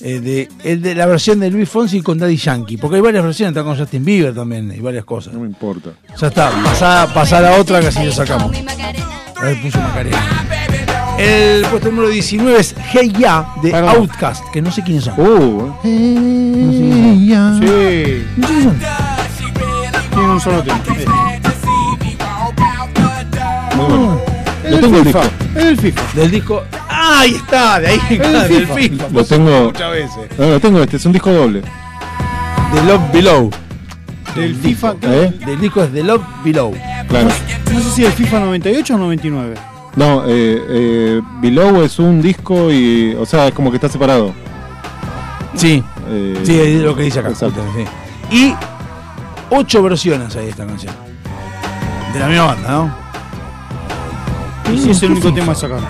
F: eh, de, el de la versión de Luis Fonsi con Daddy Yankee, porque hay varias versiones, está con Justin Bieber también, y varias cosas. No
H: me importa.
F: Ya está, pasada, pasada otra que así lo sacamos. A ver, puso Macarena. El puesto número 19 es Hey Ya de Outcast, que no sé quiénes son.
G: Uh, ¿eh? Sí. Tiene un solo tema.
F: Eh.
H: Lo tengo el disco.
G: Es el FIFA.
F: Del disco. ¡Ah, ahí está! De ahí
G: está, del
F: FIFA.
H: Lo tengo.
F: Muchas veces.
H: No, lo tengo este, es un disco doble.
F: The Love Below.
G: Del FIFA.
H: ¿Eh?
F: Del disco es The Love Below.
H: Claro.
G: No sé si el FIFA 98 o 99.
H: No, eh, eh, Below es un disco y. O sea, es como que está separado.
F: Sí.
H: Eh,
F: Sí, es lo que dice acá.
H: Exacto.
F: justamente, sí. Y ocho versiones hay de esta canción. De la misma banda, ¿no?
G: Y si Mm, es el único tema a sacar.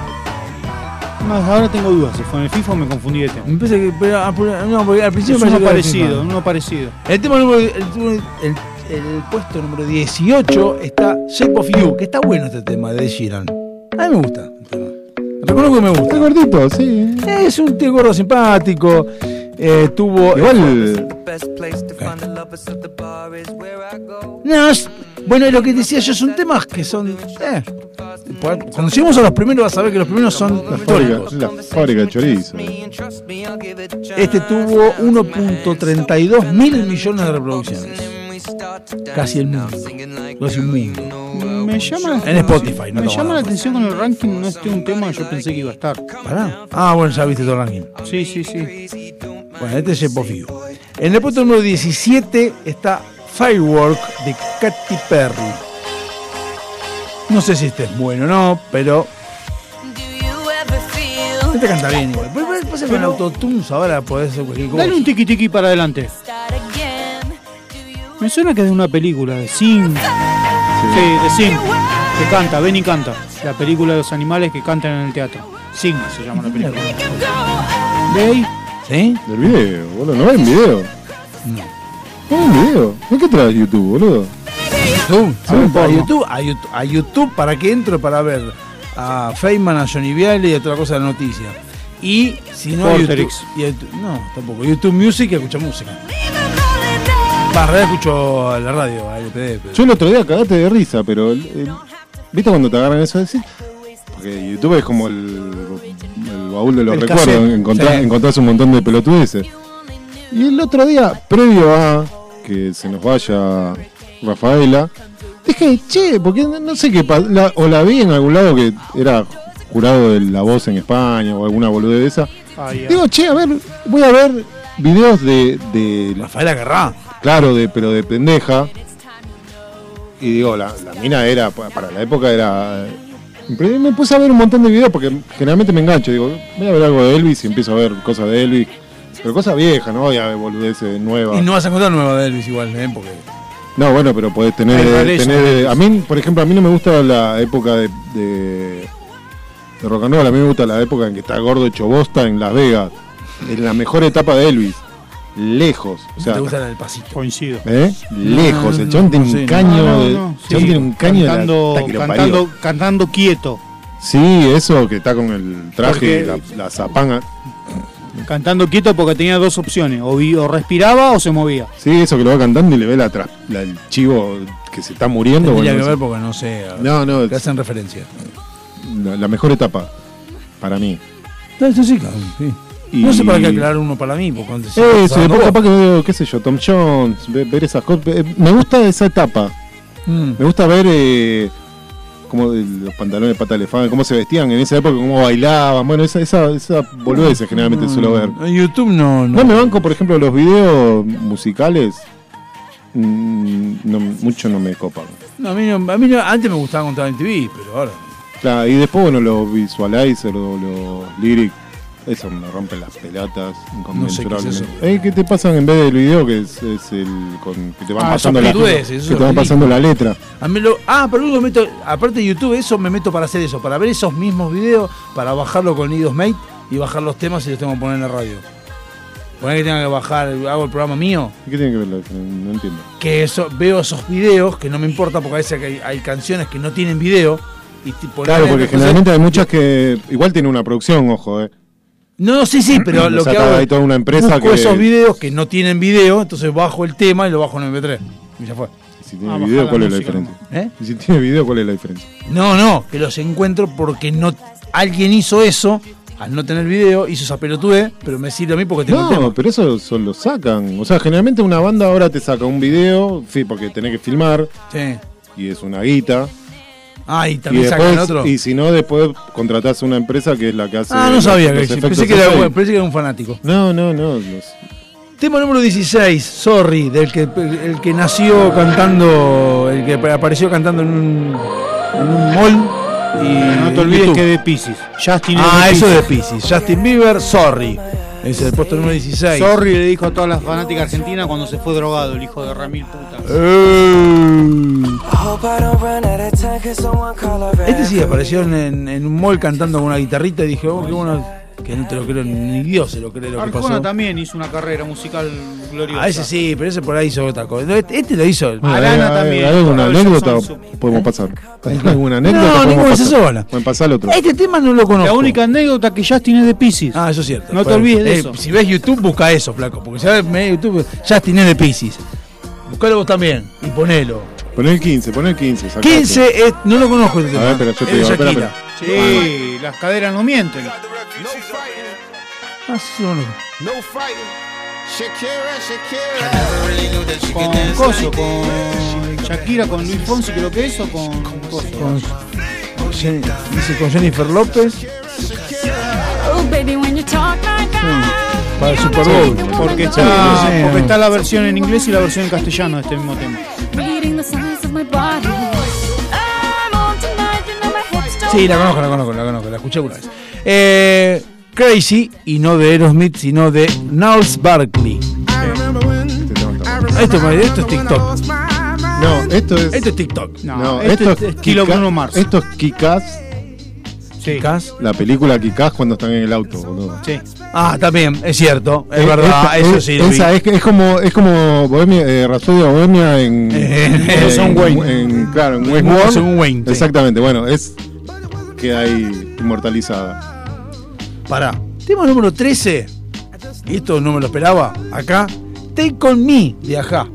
G: No, ahora tengo dudas. si Con el FIFA me confundí de tema.
F: Me parece que. pero, ah, pero, no, porque al principio
G: Es
F: me
G: uno
F: pareció que era
G: parecido,
F: Pink
G: uno parecido.
F: Floyd. El tema número. El, el- el puesto número 18 está Shape of You, que está bueno este tema de Ed Sheeran. A mí me gusta. el tema. Reconozco que me gusta.
H: Está gordito, sí.
F: Es un tío gordo simpático. eh, tuvo.
H: Igual.
F: No, es- bueno, lo que decía yo son temas que son. eh, cuando lleguemos a los primeros, vas a ver que los primeros son
H: Fábrica,
F: históricos.
H: la fábrica de chorizo.
F: Este tuvo 1.32 mil millones de reproducciones. Casi el mundo. Casi un mundo.
G: Me llama la
F: En Spotify, no
G: Me
F: estamos
G: llama la
F: hablando.
G: atención con el ranking no esté un tema que yo pensé que iba a estar.
F: Pará. Ah, bueno, ya viste todo el ranking.
G: Sí, sí, sí.
F: Bueno, este es el Pofío. En el puesto número 17 está Firework de Katy Perry. No sé si este es bueno o no, pero este canta bien igual. Pero, pero, pasa que con autotunes ahora podés hacer cualquier cosa.
G: Dale un tiki tiki para adelante. Me suena que es de una película de Sim. Sí, de Sim. Que canta, ven y canta. La película de los animales que cantan en el teatro. Sim se llama la película. ¿Ve ahí?
F: ¿Sí?
H: Del video, boludo. ¿No ven video? No. ¿No ven video? ¿No qué traes YouTube, boludo?
F: YouTube,
H: Sí, un
F: a,
H: porno.
F: YouTube, a YouTube, a YouTube, para que entro para ver a Feynman, a Johnny Viale y a otra cosa de la noticia. Y si no a YouTube,
G: Vorterix.
F: y a YouTube- no, tampoco. YouTube Music y escucho música. Para realidad escucho a la radio, a LPD, pero-
H: Yo el otro día cagaste de risa, pero. el- el- ¿Viste cuando te agarran eso? Decís, porque YouTube es como el, el baúl de los
F: El
H: recuerdos.
F: cassette.
H: encontrás-
F: Sí.
H: Encontrás un montón de pelotudeces. Y el otro día, previo a que se nos vaya Rafaela, dije, che, porque no, no sé qué pasó. o la vi en algún lado que era jurado de la voz en España o alguna boludez de esa. Digo, che, a ver, voy a ver videos de. de
F: Rafaela Guerrá.
H: Claro, de, pero de pendeja. Y digo, la, la mina era, pa- para la época era. Pero Me puse a ver un montón de videos porque generalmente me engancho. Digo, voy a ver algo de Elvis y empiezo a ver cosas de Elvis. Pero cosas viejas, ¿no? Ya boludeces nuevas.
F: Y no vas a encontrar nueva de Elvis igual, ¿eh? Porque
H: No, bueno, pero podés tener. eh,
F: Hay rareza.
H: tener- a mí, por ejemplo, a mí no me gusta la época de, de, de rock and roll. A mí me gusta la época en que está gordo hecho bosta en Las Vegas. En la mejor etapa de Elvis. Lejos. O sea,
F: te gusta la del pasito.
G: Coincido.
H: ¿eh? Lejos. El chon tiene un caño. de- el chabón tiene un caño de la
G: cantando,
H: puta que lo
G: cantando,
H: parió.
G: cantando quieto.
H: Sí, eso que está con el traje,
G: Porque-
H: la, la zapanga.
G: Cantando quieto porque tenía dos opciones. O, vi- o respiraba o se movía.
H: Sí, eso que lo va cantando y le ve la, tra- la- el chivo que se está muriendo.
F: Tendría
H: bueno,
F: que
H: eso.
F: ver porque no sé.
H: No, no.
F: Te hacen referencia.
H: la, la mejor etapa para mí.
F: Eso sí, claro, sí.
H: Y-
F: No sé para qué aclarar uno para mí. Porque cuando se-
H: Eso,
F: cuando
H: después
F: vos-
H: capaz que veo, qué sé yo, Tom Jones, ve- ver, esas cosas. Eh, Me gusta esa etapa.
F: Mm.
H: Me gusta ver eh, cómo eh, los pantalones de pata de elefante, cómo se vestían en esa época, cómo bailaban. Bueno, esa, esa, esa boludez generalmente suelo ver.
F: En YouTube no,
H: No me banco, por ejemplo, los videos musicales. mm, no- mucho no me copan.
F: No, a mí, no- a mí no- antes me gustaba contar en TV, pero ahora.
H: Claro, y después, bueno, los visualizers, los, los lyrics, eso me rompen las pelotas inconmensurablemente.
F: eso.
H: Eh, ¿Qué te pasan en vez del video que es, es el con, que te van
F: Ah,
H: pasando
F: esas
H: la
F: pelotudeces,
H: que
F: eso
H: te
F: es
H: van
F: ridículo.
H: pasando la letra?
F: A mí lo, ah, pero yo meto, aparte de YouTube, eso me meto para hacer eso, para ver esos mismos videos, para bajarlo con Idos Mate y bajar los temas y los tengo que poner en la radio. Poner que tenga que bajar, hago el programa mío,
H: ¿Y ¿Qué tiene que ver? la- No entiendo.
F: que eso, veo esos videos, que no me importa porque a veces hay, hay canciones que no tienen video. Y ti- poner-
H: Claro, porque
F: entonces-
H: generalmente hay muchas que igual tiene una producción, ojo, eh.
F: Ah, No, sí, sí, pero
H: O
F: lo
H: sea,
F: que
H: está-
F: hago.
H: hay toda una empresa
F: busco
H: que-
F: esos videos que no tienen video, entonces bajo el tema y lo bajo en MP3. Y ya fue.
H: Si tiene video, ¿cuál es Ah, la diferencia?
F: ¿Eh?
H: Y Si tiene video, ¿cuál es la diferencia?
F: No, no, que los encuentro porque no alguien hizo eso, al no tener video, hizo esa pelotude, pero me sirve a mí porque tengo el tema.
H: No, pero eso, eso lo sacan. O sea, generalmente una banda ahora te saca un video, sí, porque tenés que filmar
F: Sí.
H: y es una guita.
F: Ah, y también sacan otro.
H: Y si no, después contratás una empresa que es la que hace.
F: ah, no
H: los-
F: sabía
H: los
F: que existía.
H: efectos
F: Pensé que, era,
H: sonoros.
F: bueno, pensé que era un fanático.
H: No, no, no. los-
F: Tema número 16, Sorry, del que, el que nació cantando, el que apareció cantando en un, en un mall. Y
G: No te olvides
F: YouTube.
G: que es de Pisces. Justin es
F: Ah,
G: de
F: eso de
G: Piscis.
F: Pisces. Justin Bieber, Sorry. Es el puesto número 16.
G: Sorry le dijo a todas las fanáticas argentinas cuando se fue drogado el hijo de Ramil puta.
F: Eh. Este sí apareció en, en- en un mall cantando con una guitarrita y dije, oh, qué bueno, que no te lo creo, ni Dios se lo cree lo que
G: Arjona
F: pasó.
G: también hizo una carrera musical gloriosa.
F: A ese sí, pero ese por ahí hizo otra cosa. No, Este, este lo hizo.
H: Bueno,
G: Arana
H: ¿hay- hay-
G: también.
H: ¿Hay alguna
G: Pablo
H: anécdota?
G: Jackson,
H: Podemos pasar. ¿Hay alguna anécdota?
F: No,
H: Podemos
F: ninguna de esas
H: pasar.
F: sola.
H: Pueden pasar al otro.
F: Este tema no lo conozco.
G: La única anécdota que Justin es de Pisces.
F: Ah, eso es cierto.
G: No te
F: Bueno,
G: olvides de
F: eh,
G: eso.
F: Si ves YouTube, busca eso, flaco. Porque si ves medio YouTube, Justin es de Pisces. Buscalo vos también y ponelo.
H: Pon el 15, pon el 15. sacate.
F: 15 es- no lo conozco este
H: A
F: tema.
H: ver, espera, yo
F: Es
H: te digo.
F: de
H: Espera,
F: Shakira.
H: espera.
G: Sí, las caderas no mienten.
F: Ah, sí, bueno.
Q: No fighting. Shakira, Shakira.
G: Con Coso, con Shakira, con Luis Fonsi, creo que eso, con Coso.
F: Con, con Jen- dice con Jennifer López
N: Oh, baby, when you talk like that.
F: para el Super Bowl.
G: Porque
F: Sí,
G: está,
F: sí.
G: porque está la versión en inglés y la versión en castellano de este mismo tema.
N: Reading the signs of my body. I'm on tonight, you know my hips don't
F: Sí, la conozco, la conozco, la conozco, la escuché una vez. Eh, Crazy, y no de Aerosmith, sino de Niles Barkley. Esto, esto es TikTok.
H: No, esto es.
F: Esto es TikTok.
H: No,
G: este
H: esto
G: es
H: es
G: estilo
H: Kika-
G: Bruno Mars.
H: Esto es Kikaz,
G: Sí.
F: Kikaz.
H: la película Kikaz cuando están en el auto, boludo.
G: Sí.
F: Ah, también, es cierto, es
H: Eh,
F: verdad,
H: esta-
F: eso
H: es-
F: sí. lo vi.
H: Esa es, es como es como Bohemia, eh, Rhapsody of Bohemia en,
F: En
H: en-
F: Son Wayne.
H: en- claro, en
F: Son
H: Westworld.
F: Wayne, sí.
H: Exactamente, bueno, es que hay inmortalizada.
F: Pará. Tema número 13. Y esto no me lo esperaba. Acá. Take on me de ajá.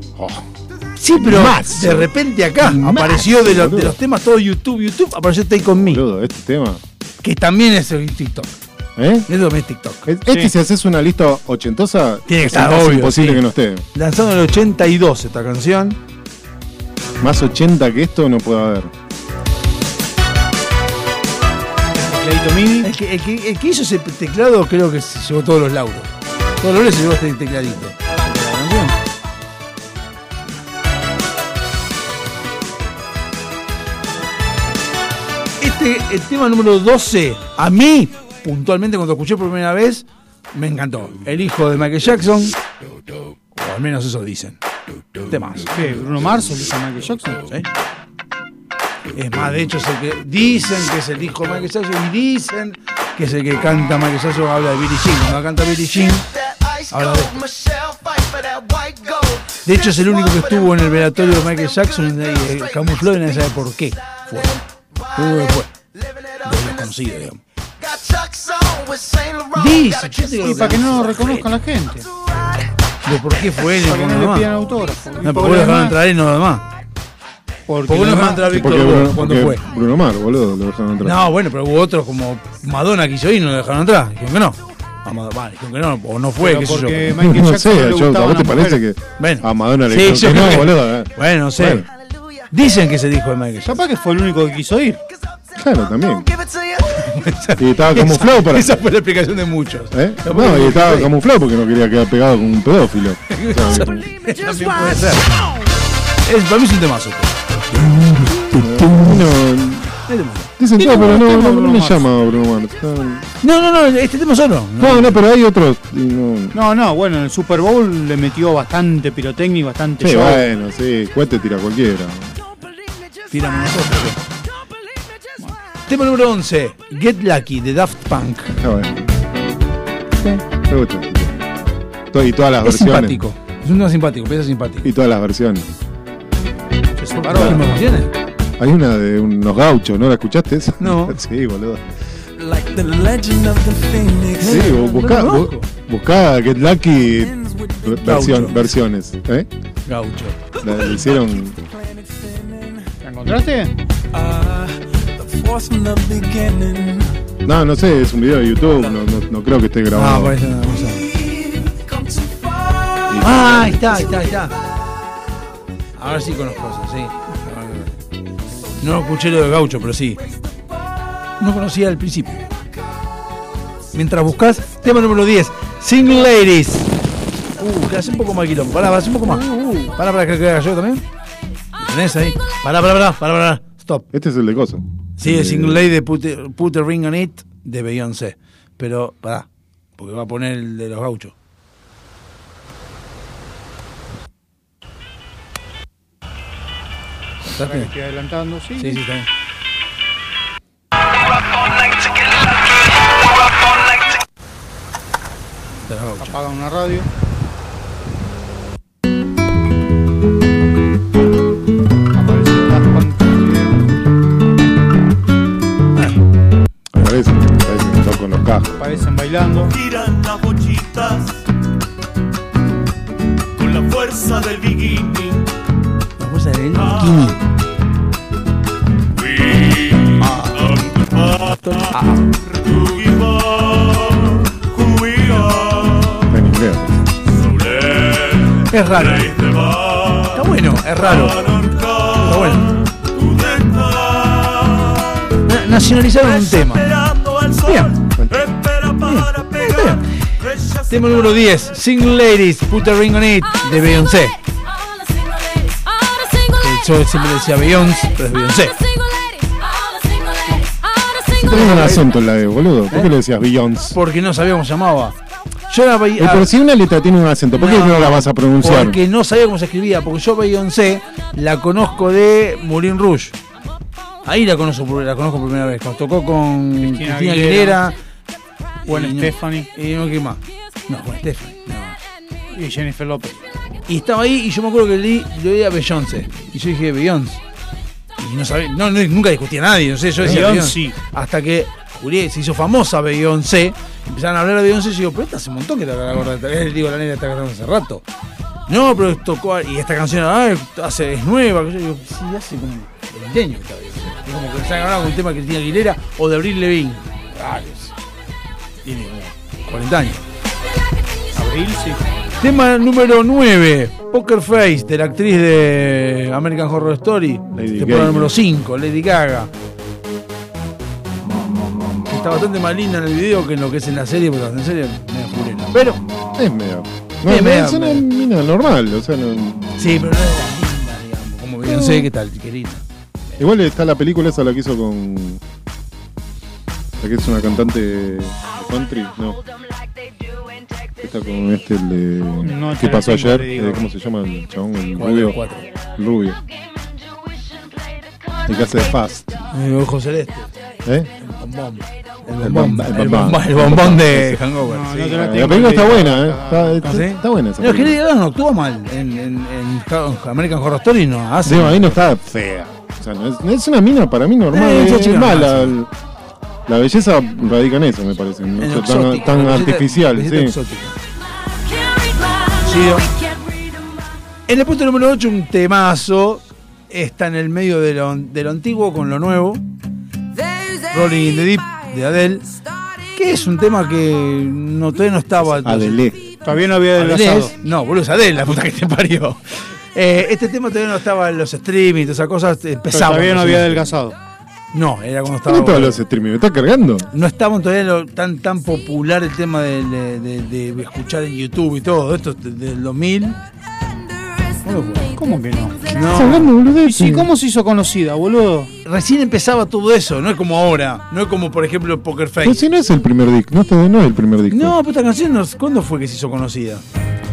F: Sí, pero
H: Más.
F: de repente acá
H: Más,
F: apareció de los, de
H: boludo.
F: los temas todo YouTube, YouTube, apareció Take on me.
H: Boludo, este tema.
F: Que también es el TikTok.
H: ¿Eh?
F: Eso es TikTok.
H: Este,
F: Sí.
H: si haces una lista ochentosa,
F: Tiene que
H: es
F: estar,
H: casi
F: obvio,
H: imposible
F: sí.
H: que no esté.
F: Lanzado en el 82 esta canción.
H: Más 80 que esto no puede haber.
F: El que, el que- el que hizo ese teclado creo que se llevó todos los lauros. Todos los lauros se llevó este tecladito. Este, el tema número 12, a mí, puntualmente cuando escuché por primera vez, me encantó. El hijo de Michael Jackson, o al menos eso dicen. Temas.
G: ¿Qué? ¿Bruno Mars o Michael Jackson?
F: Es más, de hecho, es el que dicen que es el hijo de Michael Jackson y dicen que es el que canta Michael Jackson, habla de Billie Jean. Cuando canta Billie Jean, habla de De hecho, es el único que estuvo en el velatorio de Michael Jackson y nadie- eh, camufló y nadie sabe por qué. Fue. Estuvo después. De los consigue, digamos. Dice, yo digo
G: Y para que no lo reconozca la gente.
F: de por qué fue él y
G: Para que
F: por
G: no le
F: demás.
G: pidan autógrafo.
F: No, porque los van a entrar y no los demás. Porque los van a entrar a
H: Sí,
F: Víctor
H: porque
F: Hugo
H: Bruno-
F: cuando
H: porque
F: fue.
H: Bruno Mar, boludo, lo dejaron entrar.
F: No, bueno, pero hubo otros como Madonna quiso ir y no lo dejaron entrar. Dijeron que no. A Madonna, dijeron que no, o no fue,
H: Pero
F: qué sé yo.
H: porque Michael No Jackson sé, no le yo- ¿a gustaban vos te las parece mujeres? que a Madonna le dijeron
F: yo
H: que no,
F: creo
H: boludo, eh?
F: Bueno, no sé.
H: Bueno.
F: Dicen que se dijo de Michael Jackson. Capaz que fue el único que quiso ir.
H: Claro, también. Y estaba
F: Esa-
H: camuflado para.
F: Esa fue la explicación de muchos.
H: ¿Eh?
F: Capaz
H: No,
F: que-
H: y estaba camuflado porque no quería quedar pegado con un pedófilo. O sea,
F: También puede ser. Es, para mí es un temazo. este.
H: No, dicen todo, pero no, no, no me
F: llamo.
H: llama Bruno Mars. No,
F: No, no, no, este tema solo.
H: no, no, pero hay otros. y no-
G: No, no, bueno, en el Super Bowl le metió bastante pirotecnia y bastante
H: Sí,
G: show.
H: bueno, sí, cuete tira cualquiera.
F: Tiramos nosotros. Tema número 11. Get Lucky de Daft Punk.
H: Ah, bueno. Me gusta. To- Y todas las
F: Es
H: versiones.
F: simpático. Es un tema simpático, pieza simpático.
H: Y todas las versiones.
F: ¿Se separó de las mismas versiones?
H: Hay una de unos gauchos, ¿no la escuchaste esa?
C: No.
H: sí, boludo.
C: Like the legend of the phoenix.
H: Sí, vos buscá, vos- buscá Get Lucky versión,
F: Gaucho.
H: versiones. ¿eh?
F: Gaucho.
H: La, la hicieron.
G: ¿La encontraste?
C: Force from Uh, the beginning.
H: No, no sé, es un video de YouTube, no, no- no creo que esté grabado.
F: Ah, por eso no, vamos Ah, ahí está, ahí está, ahí está. Ahora sí conozco eso, sí. No lo escuché lo de Gaucho, pero sí. No conocía al principio. Mientras buscas, tema número 10. Single Ladies. Uh, que hace un poco más de quilombo. Pará, hace un poco más. Pará, pará, que que haga yo también. ¿Lo tenés ahí? Pará, pará, pará, pará, pará. Stop.
H: Este es el de Eh, Coso.
F: Sí, el Single Lady de Put, the- Put the Ring on It de Beyoncé. Pero, pará, porque va a poner el de los gauchos.
G: Ahora que Estoy adelantando, sí.
F: Sí, sí, está bien. De los gauchos.
G: Apagan una radio.
F: Ah.
H: Parece, parece que está con los cajos.
G: Aparecen bailando.
R: Tiran las bochitas con la fuerza del bikini.
F: La fuerza del
C: Ah.
H: Está en inglés.
F: Es raro. Está bueno, es raro. Está bueno. Na- Nacionalizaron un tema. Bien. Bien. Tema número 10, Single Ladies, Put a Ring on It, de Beyoncé. Que Yo siempre decía Beyoncé, pero es Beyoncé.
H: Tenés un acento en la E, boludo. ¿Por qué le decías Beyoncé?
F: Porque no sabía cómo se llamaba. Yo la
H: Y por si una letra tiene un acento, ¿por qué no, la vas a pronunciar?
F: Porque no sabía cómo se escribía, porque yo Beyoncé la conozco de Moulin Rouge. Ahí la conozco, por- la conozco por primera vez. Cuando tocó con Cristina Aguilera.
G: Aguilera, Gwen Stefani.
F: Y no qué más. No, Gwen Stefani. no.
G: Y Jennifer López.
F: Y estaba ahí y yo me acuerdo que leí, lo leí a Beyoncé. Y yo dije Beyoncé. Y no sabía, no, no- nunca discutía a nadie, no sé, yo decía
G: Beyoncé.
F: Beyoncé. Hasta que Juliet se hizo famosa Beyoncé, empezaron a hablar de Beyoncé y yo digo, pero esta hace un montón que la la gorda, esta- eh, digo la negra está cantando hace rato. No, pero tocó, y esta canción ah, hace, es nueva, que yo digo, sí, hace como 20 años que está Beyoncé. Es como que se ha ganado con un tema de Cristina Aguilera o de Abril Levine. Raros. Ah, tiene como 40 años.
G: Abril, sí.
F: Tema número 9, Poker Face, de la actriz de American Horror Story. temporada
H: Gaga.
F: número 5, Lady Gaga. Que Está bastante más linda en el video que en lo que es en la serie, porque en la serie es medio fulera. Pero.
H: Es medio.
F: No,
H: No,
F: es
H: no,
F: medio-
H: es una mina normal, o sea, no-
F: Sí, pero no es la misma, digamos. Como que no sé qué tal, querida.
H: Igual está la película esa la que hizo con. La que es una cantante de country, no. Está con este, el de.
G: No, te
H: ¿Qué pasó
G: la tengo,
H: ayer?
G: te digo.
H: Eh, ¿Cómo se llama el chabón? El
F: ¿Cuál de
H: rubio.
F: los cuatro?
H: El rubio. El que hace de Fast.
F: El ojo celeste.
H: ¿Eh?
F: Bombón.
H: El
F: bombón,
H: el
F: el
H: bombón.
F: bombón, el bombón de Hangover.
H: No,
F: sí. ¿Ah,
H: no te la La tengo, película te está digo. buena, ¿eh? Está- está- está buena esa
F: No, es que
H: película.
F: Lady Gaga no actúa mal. En, en, en Ho- American Horror Story no hace.
H: Digo, ahí no está fea. O sea, no es, no es una mina para mí normal.
F: Eh,
H: es
F: esa chica
H: mala. La belleza radica en eso, me parece. No
F: En
H: ser
F: lo
H: tan,
F: exótico,
H: tan
F: lo que siente-
H: artificial,
F: lo que
H: sí.
F: siente exótico. Sigo. En el puesto número 8, un temazo. Está en el medio de lo, de lo antiguo con lo nuevo. Rolling in the Deep de Adele. Que es un tema que no, todavía no estaba.
H: Adele.
G: Todavía no había
F: Adele
G: adelgazado.
F: es- No, boludo, es Adele la puta que te parió. Eh, este tema todavía no estaba en los streaming, todas esas cosas. eh,
G: Pero
F: Empezaba.
G: todavía no había adelgazado.
F: No, era cuando estaba.
H: ¿Dónde están los streaming? ¿Me estás cargando?
F: No estaba todavía lo- tan, tan popular el tema de, de- de- de escuchar en YouTube y todo. Esto es del 2000.
G: ¿Cómo que no?
F: No.
G: ¿Y si cómo se hizo conocida, boludo?
F: Recién empezaba todo eso, no es como ahora. No es como, por ejemplo, Poker
H: Pero
F: Face.
H: Pues si no es el primer disco, no, este no es el primer disco.
F: No, pero esta canción, no- ¿cuándo fue que se hizo conocida?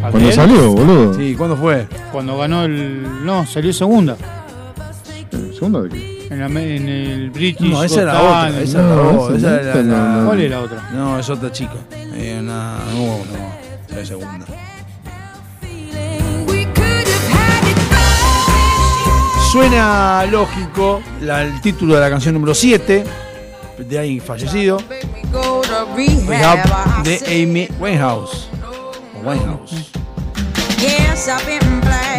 H: Cuando salió, boludo.
F: Sí, ¿cuándo fue?
G: Cuando ganó el. No, salió segunda.
H: ¿Segunda de qué?
G: En, la me- en el British.
F: No, esa
G: Got
F: era
G: Talent.
F: otra. Esa era
H: No,
F: otra.
H: esa
F: esa
H: no
F: era
H: está,
F: la-
H: no, no.
G: ¿Cuál es la otra?
F: No, es otra chica. Eh, una- No, no, la segunda. Suena lógico la- el título de la canción número 7, de ahí fallecido, Rehab, de Amy Winehouse. O Winehouse.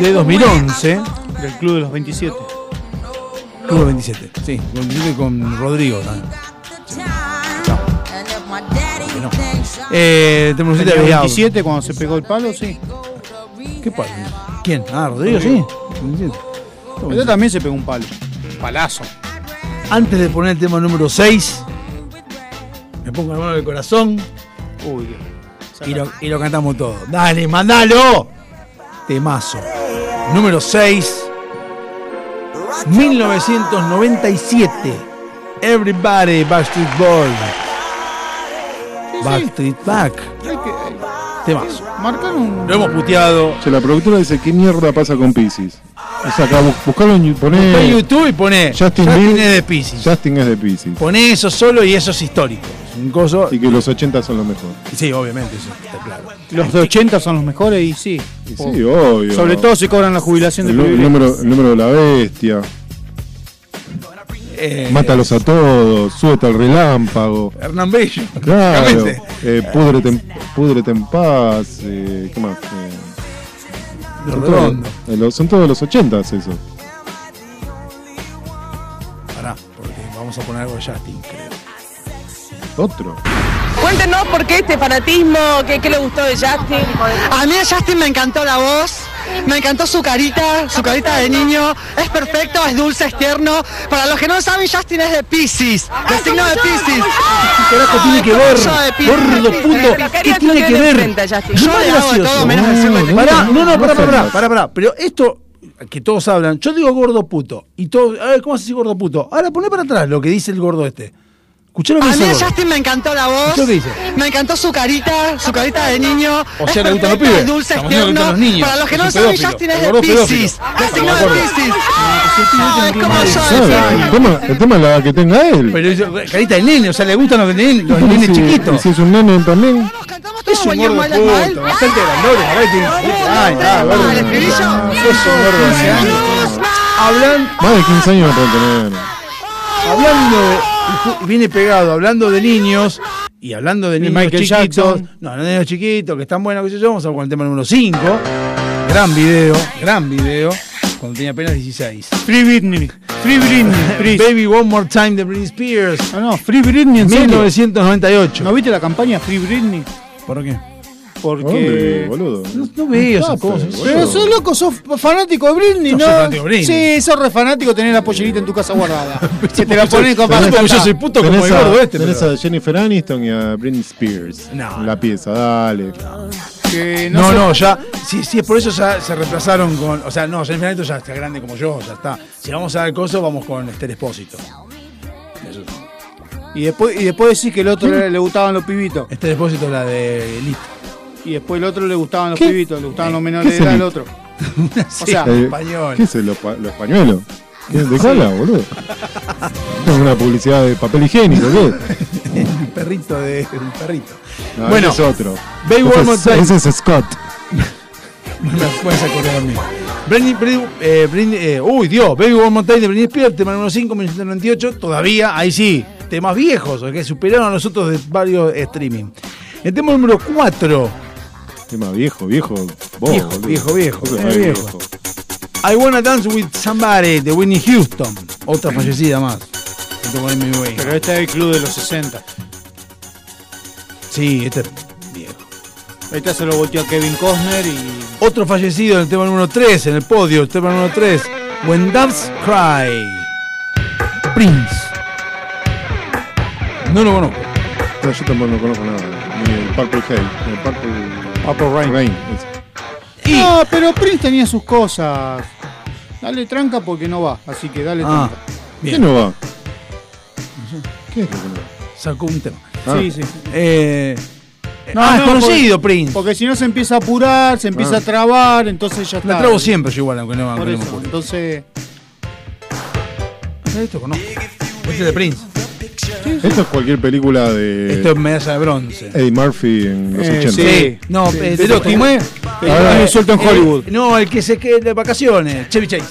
F: De 2011.
G: Del Club de los 27.
F: Club 27, sí, 27 con Rodrigo también. Que no. Eh, tenemos
G: Tenía
F: cita de
G: 27 cuando se pegó el palo, sí.
F: ¿Qué palo? ¿Quién? Ah, Rodrigo, sí.
G: Pero también se pegó un palo. Palazo.
F: Antes de poner el tema número 6, me pongo la mano en el corazón
G: Uy, Dios.
F: y lo, y lo cantamos todo. ¡Dale, mandalo! Temazo. Número 6, 1997. Everybody Backstreet Boy. Backstreet Back.
G: Hay que- hay-
F: Temazo.
G: Marcaron un.
F: Lo hemos puteado.
H: Che, la productora dice, ¿qué mierda pasa con Pisces? O sea, acá, bu- buscalo en Yu- poné-
F: Ve YouTube y pone
H: Justin Bieber-
F: es de Pisces.
H: Justin es de Pisces.
F: Poné eso solo y eso es histórico. Un coso.
H: Y que los 80 son los mejores.
F: Sí, obviamente, eso está claro.
G: Los de 80 son los mejores y sí.
H: Sí,
F: Oh.
H: obvio.
G: Sobre todo si cobran la jubilación de
H: el, nu- el
G: privilegio.
H: número, el número de la bestia.
F: Eh,
H: Mátalos a todos. Suelta el relámpago.
F: Hernán Bello.
H: Claro.
F: Exactamente.
H: Eh, púdrete, en, púdrete en paz. eh, ¿Qué más? Eh, son, todos,
F: Redondo.
H: eh, los- son todos los 80 eso.
F: Eh, Pará, porque vamos a poner algo de Justin, creo.
H: Otro.
S: Cuéntenos por qué este fanatismo, qué, qué le gustó de Justin.
T: A mí a Justin me encantó la voz, me encantó su carita, su carita de niño. Es perfecto, es dulce, es tierno. Para los que no saben, Justin es de Pisces,
S: Ah,
T: de signo de Pisces.
F: ¿Qué Este carajo tiene que ver? Gordo puto, ¿qué tiene que ver?
T: Yo le hago de todo menos decirle que-
F: Pará, no, no, pará, pará, pará, pará, pará. Pero esto que todos hablan, yo digo gordo puto. Y todos, a ver, ¿cómo haces gordo puto? Ahora poné para atrás lo que dice el gordo este. Escuchá lo que
T: A mí
F: dice
T: a
F: el gordo.
T: Justin me encantó la voz,
F: ¿Qué dice?
T: me encantó su carita, su carita de niño.
F: O
T: Es
F: sea, le gustan
T: perfecto,
F: los pibes.
T: es dulce, es
F: Estamos diciendo
T: tierno.
F: que le gustan los niños.
T: Para los que
F: Es
T: no
F: un
T: saben,
F: pedófilo.
T: Justin es
F: El
T: de
F: gordo pedófilo.
T: Pisces,
F: Estamos
T: de signo
F: de
T: de
F: acuerdo.
T: Pisces.
F: Ah, es como yo,
H: Claro, el, tema, el tema es la edad que tenga él.
F: Pero yo- carita de nene, o sea, le gustan los nenes, los
H: Y
F: nenes
H: si- y
F: chiquitos.
H: Si es un nene también.
T: Es un gordo
F: puto, bastante grandote, la verdad que tiene- Ay, está, gordo. Es un gordo de 11 años. Hablan,
H: Más de 15 años no pueden tener.
F: hablando, de- y ju- viene pegado, hablando de niños y hablando de
G: De
F: niños
G: Michael
F: chiquitos.
G: Jackson.
F: No, de niños chiquitos que están buenos, qué sé yo. Vamos a con el tema número 5. Gran video, gran video. cuando tenía apenas 16.
G: Free Britney. Free Britney. please.
F: Baby One More Time de Britney Spears.
G: Ah, No, no, Free Britney en serio.
F: 1998.
G: ¿No viste la campaña Free Britney?
F: ¿Por qué?
G: Porque.
H: boludo?
F: No, no veo esas cosas.
G: Pero sos loco, sos fanático de Britney,
F: Sos
G: ¿no?
F: fanático de Britney.
G: Sí, sos re fanático de tener la pollerita en tu casa guardada. que te la pones con
F: Pero
G: papá.
F: yo soy puto como
H: Tenés,
F: el gordo
H: a,
F: este.
H: tenés
F: pero-
H: a Jennifer Aniston y a Britney Spears.
F: No,
H: en la pieza, dale.
G: Que
F: No,
G: sé-
F: no, ya. Si, si es por eso ya se reemplazaron con. O sea, no, Jennifer Aniston ya está grande como yo, ya está. Si vamos a dar cosas, vamos con Esther Espósito.
G: Y después, y después decís que el otro le, le gustaban los pibitos.
F: Esther Espósito, Este la de Elite. Eh,
G: Y después el otro le gustaban los
H: ¿Qué?
G: pibitos, le gustaban los
H: ¿Qué
G: menores de
H: es
G: edad
H: el-
G: al otro. O sea,
H: Eh,
F: español.
H: ¿Qué es el- los, pa- los pañuelos? ¿Qué- ¿De qué habla, boludo? Es una publicidad de papel higiénico, boludo.
F: El perrito de. El perrito.
H: No,
F: bueno,
H: ese es otro.
F: Baby
H: Ese
F: One
H: es-
F: More Time.
H: Ese es Scott.
F: Puedes acordar conmigo. Britney, Britney, eh, Britney, eh, uy, Dios, Baby One More Time de Britney Spears, tema número 5, 1998, todavía, ahí sí, temas viejos, que superaron a los otros de varios streaming. El tema número 4,
H: Tema viejo, viejo. Vos,
F: Viejo,
H: boludo.
F: viejo, viejo.
H: Eso es
F: Eh, viejo. I Wanna Dance With Somebody, de Whitney Houston, otra fallecida más. Tengo que ponerme muy bien.
G: pero este es el club de los 60.
F: Sí, este viejo.
G: Esta Este se lo volteó a Kevin Costner y.
F: Otro fallecido en el tema número 3, en el podio, el tema número 3, When Doves Cry, Prince. No lo conozco.
H: No, yo tampoco no conozco nada. Ni el Purple Haze. El Purple,
G: Purple Rain.
H: ese.
G: No, pero Prince tenía sus cosas. Dale tranca porque no va, así que dale
F: Ah,
H: ¿Qué
F: bien.
H: no va? ¿Qué es lo que no va?
F: Sacó un tema.
H: Ah.
G: tranca. Sí, sí.
F: Eh,
G: No,
F: ah, es
G: no,
F: conocido, Prince.
G: Porque si no se empieza a apurar, se empieza
H: Ah.
G: a trabar, entonces ya está.
F: La trabo siempre yo igual, aunque no,
G: Por
F: aunque no me
G: eso,
F: acuerdo.
G: entonces.
F: Ah, Esto conozco. Este es de Prince.
H: Esto es cualquier película de
F: Esto es medalla de bronce.
H: Eddie Murphy en los
G: Eh,
H: 80.
G: sí.
F: No,
G: Sí,
F: eh,
G: sí,
F: pero
G: sí.
F: ¿cómo es?
H: Ahora,
F: Eh,
G: suelto en
F: eh,
G: Hollywood.
F: No, el que se quede de vacaciones. Chevy Chase.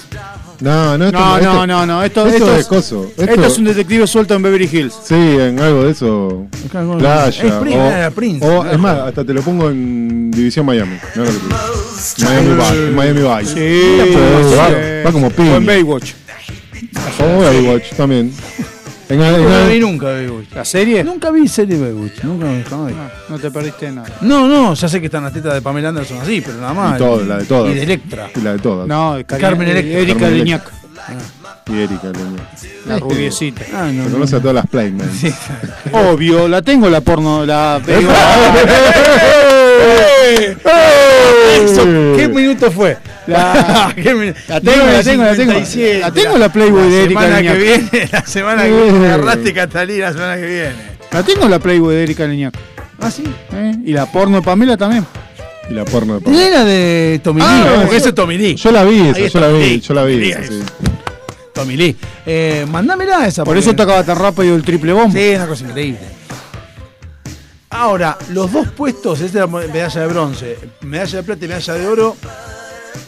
H: No, no, esto,
G: No,
H: esto-
G: no, no, no. Esto,
H: esto
G: esto
H: es
G: es,
H: coso. Esto-
G: esto es un detective suelto en Beverly Hills.
H: Sí, en algo de eso. Playa.
F: Es Prince,
H: o-
F: era Prince.
H: o, es más, hasta te lo pongo en División Miami. No lo que te digo. Miami Vice. Miami Vice.
G: Sí,
H: va,
G: sí.
H: va como
G: O en
H: pin.
G: Baywatch.
H: O Baywatch también. En, en-
F: No la vi
H: en-
F: nunca Baywatch.
G: ¿La serie? No,
F: Nunca vi serie Baywatch. Nunca me jamás vi.
G: te perdiste nada.
F: No, no, ya sé que están las tetas de Pamela Anderson así, pero nada más.
H: y todo, la de todas.
F: Y de Electra.
H: Y la de todas.
G: No, Cari-
F: Carmen Electra.
G: Erika
H: Carmen
G: Leñac,
H: Y Erika también.
G: la rubiecita.
F: Ah, no, no.
H: Me conoce a todas las Playmen.
G: Obvio, la tengo la porno, la
F: Eh, ¿Qué minuto fue?
G: Eh. La-
F: ¿Qué minuto?
G: La tengo, la tengo, la tengo.
F: 1957.
G: La tengo la Playboy de Erika
F: semana que
G: Leñac. Eh.
F: viene, la semana que viene. Me Agarraste Catalina la semana que viene.
G: La tengo la Playboy de Erika Leñac.
F: Ah, sí.
G: ¿eh? Y la porno de Pamela también.
H: Y la porno de Pablo.
F: Era de Tommy Lee.
H: Ah,
F: porque
H: sí.
F: ese es Tommy Lee.
H: Yo la vi, esa,
F: Ahí
H: yo
F: está,
H: la vi,
F: sí,
H: yo la vi.
F: sí,
H: esa, sí.
F: Tommy Lee. Eh, mandámela esa.
G: Por
F: porque-
G: eso tocaba tan rápido el triple bombo.
F: Sí, es una cosa increíble. Ahora, los dos puestos, esta es la medalla de bronce, medalla de plata y medalla de oro,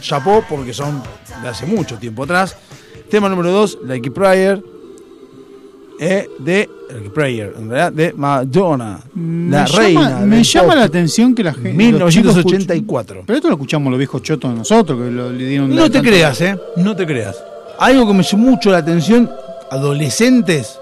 F: chapó porque son de hace mucho tiempo atrás. Tema número dos, Like Prayer, eh, de Like Prayer, en realidad, de Madonna, la
G: me
F: reina.
G: Llama, me
F: del
G: llama
F: pop,
G: la atención que la gente. los chicos escuchan-
F: 1984.
G: Pero esto lo escuchamos los viejos chotos de nosotros, que lo, le dieron
F: No te
G: tanto-
F: creas, ¿eh? No te creas. Algo que me llamó mucho la atención, adolescentes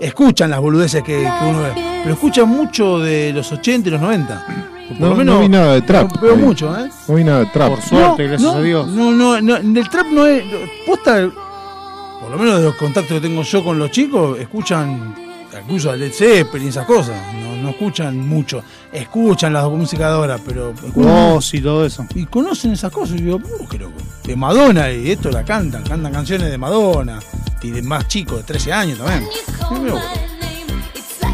F: escuchan las boludeces que, que uno ve, pero escuchan mucho de los 80 y los 90. Por
H: No,
F: lo
H: no
F: menos
H: vi nada de trap.
F: Veo
H: ahí.
F: mucho, ¿eh?
H: No vi nada de trap.
G: Por suerte,
F: No,
G: gracias
F: no,
G: a Dios.
F: No, no, no, el trap no es... Posta, por lo menos de los contactos que tengo yo con los chicos, escuchan incluso a Led Zeppelin y esas cosas. No, no escuchan mucho. Escuchan la música de ahora, pero... Oh,
G: Voz y todo eso.
F: Y conocen esas cosas. Y digo, "Uh, qué loco. De Madonna, y esto la cantan. Cantan canciones de Madonna. Y de más chicos, de 13 años también. Qué loco.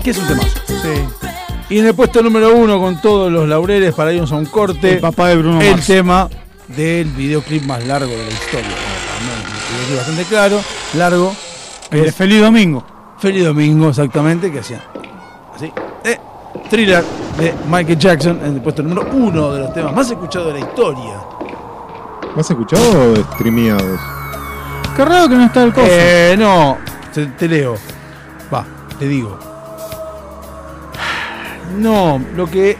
F: Que es un tema? Y en el puesto número uno, con todos los laureles para irnos a un corte,
G: El papá de Bruno
F: el
G: Mars.
F: tema del videoclip más largo de la historia. No, lo digo bastante claro, largo.
G: El de Feliz Domingo.
F: Feliz Domingo, exactamente, que hacía así. Eh, thriller de Michael Jackson, en el puesto número uno de los temas más escuchados de la historia.
H: ¿Me has escuchado o streameados?
G: Qué raro que no está el coso.
F: Eh, no, te, te leo. Va, te digo. No, lo que.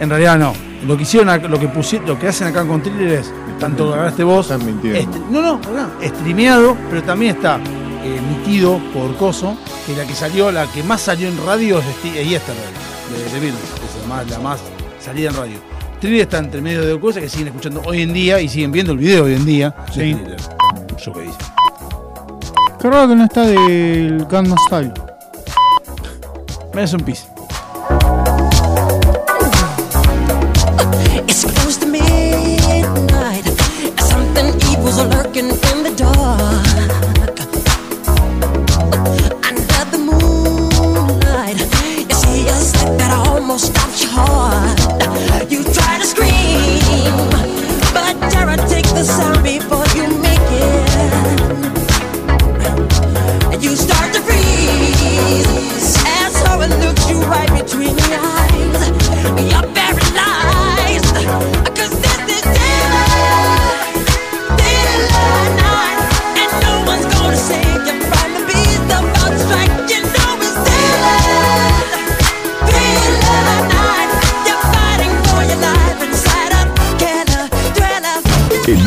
F: En realidad no. Lo que hicieron, ac- lo que pusieron, lo que hacen acá con Thriller es. tanto lo ganaste vos. Est- no, no, pará, streameado, pero también está eh, emitido por Coso, que la que salió, la que más salió en radio es Sti- eh, Yesterday, de, de Beatles, que es la más, la más salida en radio. Thriller está entre medio de cosas que siguen escuchando hoy en día y siguen viendo el video hoy en día. de
G: Sí.
F: Thriller. Yo qué hice.
G: Qué raro que no está del Gangnam Style.
F: Me hace un pis.
U: It's close to midnight. Something evil's lurking in the dark. Under the moonlight, you see a step that almost stops your heart. You try to scream, but dare I take the sound before you make it? And you start to freeze as someone looks you right between the eyes. You're paralyzed. 'Cause this is daylight, daylight night, and no one's gonna save you from the beast about to strike. You know it's daylight, daylight night. You're fighting for your life inside a killer dweller.
B: En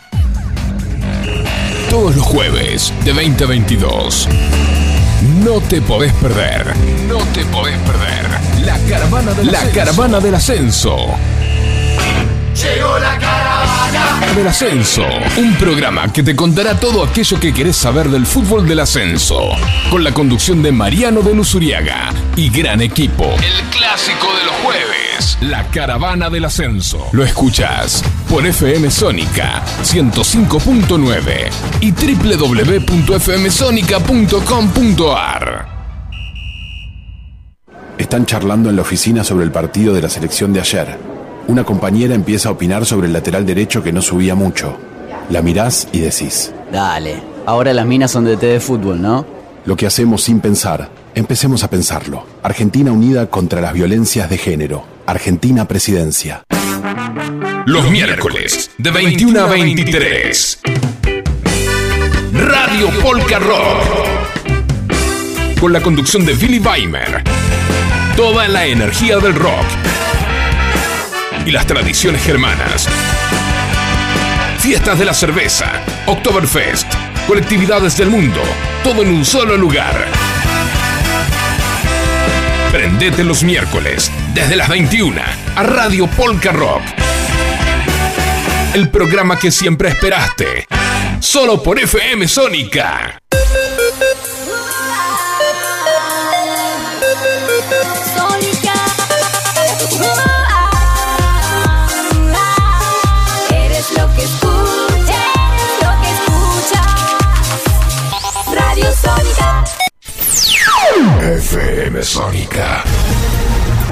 L: Todos los jueves de 20 a 22. No te podés perder. No te podés perder. La caravana del, ascenso. Caravana del ascenso.
C: Llegó la caravana.
L: Del ascenso. Un programa que te contará todo aquello que querés saber del fútbol del ascenso. Con la conducción de Mariano de Luzuriaga y gran equipo. El clásico de los jueves. La caravana del ascenso. Lo escuchás por FM Sónica 105.9 y www.fmsonica.com.ar.
V: Están charlando en la oficina sobre el partido de la selección de ayer. Una compañera empieza a opinar sobre el lateral derecho que no subía mucho. La mirás y decís.
W: Dale, ahora las minas son de té de fútbol, ¿no?
V: Lo que hacemos sin pensar. Empecemos a pensarlo. Argentina unida contra las violencias de género. Argentina presidencia.
L: Los miércoles de 21 a 23. Radio Polka Rock. Con la conducción de Billy Weimer. Toda la energía del rock. Y las tradiciones germanas. Fiestas de la cerveza. Oktoberfest. Colectividades del mundo. Todo en un solo lugar. Prendete los miércoles desde las 21 a Radio Polka Rock. El programa que siempre esperaste. Solo por FM Sónica.
C: Sónica. Eres lo que escucha, lo que escucha. Radio Sónica.
B: FM Sónica.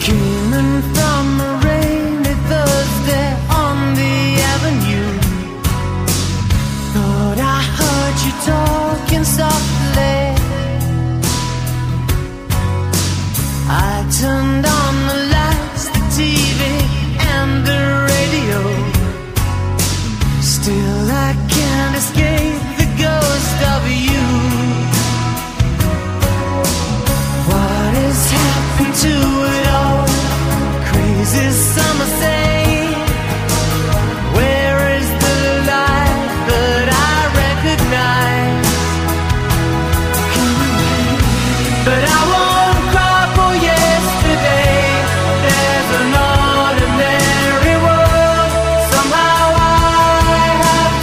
C: Came and found me to it all. Crazy summer say, where is the light that I recognize? But I won't cry for yesterday. There's an ordinary world. Somehow I have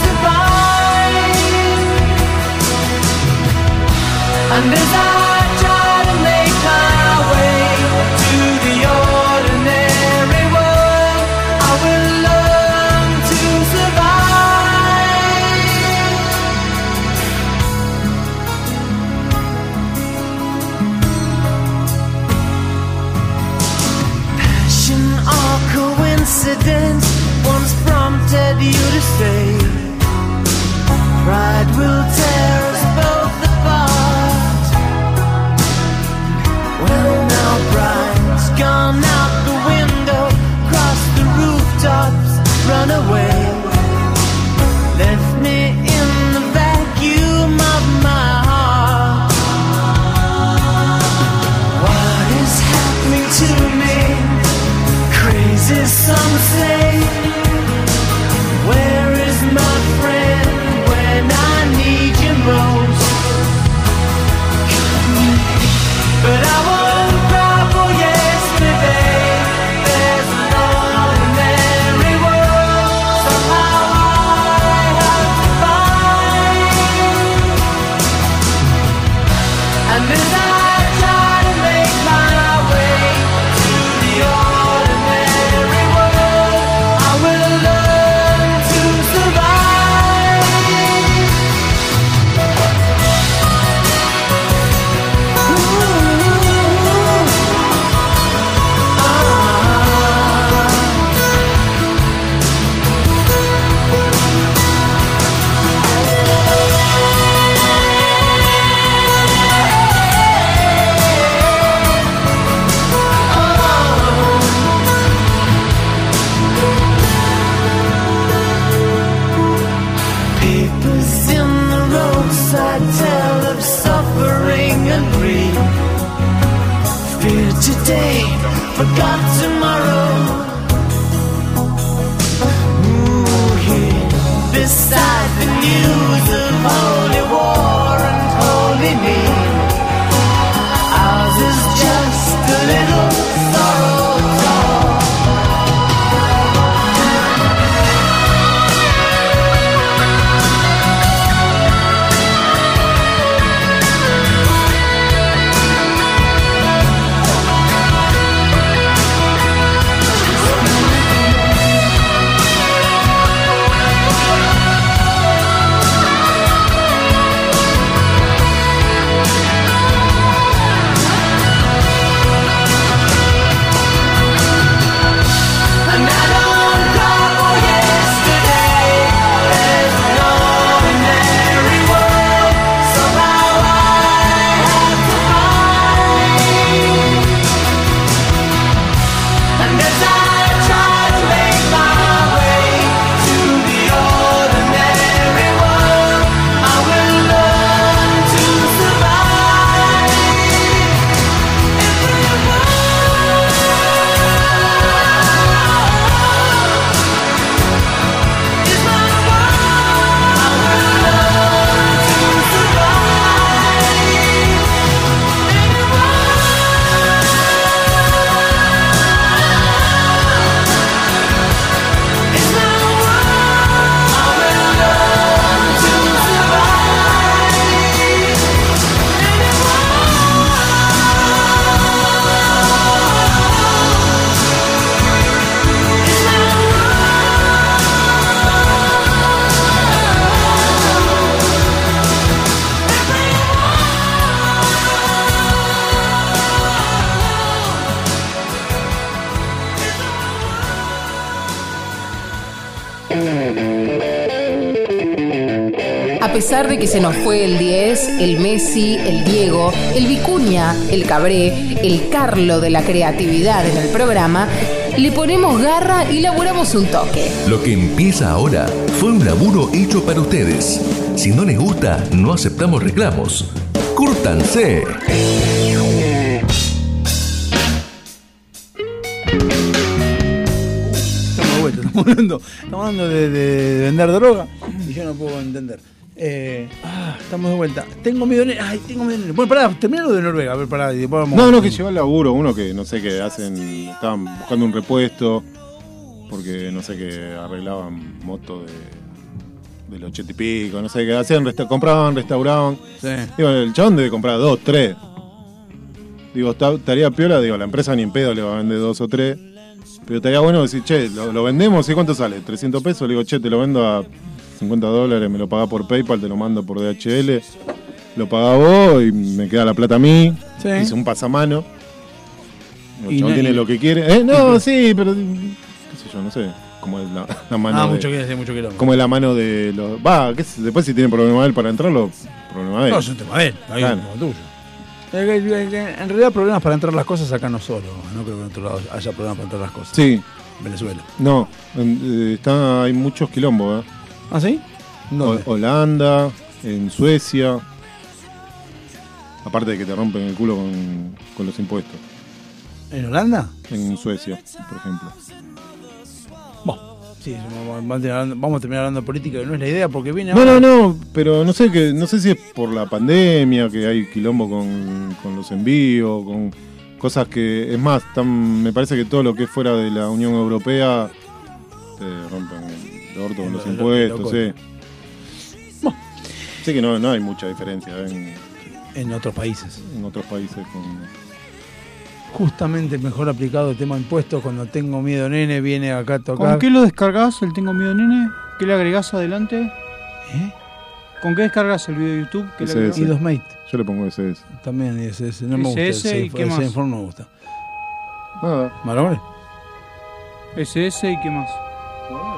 C: to find. And as I try to make my way to the ordinary world, I will learn to survive. Passion or coincidence once prompted you to say, Pride will tear us both apart. Well, now pride's gone out the window, cross the rooftops, run away. Left me in the vacuum of my heart. What is happening to me? Crazy, some say. Where is my friend when I need you most? But I won't cry for yesterday. There's an ordinary world. Somehow I have to find. And as I try to make my way to the ordinary world, I will learn to survive. Papers in the roadside tell of suffering and grief. Fear today, forgot tomorrow. Ooh, here, beside the news of holy war and holy me. Ours is just a little sorrow. torn. And I don't cry for yesterday. There's an ordinary world. Somehow I have to find. And as I try to make my way to the ordinary world, I will learn to survive.
D: A pesar de que se nos fue el 10, el Messi, el Diego, el Vicuña, el Cabré, el Carlo de la creatividad en el programa, le ponemos garra y laburamos un toque.
P: Lo que empieza ahora fue un laburo hecho para ustedes. Si no les gusta, no aceptamos reclamos. ¡Cúrtanse!
F: estamos hablando, estamos hablando de, de- de vender droga y yo no puedo entender. Eh, ah, estamos de vuelta. Tengo miedo en el- Ay, tengo miedo en el- Bueno, pará, termina lo de Noruega. A ver, pará. y después vamos-
H: No, no, que lleva al laburo, uno que no sé qué hacen, estaban buscando un repuesto, porque no sé qué arreglaban moto de, del ochenta y pico, no sé qué hacían, resta- compraban, restauraban.
F: Sí.
H: Digo, el chabón debe comprar dos, tres. Digo, está- estaría piola, digo, la empresa ni en pedo le va a vender dos o tres. Pero estaría bueno decir, che, lo, lo vendemos, ¿y cuánto sale? ¿300 pesos? Le digo, che, te lo vendo a 50 dólares, me lo pagás por PayPal, te lo mando por DHL, lo pagás vos y me queda la plata a mí.
F: Sí.
H: Hice un pasamano. El
F: Y
H: chabón
F: no-
H: tiene lo que quiere. Eh, no, sí, pero. qué sé yo, no sé. Como es la, la mano.
F: Ah,
H: de-
F: mucho que hacer, mucho quilombo.
H: Como es la mano de los. Va, qué sé- después si tiene problema él para entrarlo, problema de él.
F: No, es un tema de él, ahí es un tema tuyo. Eh, eh, eh, En realidad problemas para entrar las cosas acá no solo, no creo que en otro lado haya problemas para entrar las cosas.
H: Sí.
F: Venezuela.
H: No, en- eh, está, hay muchos quilombos, ¿eh?
F: ¿Ah, sí?
H: Hol- Holanda, en Suecia. Aparte de que te rompen el culo con, con los impuestos.
F: ¿En Holanda?
H: En Suecia, por ejemplo.
F: Sí, vamos a terminar hablando- vamos a terminar hablando de política, que no es la idea, porque viene
H: No,
F: ahora-
H: no, no, pero no sé que, no sé si es por la pandemia, que hay quilombo con, con los envíos, con cosas que. Es más, tan- me parece que todo lo que es fuera de la Unión Europea te rompen el orto con los
F: Lo- lo-
H: impuestos,
F: lo-
H: sí. Sé que no, no hay mucha diferencia en,
F: en otros países.
H: En otros países con.
F: Justamente mejor aplicado el tema de impuestos, cuando tengo miedo nene, viene acá a tocar.
G: ¿Con qué lo descargas el Tengo Miedo Nene? ¿Qué le agregás adelante? ¿Con qué descargas el video de YouTube? ¿Qué le agregás?
F: ¿Eh? Y dos mate.
H: Yo le pongo SS.
F: También SS, no me gusta.
G: SS,
F: ese
G: ¿y
F: info-
G: qué más?
F: Ese informe no me gusta.
H: Nada.
F: ¿Malombre?
G: SS y qué más.
H: Ah,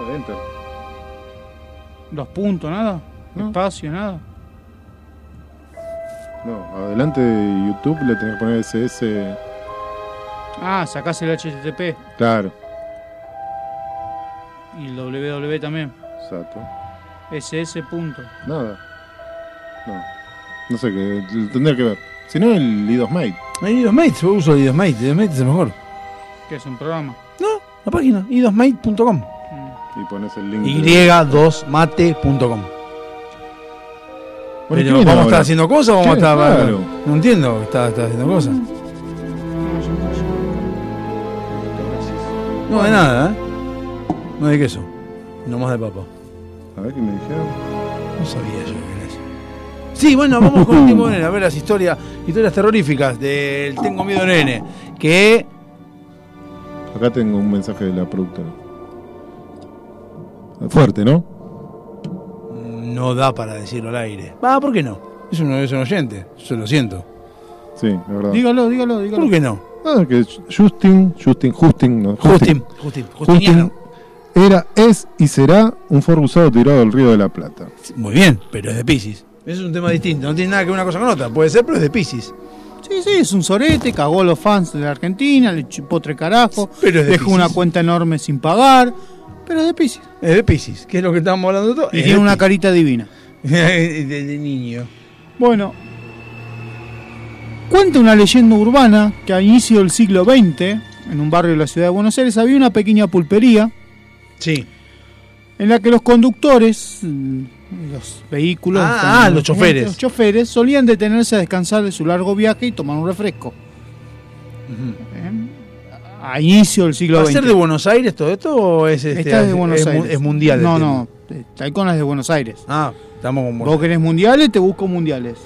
G: Los puntos, nada. Espacio, nada.
H: No, adelante de YouTube le tenés que poner SS.
G: Ah, sacás el HTTP
H: Claro.
G: y el www también.
H: Exacto.
G: SS punto.
H: Nada. No. No sé qué. Tendría que ver. Si no, el Idosmate.
F: Hay Idosmate, yo uso Idosmate, Idosmate es el mejor.
G: Que es un programa.
F: La página, idosmate.com.
H: Y pones el link.
F: Y2mate.com.
H: Bueno, ¿qué
F: Pero,
H: viene
F: ¿Vamos a
H: ahora?
F: estar haciendo cosas o vamos a
H: Sí,
F: estar.?
H: claro.
F: No entiendo que estás estás haciendo cosas. No, de nada, ¿eh? No de queso. Nomás de papa.
H: A ver qué me dijeron.
F: No sabía yo que era eso. Sí, bueno, vamos con el Tengo Miedo Nene, a ver las historias, historias terroríficas del Tengo Miedo Nene. Que.
H: Acá tengo un mensaje de la productora. Fuerte, ¿no?
F: No da para decirlo al aire. Ah, ¿por qué no? Es un, es un oyente, yo lo siento.
H: Sí, la verdad.
G: Dígalo, dígalo, dígalo.
F: ¿Por qué no?
H: Ah, que Justin, Justin, Justin, no,
F: Justin, Justin, Justiniano.
H: era, es y será un forbusado tirado del río de la Plata.
F: Muy bien, pero es de Pisces. Eso es un tema distinto, no tiene nada que ver una cosa con otra. Puede ser, pero es de Pisces.
G: Sí, sí, es un sorete, cagó a los fans de la Argentina, le chupó tres carajos,
F: Pero es de
G: dejó
F: Piscis.
G: una cuenta enorme sin pagar, pero es de Pisces.
F: Es de Pisces, que es lo que estábamos hablando todos.
G: Y tiene una carita divina.
F: de, de niño.
G: Bueno, cuenta una leyenda urbana que a inicio del siglo XX, en un barrio de la ciudad de Buenos Aires, había una pequeña pulpería.
F: Sí.
G: En la que los conductores, mm, los vehículos.
F: Ah, ah, los choferes.
G: Los choferes solían detenerse a descansar de su largo viaje y tomar un refresco.
F: Este,
G: A inicio del siglo
F: ¿Va a
G: XX.
F: ser de Buenos Aires todo esto o es, este,
G: Esta es de Buenos
F: es mu-
G: Aires.
F: es mundial?
G: No,
F: el tema?
G: no. Está ahí con las de Buenos Aires.
F: Ah, estamos con
G: Vos querés mundiales, te busco mundiales.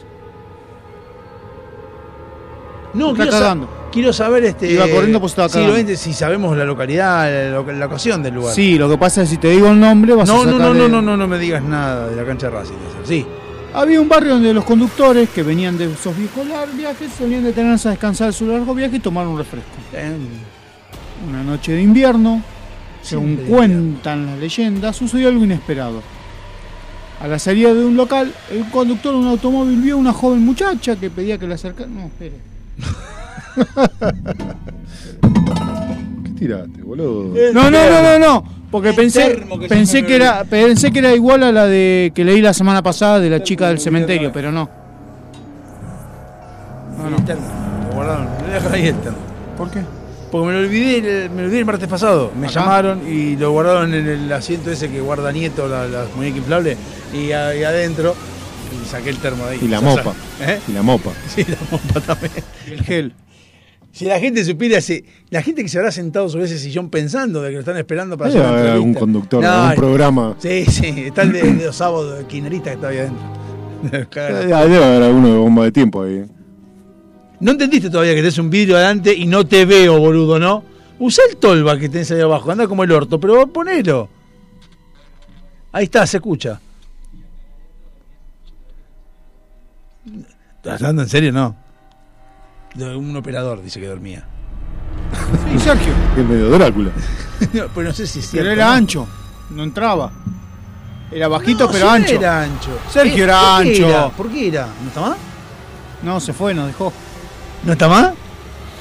F: No,
G: Está
F: quiero, sa-
G: cagando.
F: quiero saber este.
G: Iba corriendo, pues estaba
F: siglo
G: cagando.
F: XX, si sabemos la localidad, la, loca- la ocasión del lugar.
G: Sí, lo que pasa es que si te digo el nombre vas a
F: No, no,
G: sacar
F: no,
G: de-
F: no, no, no, no me digas nada de la cancha de Racing. o sea, Sí.
G: Había un barrio donde los conductores que venían de esos viejos lar- viajes solían detenerse a descansar de su largo viaje y tomar un refresco. Una noche de invierno, según
F: Siempre de
G: cuentan las leyendas, sucedió algo inesperado. A la salida de un local, el conductor de un automóvil vio a una joven muchacha que pedía que la acercara. No, espere.
H: ¿Qué tiraste, boludo?
G: No, no, no, no, no. Porque pensé,
H: termo que
G: pensé
H: yo me
G: que era, pensé que era igual a la de que leí la semana pasada de la chica del cementerio, pero no.
F: No, no. Lo guardaron. Lo voy a dejar ahí el termo.
G: ¿Por qué?
F: Porque me lo olvidé, el- me lo olvidé el martes pasado. Me
J: ¿Acá?
F: llamaron y lo guardaron en el asiento ese que guarda Nieto, la- las muñecas inflables, y, a- y adentro. Y saqué el termo de ahí.
H: Y la
F: O sea,
H: mopa.
F: ¿Eh?
H: Y la mopa.
F: Sí, la mopa también. el gel. Si la gente supiera, si- la gente que se habrá sentado sobre ese sillón pensando de que lo están esperando para
H: Debe
F: hacer una
H: haber algún
F: entrevista.
H: conductor de
F: No,
H: algún programa.
F: Sí, sí, está el de, de los sábados, el kirchnerista que está ahí adentro.
H: Eh, Debe haber alguno de bomba de tiempo ahí.
F: No entendiste todavía que tenés un vidrio adelante y no te veo, boludo, ¿no? Usa el tolva que tenés ahí abajo, anda como el orto, pero ponelo. Ahí está, se escucha. ¿Estás hablando en serio no? De un operador dice que dormía.
G: Sí, Sergio.
H: Es medio Drácula.
F: No, pero no sé si es
G: Pero
F: cierto,
G: era
F: ¿no?
G: ancho, no entraba. Era bajito,
F: No,
G: pero
F: sí
G: ancho.
F: era ancho.
G: Sergio
F: Eh,
G: era
F: ¿por qué
G: ancho.
F: era? ¿Por qué era? ¿No está más?
G: No, se fue, nos dejó.
F: ¿No está más?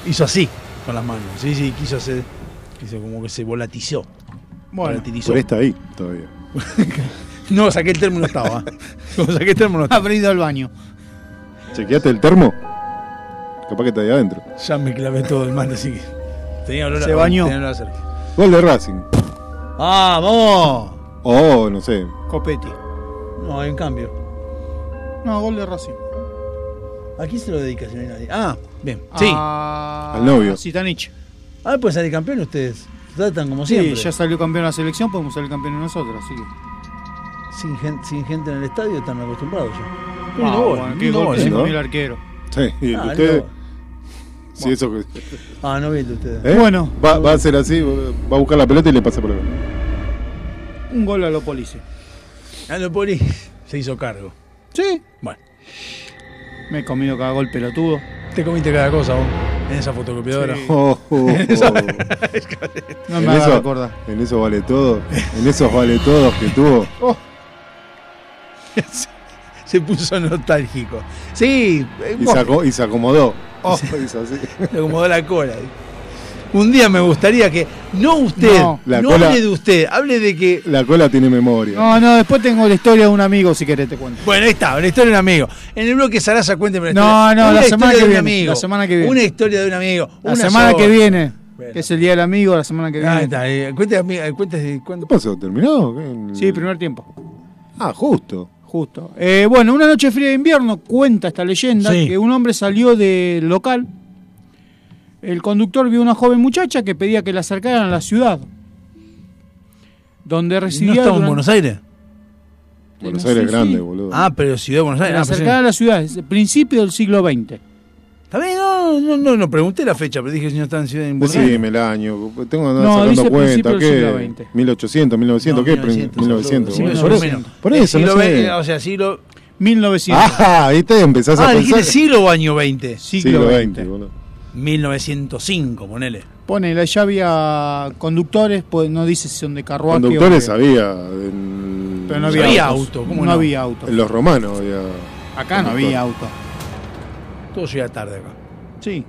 F: Hizo así con las manos. Sí, sí, quiso hacer. Quiso como que se volatizó.
G: Bueno, este-
F: Volatilizó.
H: Por esta ahí todavía.
F: No, saqué el termo y no estaba. Como saqué el termo no estaba.
G: Habré ido al baño.
H: ¿Chequeaste el termo? Capaz que está ahí adentro.
F: Ya me clavé todo el mando, así que. Tenía olor a-
G: Se bañó.
F: tenía olor a cerca.
H: Gol de Racing.
F: ¡Vamos!
H: Oh, no sé.
G: Copetti.
F: No, hay un cambio.
G: No, gol de Racing.
F: ¿A quién se lo dedica si no hay nadie? Ah, bien. Sí.
G: A-
H: Al novio.
G: a Zitanich.
F: Ah, pues salir campeón ustedes. Se Tratan como
G: Sí,
F: siempre.
G: ya salió campeón la selección, podemos salir campeones nosotros, así que.
F: sin, gente, sin gente en el estadio están acostumbrados ya.
G: Ah, bueno, qué gol que se
H: ¿no?
G: comió el arquero.
H: Sí, y el de
F: Ah,
H: ustedes. Sí, eso que-
F: Ah, no vi el de ustedes.
H: ¿Eh?
G: Bueno.
H: Va, va a ser así, va a buscar la pelota y le pasa por acá.
G: Un gol a los polices.
F: Ah, no, Poli se hizo cargo.
G: Sí.
F: Bueno.
G: Me he comido cada gol pelotudo.
F: Te comiste cada cosa vos. En esa fotocopiadora.
G: Sí.
H: Oh, oh,
F: En esa-
H: oh.
G: No
H: en,
G: me hagas
H: eso,
G: recordar.
H: en eso vale todo. En esos vale todos que tuvo.
F: se puso nostálgico. Sí, eh,
H: Y,
F: vos-
H: sacó, y se acomodó. Oh, hizo así.
F: Le acomodó la cola. Un día me gustaría que. No usted. No,
G: No,
H: la cola-
F: hable de usted. Hable de que.
H: La cola tiene memoria.
G: No, no, después tengo la historia de un amigo, si querés te cuento.
F: Bueno, ahí está, la historia de un amigo. En el bloque Sarasa, cuénteme la
G: No,
F: historia.
G: no,
F: Una
G: la
F: historia
G: semana que
F: de un
G: viene,
F: amigo.
G: la semana que viene.
F: Una historia de un amigo.
G: La
F: una
G: semana
F: sola.
G: que viene,
F: Bueno.
G: que es el día del amigo, la semana que
F: Ah, ahí
G: viene.
F: está. eh, Cuéntame, eh, cuéntame,
H: ¿Qué
F: cuándo-
H: pasó? ¿Terminó? ¿Qué? El-
G: Sí, primer tiempo.
H: Ah, justo.
G: Justo. Eh, bueno, una noche fría de invierno cuenta esta leyenda
F: Sí.
G: que un hombre salió del local. El conductor vio a una joven muchacha que pedía que la acercaran a la ciudad. Donde
F: ¿No
G: residía.
F: estamos en
G: durante-
F: Buenos Aires?
H: Buenos
G: no
H: Aires
G: sé,
H: es grande,
G: sí.
H: boludo.
F: Ah, pero Ciudad de Buenos
G: que
F: Aires.
G: La
F: ah, pensé-
G: acercaran a la ciudad, es el principio del siglo XX.
F: Está bien, no, no, no, no pregunté la fecha, pero dije si no está en Ciudad de Buenos Aires.
H: Decime el año. Tengo que andar
G: No, dice
H: sacando
G: principio
H: cuenta.
G: del
H: ¿Qué?
G: siglo XX.
H: 1800, 1900,
F: No,
H: ¿qué?
F: 1900,
H: 1900.
F: siglo
H: boludo.
F: por
H: por
F: menos.
H: eso, por
F: Eh,
H: eso no
F: siglo
H: sé.
F: ve- O sea, siglo.
G: 1900.
H: Ajá, ¿viste? Empezás
F: Ah,
H: a
F: dijiste
H: pensar.
F: siglo o año 20.
H: Siglo
G: siglo
H: XX,
G: XX.
H: boludo.
F: 1905, ponele.
G: Ah. Pone, ya había conductores, pues no dice si son de carruaje. o
H: Conductores
G: de-
H: había. En,
G: Pero no había,
F: Había
G: autos.
F: auto, ¿cómo
G: no,
F: no?
G: había auto.
H: en los romanos había.
G: Acá no había auto.
F: Todo llega tarde acá.
G: Sí.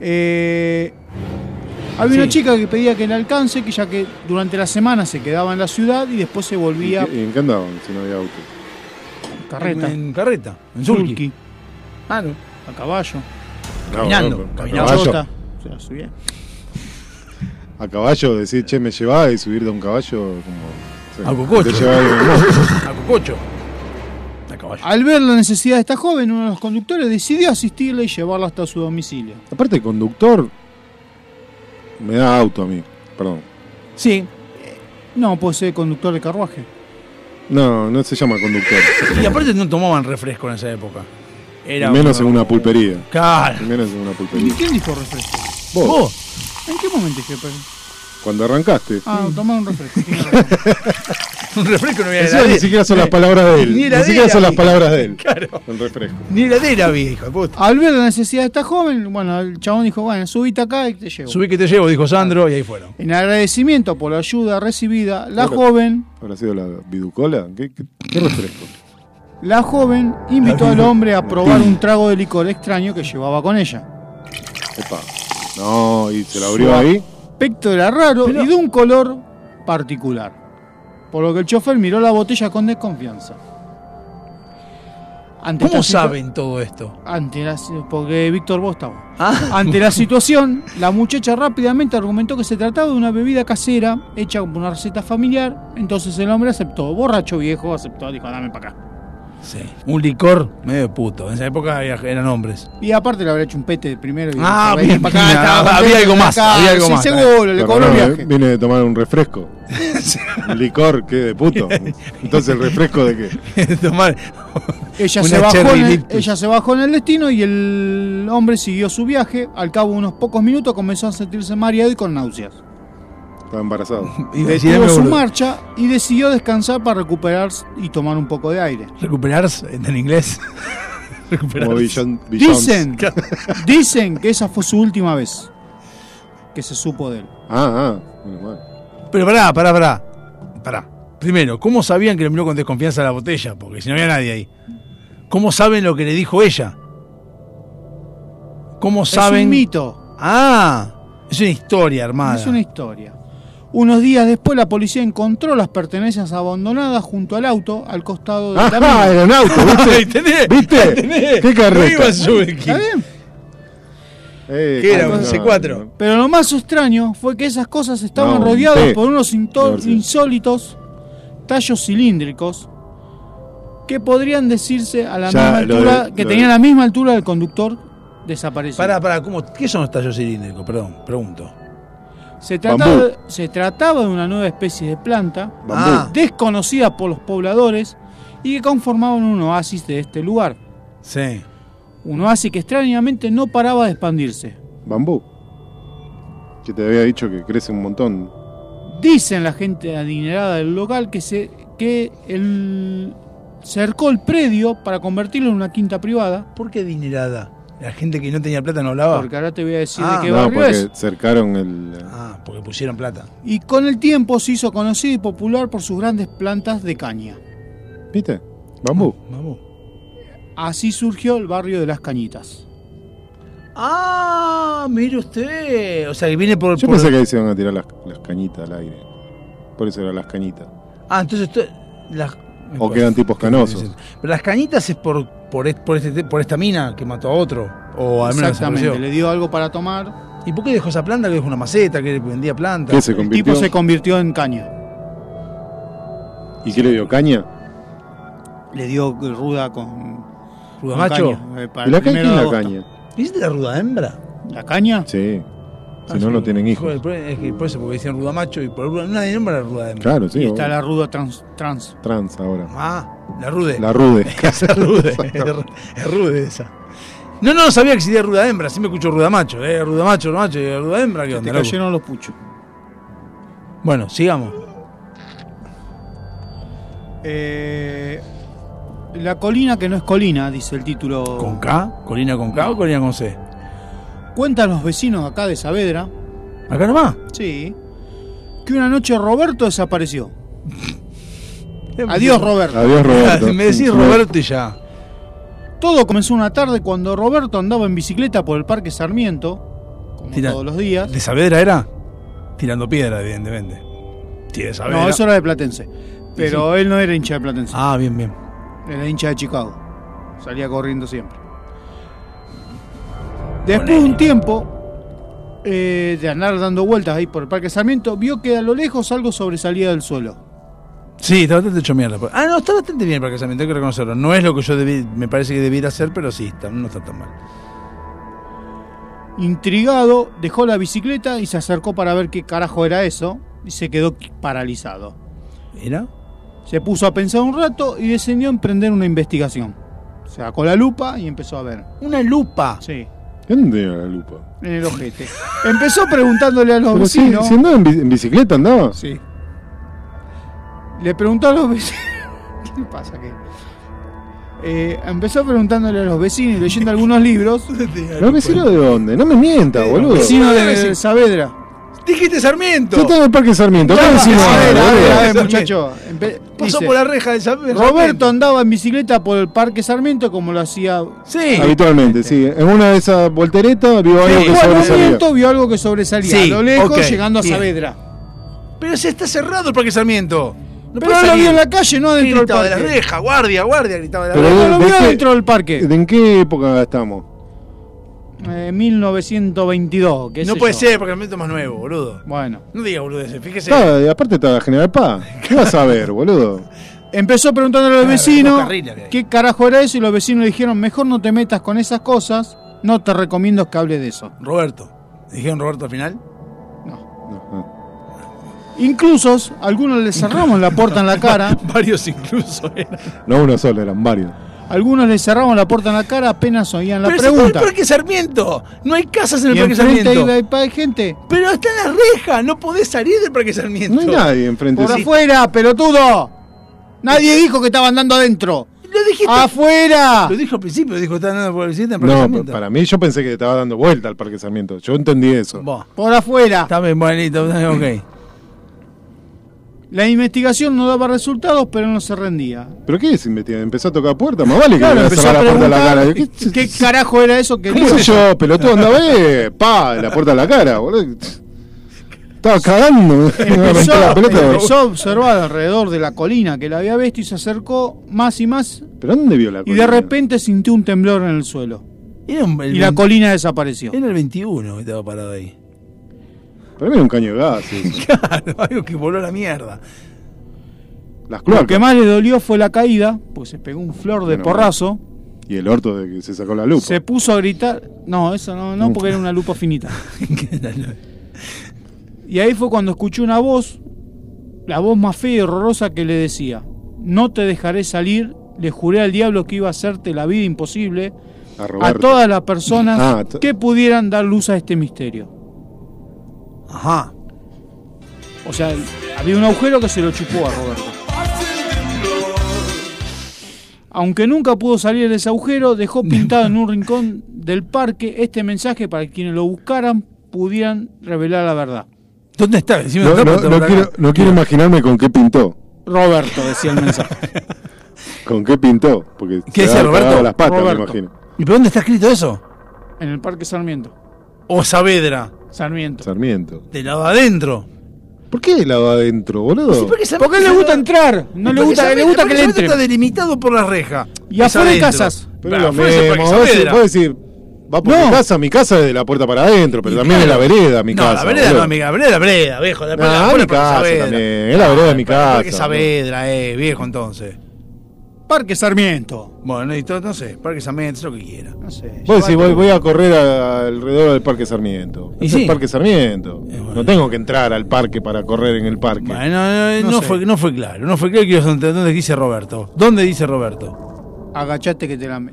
G: Eh, había una
F: Sí.
G: chica que pedía que la alcance, que ya que durante la semana se quedaba en la ciudad y después se
H: ¿Y,
G: volvía
H: qué- y en qué andaban si no había auto?
G: carreta,
F: En carreta, en Zulki.
G: sulky,
F: Ah, no.
G: a caballo,
F: Caminando,
H: pero
F: caminando.
H: A caballo,
G: chota. Se la subía.
H: a caballo, decir, che, me llevás y subir de un caballo como. sí.
F: A cococho.
H: Te llevaba de un-
F: A Cococho. A caballo.
G: Al ver la necesidad de esta joven, uno de los conductores decidió asistirla y llevarla hasta su domicilio.
H: Aparte, el conductor. Me da auto a mí, perdón.
G: Sí. No, puede ser conductor de carruaje.
H: No, no se llama conductor.
F: Y aparte no tomaban refresco en esa época. Era
H: menos en una pulpería.
F: Claro.
H: Menos en una
G: ¿Y
H: pulpería.
G: quién dijo refresco?
H: Vos,
F: Vos,
G: ¿En qué momento dije? pero-
H: cuando arrancaste.
G: Ah, tomar un refresco.
F: un refresco no había
H: Eso
F: heladera. Eh,
H: ni siquiera son las palabras de él.
F: Ni
H: Ni,
F: heladera,
H: siquiera son las
F: amigo.
H: palabras de él.
F: Claro.
H: El refresco.
F: Ni heladera había, hijo de puta.
G: Al ver la necesidad de esta joven, bueno, el chabón dijo, bueno, subite acá y te llevo.
F: Subí que te llevo, dijo Sandro, y ahí fueron.
G: En agradecimiento por la ayuda recibida, la
H: Claro.
G: joven,
H: ¿Habrá sido la viducola? ¿Qué, qué- qué refresco?
G: la joven invitó al hombre a probar un trago de licor extraño que llevaba con ella.
H: Epa. No, y se la abrió ahí.
G: Aspecto era raro y de un color particular. Por lo que el chofer miró la botella con desconfianza. Ante
F: ¿Cómo
G: esta situa-
F: saben todo esto?
G: Ante la si- porque Víctor vos estabas.
F: Ah.
G: Ante la situación, la muchacha rápidamente argumentó que se trataba de una bebida casera hecha con una receta familiar. Entonces el hombre aceptó, borracho viejo, aceptó, dijo, dame para acá.
F: Sí. Un licor medio de puto. En esa época había- eran hombres.
G: Y aparte le habrá hecho un pete de primero. y
F: Ah,
G: dijo,
F: bien,
G: "Ven para acá,
F: bien,
G: estaba
F: había
G: contento,
F: algo
G: ven
F: más,
G: acá".
F: había algo
G: Sí,
F: más.
G: seguro, le
H: Pero
G: cobró
H: no,
G: un viaje.
H: eh, Viene de tomar un refresco. Un licor, qué de puto. Entonces, ¿el refresco de qué?
F: Tomar.
G: Ella
H: Una
G: se, bajó
H: Cherry
G: en el,
H: Lipton.
G: ella se bajó en el destino y el hombre siguió su viaje. Al cabo de unos pocos minutos comenzó a sentirse mareado y con náuseas.
H: Estaba embarazado.
G: Detuvo su marcha y decidió descansar para recuperarse y tomar un poco de aire.
F: ¿Recuperarse en inglés?
H: Como Bill
G: Dicen, dicen que esa fue su última vez que se supo de él.
H: Ah, ah, menos mal.
F: Pero pará, pará, pará. Pará. Primero, ¿cómo sabían que le miró con desconfianza la botella? Porque si no había nadie ahí. ¿Cómo saben lo que le dijo ella? ¿Cómo saben?
G: Es un mito,
F: Ah, es una historia, hermano.
G: es una historia. Unos días después la policía encontró las pertenencias abandonadas junto al auto al costado
F: Ah,
G: del camino.
H: Ajá, era un auto, ¿viste? ¿Viste?
F: Eh.
H: ¿Qué carreta?
G: ¿Está bien?
H: Eh,
G: ¿Qué era, un
H: no,
G: C4?
H: no.
G: Pero lo más extraño fue que esas cosas estaban
H: No,
G: rodeadas
H: sí.
G: por unos into-
H: No, sí.
G: insólitos tallos cilíndricos que podrían decirse a la
F: Ya,
G: misma
F: lo
G: altura,
F: de-
G: que
F: lo
G: tenían
F: de-
G: la misma altura del conductor desaparecido.
F: Pará, pará, ¿cómo, ¿qué son los tallos cilíndricos? Perdón, pregunto.
G: Se, trataba
F: Bambú.
G: de, se trataba de una nueva especie de planta
F: Bambú. Ah.
G: desconocida por los pobladores y que conformaban un oasis de este lugar.
F: Sí.
G: Un oasis que extrañamente no paraba de expandirse.
H: Bambú. Que te había dicho que crece un montón.
G: Dicen la gente adinerada del local que se que el cercó el predio para convertirlo en una quinta privada.
F: ¿Por qué adinerada? La gente que no tenía plata no hablaba.
G: Porque ahora te voy a decir
F: Ah.
G: de qué
H: no,
G: barrio
H: porque
G: es.
H: cercaron el.
F: Ah, porque pusieron plata.
G: Y con el tiempo se hizo conocido y popular por sus grandes plantas de caña.
H: ¿Viste? Bambú.
F: Vamos.
G: Así surgió el barrio de las cañitas.
F: Ah, mire usted. O sea, que viene por.
H: Yo
F: por-
H: pensé que ahí se iban a tirar las, las cañitas al aire. Por eso eran las cañitas.
F: Ah, entonces. esto- Las...
H: O
F: Pues,
H: que eran tipos canosos.
F: Pero las cañitas es por, por, es- por, este- por esta mina que mató a otro. O al menos
G: Exactamente,
F: desapareció.
G: le dio algo para tomar.
F: ¿Y por qué dejó esa planta? Que dejó una maceta, que vendía plantas.
H: ¿Qué se
G: El
H: convirtió?
G: tipo se convirtió en caña.
H: ¿Y qué le dio caña?
G: Le dio ruda con.
F: ¿Ruda
G: con
F: macho?
G: caña, eh, para
H: ¿Y la
G: el primero
H: caña quién
G: de
H: la
G: agosto.
H: caña?
F: ¿Viste la
G: eh?
F: ruda hembra?
G: ¿La caña?
H: Sí. Si
F: Ah,
H: no,
F: sí.
H: no tienen hijos.
F: Joder, por- es que por eso, porque decían ruda macho y por ruda. Una de hembra era ruda hembra.
H: Claro, sí.
G: Y está
H: obvio.
G: la ruda trans. trans.
H: Trans ahora.
F: Ah, la rude.
H: La rude.
F: esa es rude. es rude esa. No, no, sabía que existía ruda hembra. Sí me escucho ruda macho. Eh, ruda macho, ruda macho. eh, Ruda hembra, ¿qué
G: Te
F: onda? loco?
G: cayeron los puchos.
F: Bueno, sigamos.
G: Eh, la colina que no es colina, dice el título.
F: ¿Con K? ¿Colina con K o colina con C?
G: Cuentan los vecinos acá de Saavedra,
F: Acá nomás.
G: sí, que una noche Roberto desapareció. Adiós, Roberto.
H: Adiós, Roberto.
F: Me decís Roberto y ya.
G: Todo comenzó una tarde cuando Roberto andaba en bicicleta por el Parque Sarmiento, como
F: Tira-
G: todos los días.
F: ¿De Saavedra era? Tirando piedra, evidentemente. Sí, de Saavedra.
G: No, eso era de Platense. Pero él no era hincha de Platense,
F: Ah, bien, bien.
G: era hincha de Chicago. Salía corriendo siempre. Después de un tiempo eh, de andar dando vueltas ahí por el Parque Sarmiento, vio que a lo lejos algo sobresalía del suelo.
F: Sí, está bastante hecho mierda. Ah, no, está bastante bien para que se me tengo que reconocerlo. No es lo que yo debí- me parece que debiera hacer, pero sí, está- no está tan mal.
G: Intrigado, dejó la bicicleta y se acercó para ver qué carajo era eso y se quedó qui- paralizado.
F: ¿Era?
G: Se puso a pensar un rato y decidió emprender una investigación. Se sacó la lupa y empezó a ver.
F: ¿Una lupa?
G: Sí,
H: ¿Dónde era la lupa?
G: en el ojete. empezó preguntándole a los
H: Pero sí,
G: vecinos.
H: si andaba en, bi- en bicicleta, andaba.
G: Sí. Le preguntó a los vecinos. ¿Qué le pasa aquí? Eh, empezó preguntándole a los vecinos y leyendo algunos libros.
H: ¿Los vecinos de dónde? No me mientas, boludo.
G: Vecinos de Saavedra.
F: ¡Dijiste
H: Yo
F: Sarmiento!
H: estaba en el Parque Sarmiento. ¿Qué vecino
G: A ver,
H: era,
G: a ver, a
H: boludo?
G: ver, muchacho. Empe-
F: Pasó
G: dice-
F: por la reja de Saavedra.
G: Roberto andaba en bicicleta por el Parque Sarmiento como lo hacía.
F: Sí.
H: Habitualmente, sí. En una de esas volteretas vio algo que
G: Por un
H: sobresalía.
G: momento vio algo que sobresalía.
F: Sí,
G: a lo lejos
F: ok,
G: llegando a
F: bien.
G: Saavedra.
F: Pero se está cerrado el Parque Sarmiento. puede
G: Pero lo
F: salir.
G: vio en la calle, no adentro del
F: Gritaba de
G: parque.
F: las rejas, guardia, guardia, gritaba de las
H: Pero
F: rejas.
G: lo vio
H: qué-
G: dentro del parque.
H: ¿De en qué época estamos?
G: Eh, 1922, qué
F: No
G: sé
F: puede
G: yo.
F: ser, porque el momento es más nuevo, boludo.
G: Bueno.
F: No diga boludeces, fíjese.
H: Claro, y aparte está la General Paz. ¿Qué vas a ver, boludo?
G: Empezó preguntándole a los
F: Claro, dos
G: vecinos
F: carriles eh. que hay.
G: qué carajo era eso y los vecinos le dijeron, mejor no te metas con esas cosas, no te recomiendo que hables de eso.
F: Roberto. ¿Le ¿Dijeron Roberto al final?
G: Incluso algunos les cerramos la puerta en la cara,
F: Varios incluso eran.
H: No uno solo, eran varios.
G: algunos les cerramos la puerta en la cara apenas oían la
F: Pero ese
G: pregunta.
F: es el Parque Sarmiento. No hay casas en el
G: Y
F: Parque
G: enfrente
F: Sarmiento.
G: hay, hay gente.
F: Pero está en la reja, no podés salir del Parque Sarmiento.
H: No hay nadie enfrente.
G: Por
H: Sí.
G: afuera, pelotudo. Nadie dijo que estaban andando adentro.
F: Lo dijiste.
G: ¡Afuera!
F: Lo dijo al principio, dijo que está andando por el presidente en Parque
H: No,
F: Sarmiento.
H: para mí yo pensé que estaba dando vuelta al Parque Sarmiento. Yo entendí eso.
F: Vos.
G: Por afuera.
F: Está bien, bonito, está bien, ok.
G: La investigación no daba resultados, pero no se rendía.
H: ¿Pero qué es investigar? Empezó a tocar puerta, más vale que
G: Claro,
H: le voy a
G: empezó
H: cerrar
G: a
H: la puerta a la
G: preguntar
H: cara. ¿Qué,
G: ¿Qué, carajo era eso que
H: ¿Cómo
G: dijo?
H: sé yo, pelotudo? Anda, ve, pa, la puerta a la cara, boludo. Estaba cagando. me aventó la pelota.
G: Empezó, empezó a observar alrededor de la colina que la había visto y se acercó más y más
H: ¿Pero dónde vio la
G: y de
H: colina?
G: repente sintió un temblor en el suelo.
F: Era un- el
G: Y la
F: 20
G: colina desapareció.
F: Era el 21 que estaba parado ahí.
H: Para mí era un caño de gas. eso.
F: Claro, algo que voló la mierda.
H: Las
G: Lo que
H: cloacas.
G: más le dolió fue la caída, pues se pegó un flor de
H: Menos mal.
G: porrazo,
H: Y el orto de que se sacó la lupa.
G: se puso a gritar. No, eso no,
H: Mm.
G: no, porque era una lupa finita. Y ahí fue cuando escuchó una voz, la voz más fea y horrorosa que le decía, no te dejaré salir, le juré al diablo que iba a hacerte la vida imposible
H: A
G: a
H: Roberto.
G: todas las personas
H: Ah, to-
G: que pudieran dar luz a este misterio.
F: Ajá.
G: O sea, había un agujero que se lo chupó a Roberto. Aunque nunca pudo salir de ese agujero, dejó pintado en un rincón del parque este mensaje para que quienes lo buscaran pudieran revelar la verdad.
F: ¿Dónde está? Decime
H: No,
F: dónde
H: no,
F: está, porque
H: no
F: está por
H: quiero,
F: acá.
H: no quiero imaginarme con qué pintó.
G: Roberto decía el mensaje.
H: ¿Con qué pintó? Porque
F: ¿Qué
H: se
F: dice
H: ha
F: Roberto?
H: cagado las patas,
G: Roberto.
H: me imagino.
F: ¿Y pero dónde está escrito eso?
G: En el Parque Sarmiento.
F: O Saavedra.
G: Sarmiento.
H: Sarmiento.
F: Del lado adentro.
H: ¿Por qué el lado adentro, boludo?
F: Sí, porque Sarmiento-
G: Porque a él le gusta entrar. No le
F: Porque
G: gusta, le
F: Saavedra- porque
G: gusta que le
F: Saavedra
G: entre.
F: está delimitado por la reja.
G: Y
F: Es
G: afuera hay
F: adentro.
G: casas.
H: Pero
F: Bah,
H: es lo
F: afuera es el
H: mismo,
F: Parque
H: vos decís,
F: Saavedra.
H: vos decís, va por
G: No.
H: mi casa, mi casa es de la puerta para adentro, pero
F: Y
H: también
F: claro.
H: es la vereda, mi
F: no,
H: casa.
F: la vereda
H: boludo.
F: no, amiga, la vereda es la vereda, viejo. La
H: No,
F: vereda
H: Ah, mi
F: es
H: casa también, es
F: Ah,
H: la vereda de mi
F: Porque
H: casa,
F: Saavedra, eh, viejo, entonces.
G: Parque Sarmiento.
F: Bueno, y todo, no sé, Parque Saavedra, es lo que quiera.
G: No sé.
H: Vos decís, voy, voy a correr a- alrededor del Parque Sarmiento.
F: Y
H: Es
F: sí.
H: el Parque Sarmiento. No tengo que entrar al parque para correr en el parque.
F: Bueno, no, eh, no
G: No sé.
F: fue, no fue claro, no fue claro que ibas a entender dónde dice Roberto. ¿Dónde dice Roberto?
G: Agachate que te la me-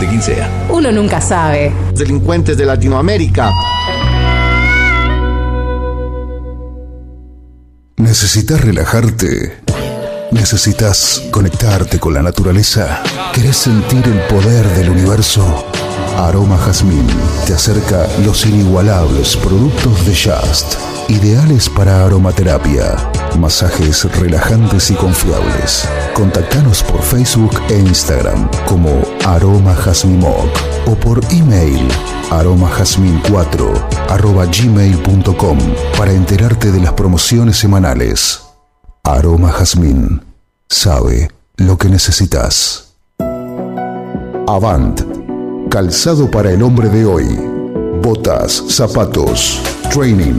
E: de quien sea.
D: uno nunca sabe.
I: Delincuentes de Latinoamérica.
A: ¿Necesitas relajarte? ¿Necesitas conectarte con la naturaleza? ¿Querés sentir el poder del universo? Aroma Jazmín te acerca los inigualables productos de Just, ideales para aromaterapia, masajes relajantes y confiables. Contactanos por Facebook e Instagram como Aroma Jazmín Moc o por email aromajazmin4 arroba gmail.com para enterarte de las promociones semanales. Aroma Jazmín. Sabe lo que necesitas. Avant. Calzado para el hombre de hoy. Botas, zapatos, training,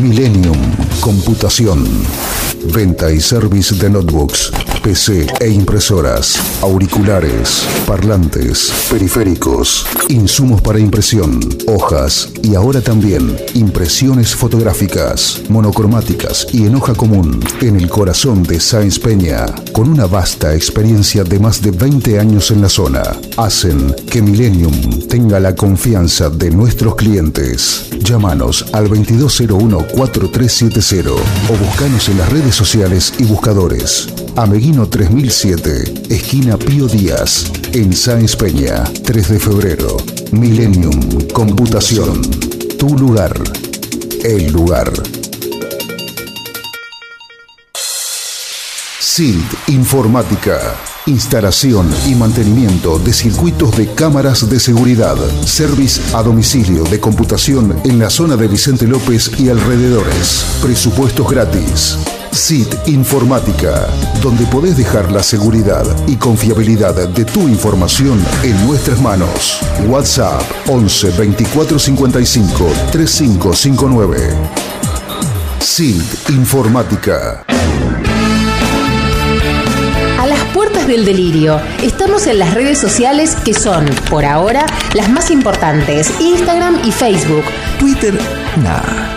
A: Millennium Computación. Venta y service de notebooks, PC e impresoras, auriculares, parlantes, periféricos, insumos para impresión, hojas y ahora también impresiones fotográficas, monocromáticas y en hoja común, en el corazón de Sáenz Peña, con una vasta experiencia de más de 20 años en la zona, hacen que Millennium tenga la confianza de nuestros clientes. Llámanos al 2201-4370 o buscanos en las redes sociales y buscadores. Ameguino 3007, esquina Pío Díaz, en Sáenz Peña, 3 de febrero. Millennium Computación. Tu lugar. El lugar. SILT Informática. Instalación y mantenimiento de circuitos de cámaras de seguridad. Service a domicilio de computación en la zona de Vicente López y alrededores. Presupuestos gratis. SIT Informática, donde podés dejar la seguridad y confiabilidad de tu información en nuestras manos. WhatsApp 11 24 55 3559. SIT Informática.
D: A las puertas del delirio, estamos en las redes sociales que son, por ahora, las más importantes, Instagram y Facebook.
E: Twitter, nada,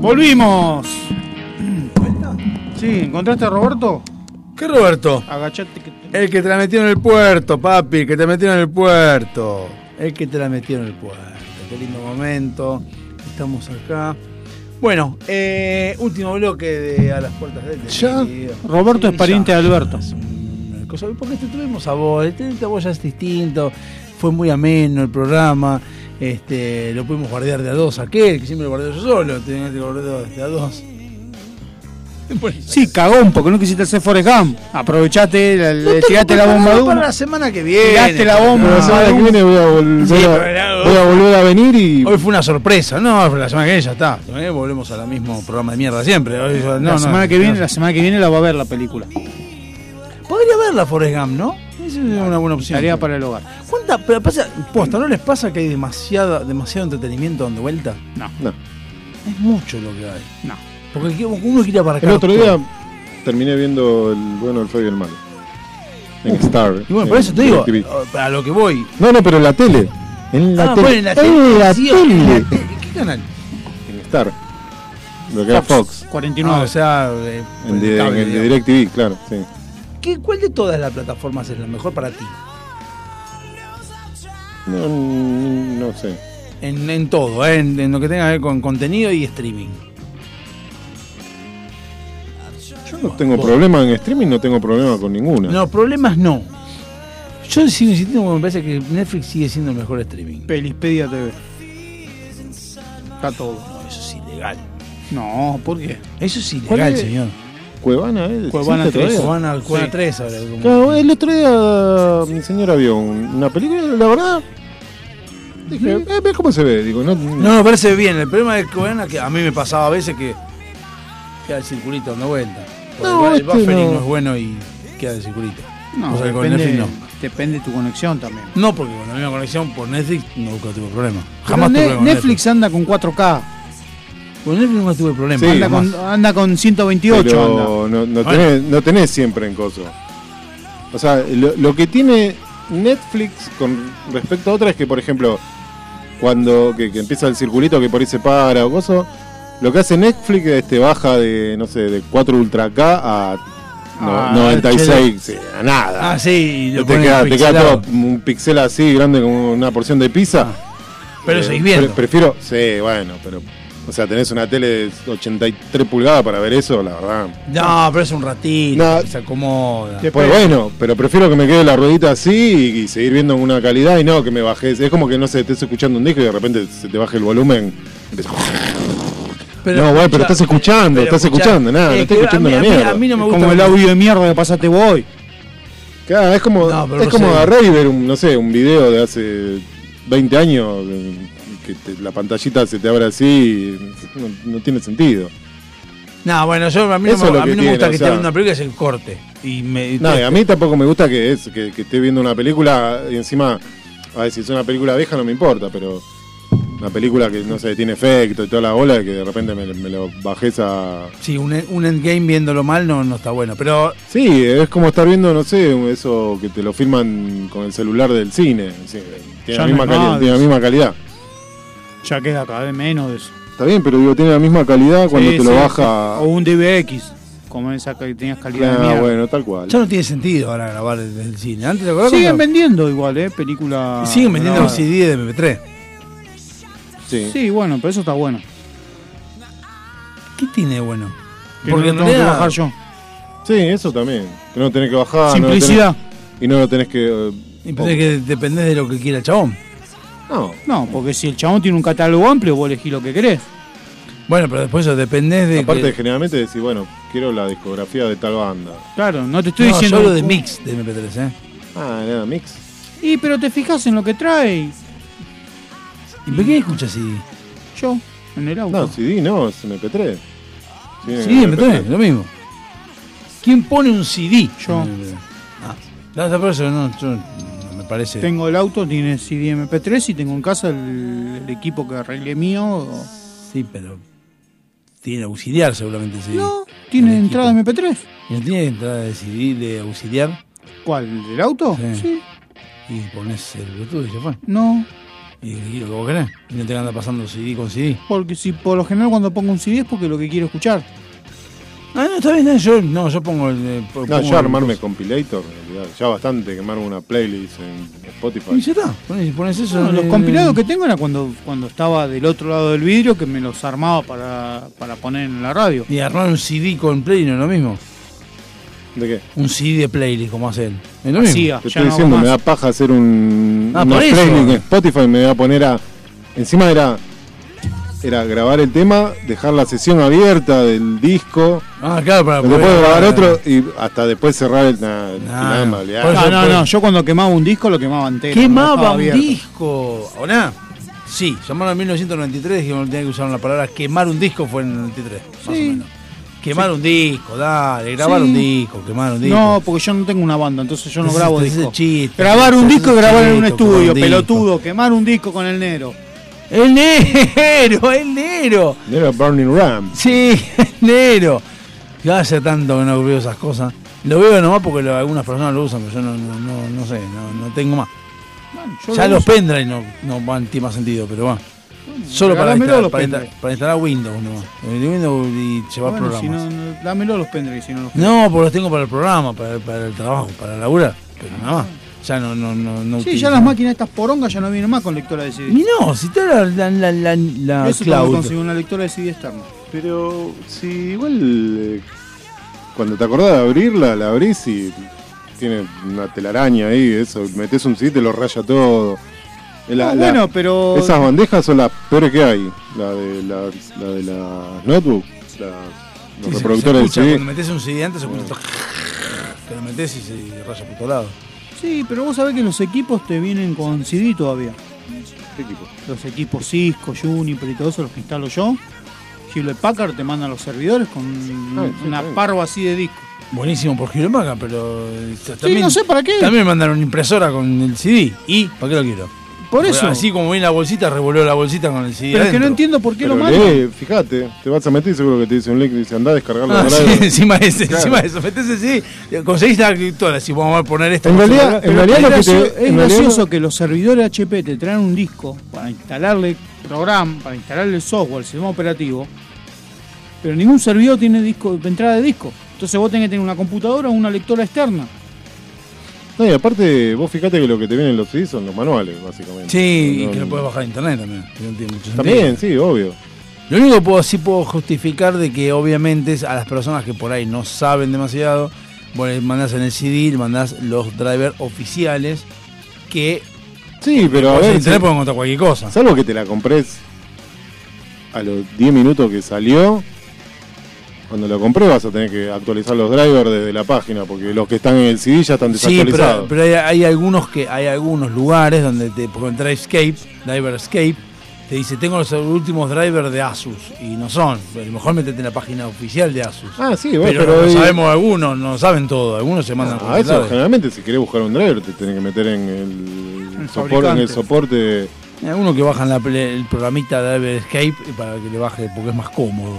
G: ¡Volvimos! Sí, ¿encontraste a Roberto?
F: ¿Qué Roberto?
G: Agachate que
F: El que te la metió en el puerto, papi, el que te metió en el puerto. El que te la metió en el puerto. Qué lindo momento. Estamos acá. Bueno, eh, último bloque de A las Puertas del
G: Ya,
F: Delirio.
G: Roberto es
F: Sí,
G: pariente
F: ya.
G: de Alberto.
F: Cosa- Porque te tuvimos a vos, el tenerte a vos ya es distinto. Fue muy ameno el programa. Este, lo pudimos guardear de a dos aquel, que siempre lo guardé yo solo. Tenía que guardar de a dos.
G: Sí, cagón, porque no quisiste hacer Forrest Gump. Aprovechaste, le- le
F: No tengo
G: tiraste la
F: nada
G: bomba de
F: Para
G: humo.
F: la semana que viene.
G: Tiraste la bomba
F: No,
G: de
F: no,
G: humo.
F: no.
G: Ahora que
I: viene voy a, vol-
F: Sí,
I: voy a-
F: pero era-
I: voy a volver a venir y.
F: Hoy fue una sorpresa, no, la semana que viene ya está. ¿eh? Volvemos al mismo programa de mierda siempre. Hoy ya- no,
G: la
F: no,
G: semana que
F: no.
G: viene, la semana que viene la va a ver la película.
F: Podría verla Forrest Gump, ¿no? Esa es una buena opción.
G: Tarea para el hogar.
F: ¿Cuánta, pero pasa, posta, ¿no les pasa que hay demasiado, demasiado entretenimiento dando vuelta?
G: No.
H: No.
F: Es mucho lo que hay.
G: No.
F: Porque que- uno quiere aparcar.
H: El otro
F: todo.
H: día terminé viendo el bueno, el feo y el malo. En Star.
F: Y bueno, por
H: en
F: eso te digo,
H: DirecTV.
F: a lo que voy.
I: No, no, pero en la tele. En la
F: Ah,
I: tele.
F: bueno, en la
I: En la
F: televisión, en la
I: tele.
F: ¿Qué canal?
H: En Star. Lo que era Fox.
G: 49.
F: Ah, o sea, eh,
H: En,
F: el
H: di-
F: cable,
H: en el
F: digamos.
H: DirecTV, claro, sí.
F: ¿Qué- ¿Cuál de todas las plataformas es la mejor para ti?
H: No, no sé.
F: En, en todo, ¿eh? en, en lo que tenga que ver con contenido y streaming.
H: Yo no tengo problema en streaming, no tengo problema con ninguna.
F: No, problemas no. Yo sigo insistiendo porque me parece que Netflix sigue siendo el mejor streaming.
G: Pelispedia TV. Está todo.
F: eso es ilegal.
G: No, ¿por qué?
F: Eso es
G: ¿Cuál
F: ilegal,
G: es?
F: señor.
H: Cuevana, ¿eh?
F: Pues
G: Cuevana
H: ¿Existe
G: 3.
H: todavía?
F: Cuevana, Cuevana
H: Sí.
F: 3 ahora. como-
H: Claro, el otro día mi señora vio un- una película, la verdad. Dije, eh, ve cómo se ve. Digo, no,
F: No, me parece bien. El problema de Coena que a mí me pasaba a veces que queda el circulito dando vuelta. Porque
G: No,
F: el, el
G: este
F: buffering
G: no.
F: no. es bueno y queda el circulito.
G: No,
F: O sea, que con
G: depende,
F: Netflix no.
G: depende de tu conexión también.
F: No, porque con la misma conexión por Netflix nunca tuve problema.
G: Pero
F: Jamás
G: Ne-
F: tuve problema.
G: Netflix anda con 4K.
F: Con Netflix no tuve problema.
H: Sí,
G: anda, con, anda con 128.
H: Pero
G: anda.
H: no, no,
G: Bueno.
H: tenés, no tenés siempre en coso. O sea, lo, lo que tiene Netflix con respecto a otras es que, por ejemplo, cuando que, que empieza el circulito que por ahí se para o coso, lo que hace Netflix este, baja de, no sé, de 4 Ultra K a no-
F: Ah,
H: 96, sí, a nada.
F: Ah, sí, y lo
H: te
F: ponen
H: queda, te queda
F: pixelado.
H: todo un pixel así, grande como una porción de pizza.
F: Pero
H: Eh,
F: seguís viendo.
H: pre- prefiero, sí, bueno, pero. O sea, tenés una tele de 83 pulgadas para ver eso, la verdad.
F: No, pero es un ratito.
H: No.
F: que Se acomoda.
H: Pues bueno, pero prefiero que me quede la ruedita así y, y seguir viendo en una calidad y no que me bajes. Es como que no sé, estés escuchando un disco y de repente se te baje el volumen. Empieza-
F: Pero
H: no, bueno,
F: escuchá,
H: pero estás escuchando,
F: pero
H: estás
F: escuchá,
H: escuchando, nada,
F: eh,
H: no estás
F: que a
H: escuchando
F: mí-
H: la
F: a mí-
H: mierda.
F: a mí no me
H: Es
F: gusta
H: como el
F: mucho.
H: audio
G: de mierda que pasaste vos.
H: Claro, es como,
F: No, pero
H: es
F: no
H: como
F: sé.
H: agarrar y ver, un, no sé, un video de hace 20 años eh, que te- la pantallita se te abre así y no, no tiene sentido.
F: No, bueno, yo, a mí no,
H: Eso es
F: me-
H: lo
F: a mí
H: que
F: no me
H: tiene,
F: gusta
H: o
F: que esté
H: sea.
F: viendo una película y se corte. Y me,
H: No, y a mí tampoco me gusta que, es, que, que esté viendo una película y encima, a ver si es una película vieja no me importa, pero una película que no sé, tiene efecto y toda la bola, que de repente me, me lo bajes a...
F: Sí, un, un endgame viéndolo mal no, no está bueno. Pero
H: Sí, es como estar viendo, no sé, eso que te lo filman con el celular del cine. sí,
G: Ya
H: tiene, la
G: no
H: misma
G: hay
H: calidad,
G: más,
H: tiene la
G: dice.
H: misma calidad.
G: Ya queda cada vez menos de eso.
H: Está bien, pero digo, tiene la misma calidad cuando
G: Sí,
H: te lo
G: sí,
H: baja...
G: sí. O un DVX. Como esa que tenías calidad de
H: Ah,
G: mierda.
H: bueno, tal cual.
F: ya no tiene sentido ahora grabar desde el cine. Antes te acordás
G: Siguen
F: cuando-
G: vendiendo igual, ¿eh? Película.
F: Siguen vendiendo los
G: grabadas.
F: CD de MP3.
H: Sí.
G: Sí, bueno, pero eso está bueno.
F: ¿Qué tiene de bueno?
G: Que no lo tengo que bajar yo.
H: Sí, eso también. Que no tenés que bajar. no lo tenés-
G: Simplicidad.
H: y no lo tenés que... eh,
F: Y pensé que dependés de lo que quiera el chabón.
H: No.
G: No, porque Pues si el chabón tiene un catálogo amplio, vos elegís lo que querés.
F: Bueno, pero después eso dependés de.
H: Aparte,
F: que-
H: generalmente decís, bueno, quiero la discografía de tal banda.
G: Claro, no te estoy
F: No,
G: diciendo.
F: yo hablo de mix de MP3, ¿eh?
H: Ah, nada, mix.
G: Y pero te fijas en lo que trae.
F: ¿Y por qué escuchas CD?
G: Yo, en el auto.
H: No, CD no, es MP3. Tiene
F: CD de MP3, lo mismo. ¿Quién pone un CD?
G: Yo.
F: Ah, no, no, pero eso no, yo- no me parece.
G: Tengo el auto, tiene CD MP3 y tengo en casa el, el equipo que arreglé mío.
F: Sí, pero. Tiene auxiliar seguramente el CD.
G: No, tiene
F: El
G: entrada MP3.
F: ¿Y no tiene entrada de CD de auxiliar?
G: ¿Cuál? ¿El auto?
F: Sí.
G: Sí.
F: Y pones el Bluetooth y ya fue.
G: No,
F: Y, y lo que vos querés. Y no te anda pasando CD con CD.
G: porque si por lo general cuando pongo un CD es porque lo que quiero escuchar.
F: Ah, no, está bien, no, yo, no, yo pongo el. eh, po-
H: No,
F: pongo
H: yo
F: el-
H: armarme compilator, en realidad, ya bastante que me armo una playlist en Spotify.
F: Y ya está. Pones, pones eso.
G: No,
F: en
G: los
F: el-
G: compilados que tengo era cuando, cuando estaba del otro lado del vidrio que me los armaba para, para poner en la radio.
F: Y armar un CD con playlist no es lo mismo.
H: ¿De qué?
F: Un CD de playlist como hace él. Es lo mismo.
G: Hacía,
H: Te
G: ya
H: estoy
G: no hago
H: diciendo, me
G: más.
H: da paja hacer un,
F: Ah,
H: una
F: por eso.
H: playlist en Spotify, me voy a poner a. Encima era. Era grabar el tema, dejar la sesión abierta del disco,
F: Ah, claro, para
H: después
F: poder-
H: grabar otro y hasta después cerrar el. nah, quilombo, olvidate.
G: No, no, no, yo cuando quemaba un disco lo quemaba entero. no
F: Ah, Quemaba
G: dejaba
F: un
G: abierto.
F: disco. ¿Ahora? Sí, llamaron en 1993 y dijeron que tenía que usar la palabra quemar un disco fue en el 93. más o menos. Quemar un disco, dale, grabar
G: Sí.
F: un disco, quemar un disco.
G: No, porque yo no tengo una banda, entonces yo no
F: Entonces,
G: grabo
F: ese
G: discos.
F: chiste,
G: grabar un
F: ese
G: disco y grabar en un
F: chiste, como
G: estudio,
F: un disco.
G: pelotudo, quemar un disco con el negro.
F: El negro, el negro.
H: Era Burning Ram.
F: Sí, el negro. Ya hace tanto que no veo esas cosas. Lo veo nomás porque lo- algunas personas lo usan, pero yo no, no, no- no sé, no, no tengo más.
G: Bueno, yo
F: ya
G: lo
F: los
G: uso.
F: pendrive no, no van, tiene más sentido, pero va. Solo para
G: Regálamelo
F: instalar,
G: los
F: para,
G: pendrive.
F: instalar- para instalar Windows, ¿no? El Windows y llevar
G: Bueno, si
F: programas.
G: no, no- dámelo los pendrives, si no los
F: no, porque los tengo para el programa, para, para el trabajo, para laburar. Pero nada más. Ya no, no, no, no
G: Sí,
F: utilizo.
G: ya las máquinas estas porongas ya no vienen más con lectora de CD.
F: Y no, si está la, la, la, la, la
G: Eso cuando
F: cloud.
G: conseguí una lectora de CD externa.
H: Pero si igual eh, cuando te acordás de abrirla, la abrís y tiene una telaraña ahí, eso, metes un sitio y lo raya todo. Eh,
G: No,
H: la- la-
G: bueno, pero-
H: Esas bandejas son las peores que hay, la de las la de las notebook, la- los
F: Sí, se- se
H: reproductores
F: escucha,
H: de CD.
F: Cuando metes un CD antes se escucha esto. Te lo metes y se raya por todo lado.
G: Sí, pero vos sabés que los equipos te vienen con CD todavía.
H: ¿Qué equipo?
G: Los equipos Cisco, Juniper y todo eso, los que instalo yo. Hewlett Packard te mandan los servidores con
F: Ah, sí,
G: una
F: está bien.
G: parva así de disco.
F: Buenísimo por Hewlett Packard, pero eh, también,
G: no sé para qué.
F: También me mandaron una impresora con el CD. ¿Y para qué lo quiero?
G: Por eso.
F: Así como viene la bolsita, revolvió la bolsita con el CD.
G: Pero es que no
F: adentro.
G: entiendo por qué lo
H: Pero
G: mandan.
H: lee, fíjate, te vas a meter y seguro que te dice un link y dice andá a descargarlo.
F: Ah,
H: por
F: sí,
H: ahí".
F: encima de eso,
H: Claro.
F: encima de eso, metés el CD, conseguís la criptora, si vamos a poner esto.
H: En realidad-
F: Pero-
H: en realidad
G: es
H: lo que
G: gracioso,
H: te-
G: es
H: en realidad-
G: gracioso que los servidores HP te traen un disco para instalarle programa, para instalarle el software, el sistema operativo, pero ningún servidor tiene disco, entrada de disco. Entonces vos tenés que tener una computadora o una lectora externa.
H: No, y aparte, vos fíjate que lo que te vienen los CDs son los manuales, básicamente.
F: Sí,
H: No-
F: y que lo puedes bajar a internet también. que no tiene mucho
H: También,
F: sentido.
H: sí, obvio.
F: Lo único que puedo, sí puedo justificar de que obviamente es a las personas que por ahí no saben demasiado, vos les mandás en el CD, le mandás los drivers oficiales que
H: Sí, pero a
F: Pues en
H: ver.
F: internet
H: sí.
F: podemos encontrar cualquier cosa.
H: Salvo que te la compres a los 10 minutos que salió. Cuando lo compré vas a tener que actualizar los drivers desde la página, porque los que están en el CD ya están
F: Sí, pero,
H: desactualizados.
F: pero hay, hay algunos que hay algunos lugares donde te por ejemplo, Escape, Driver Escape, te dice tengo los últimos drivers de Asus y no son. A lo mejor metete en la página oficial de Asus.
H: Ah, sí, bueno,
F: pero,
H: pero
F: no
H: hoy-
F: sabemos algunos, no saben todo, algunos se mandan
H: Ah, eso
F: comentarios.
H: generalmente si querés buscar un driver te tenés que meter en el, soporte, en
F: fabricante.
H: el soporte.
F: Hay algunos Eh, que bajan la, el programita Driver Escape eh, para que le baje porque es más cómodo.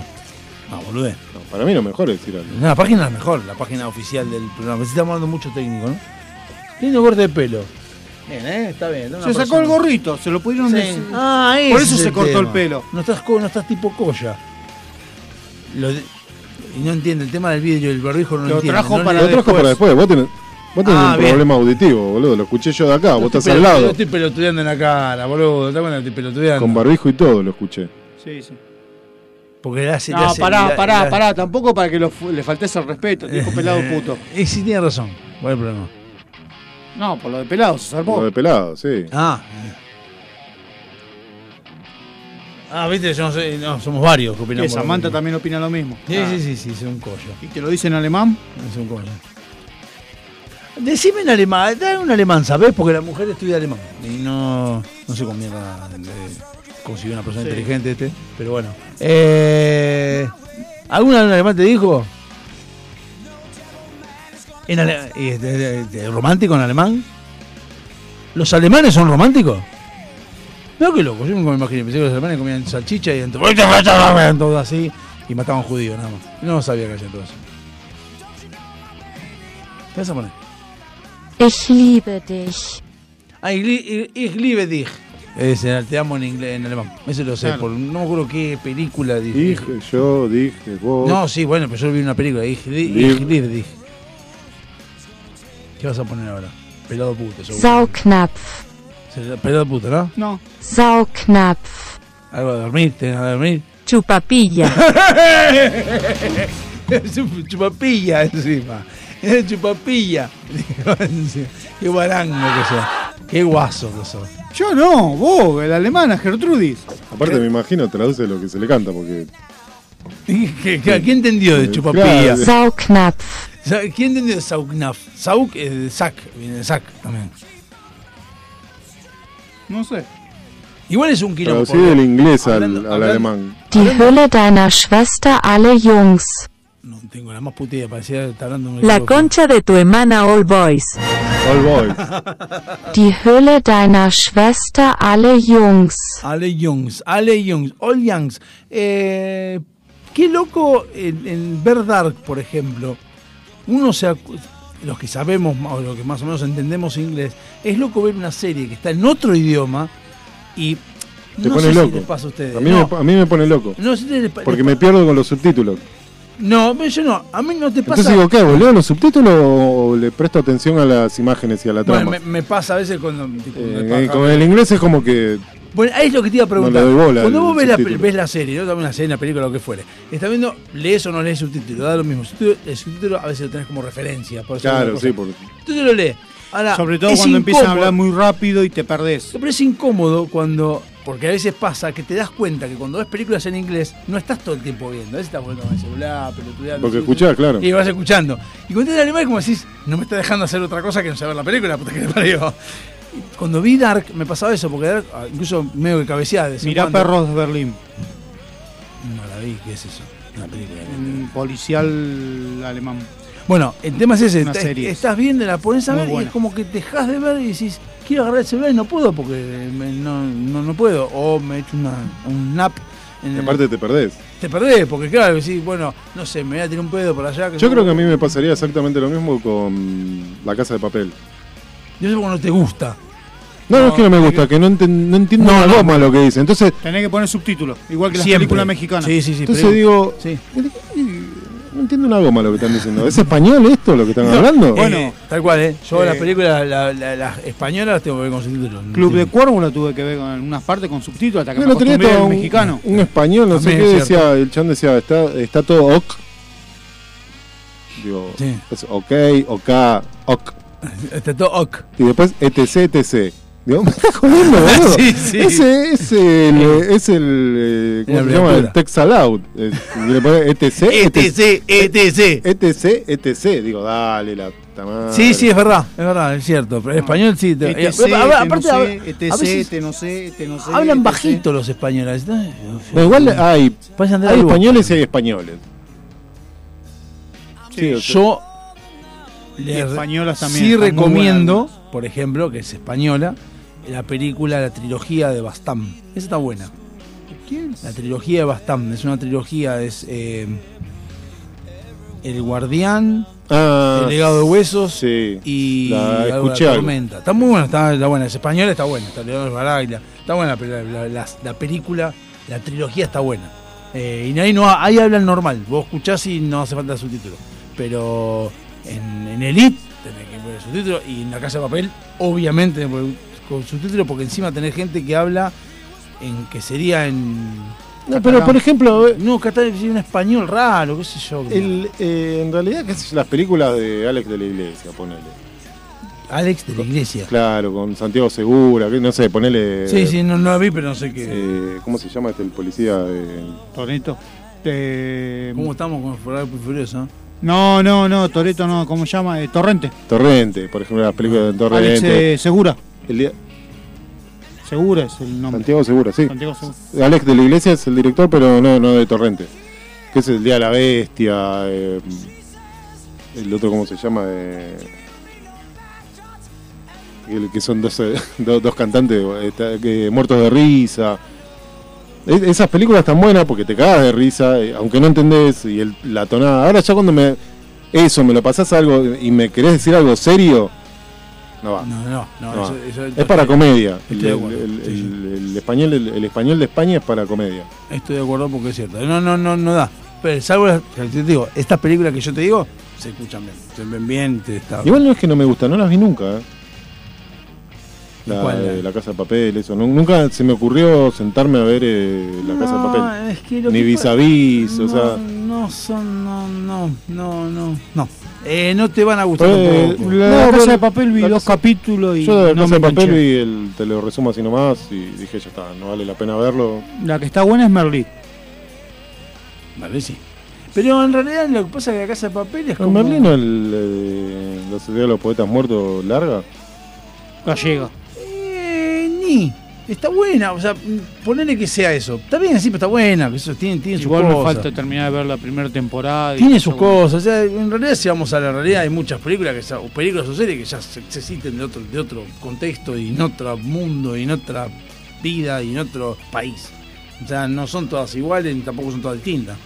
F: Ah, boludez.
H: No, para mí lo mejor es ir al.
F: No, la página es mejor, la página oficial del programa. Sí, Estamos hablando mucho técnico, ¿no? Lindo corte de pelo. Bien, ¿eh? Está bien.
G: se sacó el gorrito, se lo pudieron decir.
F: Ah, ese
G: Por eso
F: es
G: se
F: el
G: cortó
F: tema.
G: el pelo.
F: No estás, co- no estás tipo colla. Lo de- y no entiende el tema del vidrio, el barbijo no
G: Lo
F: entiende.
G: trajo
F: no
G: para
H: Lo trajo para después, vos tenés, vos tenés
F: Ah,
H: un
F: bien.
H: problema auditivo, boludo. Lo escuché yo de acá, vos
F: Yo
H: estás
F: estoy
H: al
F: pelo-
H: lado.
F: Yo estoy pelotudeando en la cara, boludo. ¿Te das cuenta que estoy pelotudeando?
H: Con barbijo y todo lo escuché.
G: Sí, sí.
F: Porque le hace, le
G: no,
F: hace-
G: pará,
F: le-
G: pará,
F: le-
G: pará, tampoco para que lo fu- le faltes el respeto, te dijo pelado puto.
F: Eh, Y sí, tiene razón. ¿Cuál es el problema?
G: No, por lo de pelado, se
H: Lo
G: zarpó.
H: de pelado, sí.
F: Ah. Ah, viste, yo no sé, no, somos varios que
G: Que
F: opinamos. lo
G: Samantha
F: mismo.
G: también opina lo mismo.
F: Sí,
G: Ah.
F: sí, sí, sí, es un collo.
G: ¿Y te lo dice en alemán?
F: Es un collo. Decime en alemán, dale un alemán, ¿sabés? Porque la mujer estudia alemán. Y no, no sé cómo mierda eh, consiguió una persona
G: Sí.
F: inteligente este, pero bueno. Eh, ¿Alguna en alemán te dijo? En ale- y, este, este, ¿Romántico en alemán? ¿Los alemanes son románticos? No, qué loco, yo nunca me imaginé. Pensé que los alemanes comían salchicha y entonces todo así y mataban judíos nada más. No sabía que hacían todo eso. ¿Qué vas a poner?
K: Ich liebe dich.
F: Ah, ich, li- ich- ich liebe dich. Es, eh, te amo en, inglés, en alemán. Eso lo sé.
H: Claro.
F: Por, no me acuerdo qué película dije.
H: Dije yo, dije vos.
F: No, sí, bueno, pero yo vi una película. Ich, li-
H: Lieb.
F: ich liebe dich. ¿Qué vas a poner ahora? Pelado puto. seguro.
K: Saugnapf.
F: Se- Pelado puto, ¿no?
G: No.
K: Saugnapf.
F: Algo a dormir, tenés a dormir.
K: Chupapilla.
F: Es un chupapilla encima. Es chupapilla. qué barango que sea. Qué guaso que sos.
G: Yo no, vos, la alemana, Gertrudis.
H: Aparte me imagino traduce lo que se le canta, porque Eh,
F: ¿Qué, qué, qué entendió de chupapilla?
H: Claro.
K: Saugnapf.
F: Sa- ¿Quién entendió de Saugnaf? Sauk es de Sac, viene de Sac también.
G: No sé.
F: Igual es un quilombo. ¿eh? Ah,
H: traducí del inglés ah. al,
F: Hablando-
H: al
F: hablando-
H: alemán.
K: Die Hülle deiner Schwester alle Jungs.
F: No tengo la más puta idea, parecía estar hablando de un
K: La
F: equivoco.
K: concha de tu hermana All Boys.
H: All boys.
K: Die Hülle deiner Schwester alle Jungs.
F: Ale Youngs, Ale Youngs, All Youngs. Eh, qué loco en, en ver Dark, por ejemplo. Uno se acu- los que sabemos ma- o los que más o menos entendemos inglés, es loco ver una serie que está en otro idioma y
H: Te
F: No
H: pone
F: sé si
H: loco.
F: les pasa a ustedes.
H: mí,
F: No.
H: me, a mí me pone loco.
F: No, si les pa-
H: porque me pierdo con los subtítulos.
F: No, pero yo no. A mí no te pasa.
H: Entonces digo, ¿qué? hago? ¿Leo los subtítulos o le presto atención a las imágenes y a la
F: Bueno, me,
H: trama?
F: me pasa a veces cuando. tipo, me
H: Eh,
F: pasa-
H: con el inglés es como que.
F: Bueno, ahí es lo que te iba a preguntar.
H: No le doy bola
F: Cuando
H: al
F: vos ves la,
H: subtítulo.
F: ves la serie, ¿no? También una serie, una película, lo que fuere. Estás viendo, lees o no lees subtítulo, da lo mismo. Subtítulo- El subtítulo a veces lo tenés como referencia. Por decirlo de
H: Claro,
F: una cosa.
H: sí, porque.
F: Entonces lo lees. Ahora,
G: Sobre todo
F: es
G: cuando empiezan a
F: incómodo.
G: hablar muy rápido y te perdés.
F: Pero es incómodo cuando. Porque a veces pasa que te das cuenta que cuando ves películas en inglés no estás todo el tiempo viendo. A veces estás volviendo con el celular, pelotudeando.
H: Porque
F: sí, sí.
H: escuchás, claro.
F: Y vas escuchando. Y cuando estás en alemán es como decís, no me está dejando hacer otra cosa que no saber la película, puta que te parió. Y Cuando vi Dark me pasaba eso, porque Dark ah, incluso medio que cabeceaba. de vez en
G: Mirá
F: cuando.
G: Perros de Berlín.
F: No la vi, ¿qué es eso? Una película.
G: Un policial alemán.
F: Bueno, el tema es ese.
G: Una
F: te-
G: serie.
F: Estás viendo, la pones a
G: Muy
F: ver y
G: buena.
F: es como que dejás de ver y decís, quiero agarrar el celular y no puedo porque me- no, no, no puedo. O me echo una, un nap. en
H: Y
F: el-
H: aparte te perdés.
F: te perdés, porque claro, decís, bueno, no sé, me voy a tirar un pedo por allá.
H: Yo creo que a mí me pasaría exactamente lo mismo con La Casa de Papel.
F: Yo sé porque no te gusta.
H: No, no,
F: No,
H: es que no me
F: porque-
H: gusta, que no, enten- no entiendo
F: No,
H: una
F: no.
H: goma lo que dice. Entonces,
G: Tenés que poner subtítulos, igual que las
F: Siempre.
G: películas mexicanas.
F: Sí, sí, sí.
H: entonces
F: pero-
H: digo,
F: Sí.
H: no entiendo una goma lo que están diciendo. ¿Es español esto lo que están hablando?
F: eh, Bueno, tal cual, ¿eh? Yo
G: eh,
F: las películas la- la- las españolas las tengo que ver con subtítulos. no
G: Club de
F: entiendo.
G: Cuervo la tuve que ver en algunas partes con subtítulos hasta que
H: Yo
G: me
H: el otro día
G: acostumbré al
H: estaba un,
G: mexicano.
H: un español, no sé
G: También
H: qué
G: es cierto.
H: decía, el chan decía, está, está todo ok. Digo, es ok, ok, ok.
F: Está todo ok.
H: Y después etc, etc. Digo, me estás jodiendo, boludo.
F: Sí, sí.
H: Ese es el, eh, es el eh, ¿cómo
F: La
H: se llama? El
F: abreviatura.
H: text aloud. Eh, y le pone etc,
F: ETC, ETC.
H: ETC, ETC. E Digo, dale la puta madre.
F: E Sí, sí, es verdad, es verdad, es cierto. Pero en español sí. te-
G: ETC,
F: eh, a- a-
G: te Este, no
F: aparte,
G: sé,
F: a- a
G: ETC,
F: veces
G: te no sé, te no sé. este
F: hablan
G: ETC.
F: bajito los españoles. ¿no?
H: Pero igual hay,
F: Parece Andrea
H: hay
F: Lugo.
H: españoles y hay españoles. Sí, o sea.
F: Yo
G: Y españolas también.
F: sí
G: están muy
F: recomiendo, por ejemplo, que es española, la película, la trilogía de Bastam. Esa está buena.
G: ¿Quién?
F: La trilogía de Bastam. Es una trilogía, es eh, El Guardián,
H: Ah,
F: El Legado de Huesos
H: Sí.
F: y
H: La
F: algo de
H: escuché
F: la
H: algo.
F: tormenta. Está muy buena, está, está buena. Es española, está buena. Está Leonardo Sbaraglia. Está buena la, la- la- la película, la trilogía está buena. Eh, y ahí, no, ahí hablan normal. Vos escuchás y no hace falta subtítulo. Pero en, en Elite tenés que poner subtítulo. Y en La Casa de Papel, obviamente, con- con subtítulo, porque encima tenés gente que habla en que sería en.
H: No, pero por ejemplo, eh,
F: No, catalán es un español raro, qué sé yo.
H: el, eh, en realidad, qué sé yo, las películas de Alex de la Iglesia, ponele.
F: Alex de la Iglesia.
H: Claro, con Santiago Segura, que, no sé, ponele.
F: Sí, sí, no, no la vi, pero no sé qué.
H: eh, ¿Cómo se llama este el policía? de-
G: Torneto. Eh,
F: ¿Cómo estamos con Ferrari y Furiosa?
G: No, no, no, Toreto no, ¿cómo se llama? Eh, Torrente.
H: Torrente, por ejemplo, las películas de Torrente.
G: Alex eh, Segura.
H: El día-
G: Segura es el nombre.
H: Santiago Segura, sí.
G: Santiago Segura.
H: Alex de la Iglesia es el director, pero no, no de Torrente. Que es el Día de la Bestia. eh, el otro, ¿cómo se llama? Eh, el que son dos, eh, do- dos cantantes eh, está- que- muertos de risa. Es- esas películas están buenas porque te cagas de risa, eh, aunque no entendés y el- la tonada. Ahora ya cuando me eso, me lo pasás algo y me querés decir algo serio, no va.
F: No, no, no.
H: No,
F: eso- eso-
H: es para comedia.
F: Estoy
H: El,
F: de acuerdo.
H: el- el- el español, el, el español de España es para comedia.
F: Estoy de acuerdo porque es cierto. No, no, no, no da. Pero salvo las, que te digo, estas películas que yo te digo, se escuchan bien. Se ven bien, te está.
H: Igual no es que no me gusta, no las vi nunca. eh. La,
F: ¿Cuál,
H: eh, la Casa de Papel, eso. Nu- Nunca se me ocurrió sentarme a ver eh, La Casa de Papel.
F: es que lo
H: Ni
F: que
H: vis a
F: pasa-
H: vis, o sea.
F: No, no son, no, no, no, no. No. Eh, no te van a gustar
H: Eh,
F: tampoco.
G: La
H: la- No,
G: Casa
H: pero-
G: de Papel vi
H: la
G: dos
H: Casa-
G: capítulos y
H: Yo de La
G: no
H: Casa
G: me
H: de Papel
G: enganché.
H: vi el, te lo resumo así nomás y dije, ya está, no vale la pena verlo.
G: La que está buena es Merlí.
F: Vale, sí. Pero en realidad lo que pasa es que la casa de papel es
H: ¿En
F: como.
H: Berlín no el, eh, la sociedad de los poetas muertos larga?
G: Gallega.
F: Eh, ni. Está buena, o sea, ponele que sea eso. Está bien, sí, pero está buena, que eso tiene, tiene su
G: Igual me
F: cosa.
G: falta terminar de ver la primera temporada. y
F: Tiene
G: la
F: sus
G: segunda.
F: cosas, o sea, en realidad si vamos a la realidad hay muchas películas que ya- o películas o series que ya se, se existen de otro, de otro contexto y en otro mundo y en otra vida y en otro país. O sea, no son todas iguales ni tampoco son todas distintas.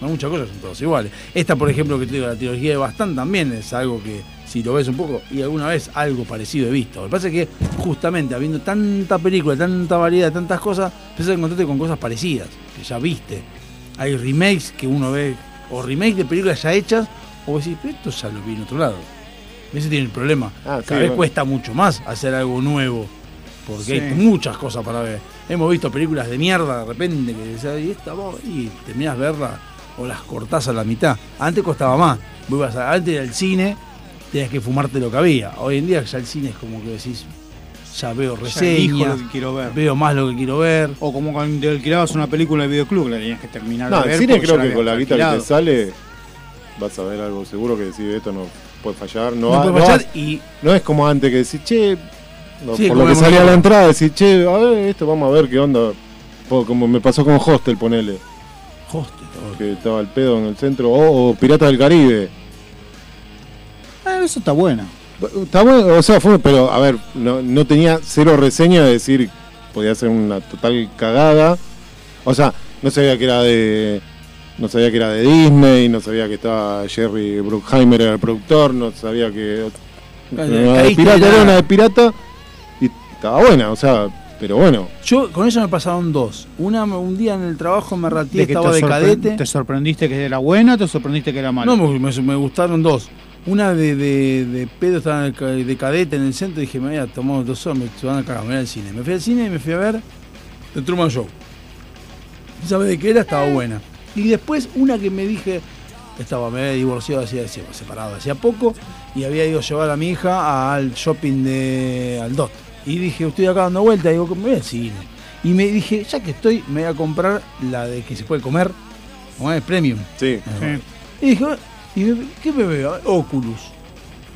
F: No, muchas cosas son todas iguales. Esta, por ejemplo, que te digo, la trilogía de Bastán también es algo que si lo ves un poco, y alguna vez algo parecido he visto. Lo que pasa es que, justamente, habiendo tanta película, tanta variedad, tantas cosas, empiezas a encontrarte con cosas parecidas, que ya viste. Hay remakes que uno ve, o remakes de películas ya hechas, o vos decís, pero esto ya lo vi en otro lado. Ese tiene el problema.
H: Ah, sí,
F: Cada vez
H: bueno.
F: cuesta mucho más hacer algo nuevo, porque
H: Sí.
F: hay muchas cosas para ver. Hemos visto películas de mierda de repente, que decías, y esta vos, y terminás verla, o las cortás a la mitad. Antes costaba más. Vos ibas a- antes al cine, tenías que fumarte lo que había. Hoy en día ya el cine es como que decís, ya veo reseñas,
G: elijo lo que quiero ver.
F: veo más lo que quiero ver.
G: O como cuando alquilabas una película de videoclub, la tenías que terminar
H: No,
G: de
H: en
G: ver.
H: cine
G: porque
H: creo
G: ya
H: que con la
G: habías
H: guita que te
G: alquilado.
H: sale vas a ver algo seguro que decís esto no puede fallar. No,
G: No
H: va-
G: puede
H: no
G: fallar
H: vas-
F: y-
H: no es como antes que decís, che, no,
F: Sí,
H: por
F: como
H: lo que
F: la
H: salía a
F: moneda.
H: la entrada, decís, che, a ver esto, vamos a ver qué onda. Po- Como me pasó con Hostel, ponele.
F: Hostel.
H: Que estaba el pedo en el centro. O, o Piratas del Caribe.
G: Ah, eso está bueno.
H: Está bueno, o sea, fue, pero a ver, no, no tenía cero reseña de decir, podía ser una total cagada. O sea, no sabía que era de. No sabía que era de Disney, no sabía que estaba Jerry Bruckheimer era el productor, no sabía que.
F: Claro,
H: era de
F: caíste
H: pirata,
F: de
H: era
F: la-
H: una de pirata. Y estaba buena, o sea, pero bueno.
F: Yo con eso me pasaron dos. Una, un día en el trabajo me rateé,
G: De que
F: estaba
G: te
F: de
G: sorpre-
F: cadete.
G: ¿Te sorprendiste que era buena o te sorprendiste que era mala?
F: No, me, me- me gustaron dos. Una de, de, de pedo, estaba en el ca- de cadete en el centro y dije, me voy a tomar dos horas, me se van a cagar, me voy al cine. Me fui al cine y me fui a ver The Truman Show. ¿Sabes de qué era? Estaba buena. Y después una que me dije, estaba, me había divorciado hacía hacía- separado hacía poco y había ido a llevar a mi hija al shopping de al DOT. Y dije, estoy acá dando vuelta, digo, me voy al cine. Y me dije, ya que estoy, me voy a comprar la de que se puede comer, como es premium. Eh,
H: Sí.
F: Y dije, "Ah", y me- ¿qué me veo? Oculus.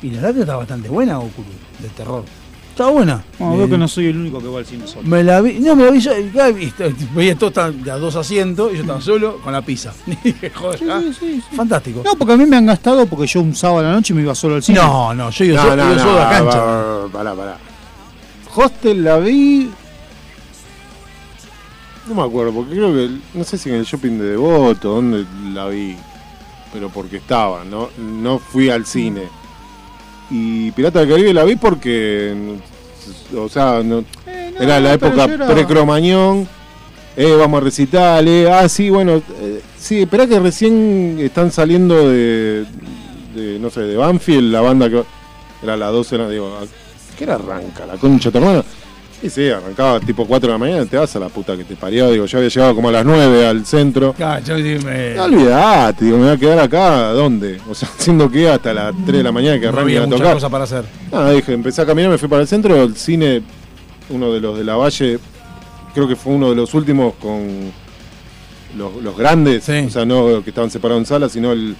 F: Y la verdad que está bastante buena Oculus, de terror. Está buena. Eh,
G: Bueno,
F: Me-
G: veo que no soy el único que va al cine solo.
F: me la vi, no, me la vi yo, y claro, y está- veía todos tan- de a dos asientos y yo estaba solo con la pizza. Y dije, joder, ah, fantástico.
G: No, porque a mí me han gastado porque yo un sábado a la noche me iba solo al cine.
F: No, no, yo iba solo- iba solo a la cancha.
H: va- Pará, pará. Hostel la vi. No me acuerdo, porque creo que. No sé si en el shopping de Devoto, dónde la vi. Pero porque estaba, no, no fui al cine. Y Pirata del Caribe la vi porque. O sea, no- era la
G: Eh, pero
H: época
G: yo era-
H: pre-Cromañón. Eh, vamos a recitar, eh, ah, sí, bueno, eh, sí, esperá que recién están saliendo de, de, no sé, de Banfield, la banda que era la 12, era, digo, ¿a ¿qué era arranca? La concha de tu hermana. Y sí, arrancaba tipo 4 de la mañana, te vas a la puta que te parió, digo, yo había llegado como a las 9 al centro.
F: Ah, yo dime,
H: No olvidate, digo, me voy a quedar acá, ¿dónde? O sea, siendo que hasta las 3 de la mañana que
F: no
H: arranca
F: había
H: a
F: muchas
H: tocar.
F: cosas para hacer.
H: Ah, dije, empecé a caminar, me fui para el centro, el cine, uno de los de la Valle, creo que fue uno de los últimos con los, los grandes, o sea, no que estaban separados en salas, sino el,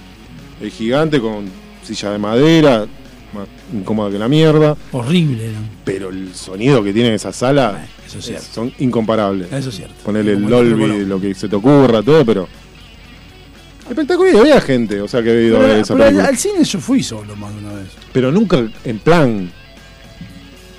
H: el gigante con silla de madera, más incómoda que la mierda,
F: Horrible era.
H: pero el sonido que tiene esa sala
F: eso es cierto.
H: son incomparables.
F: Eso es cierto.
H: Ponerle el
F: Como el otro
H: Dolby, lo que se te ocurra, todo, pero... Espectacular, y había gente, o sea, que había ido a ver
F: Pero,
H: esa
F: pero al,
H: película.
F: al cine yo fui solo más de una vez.
H: Pero nunca en plan,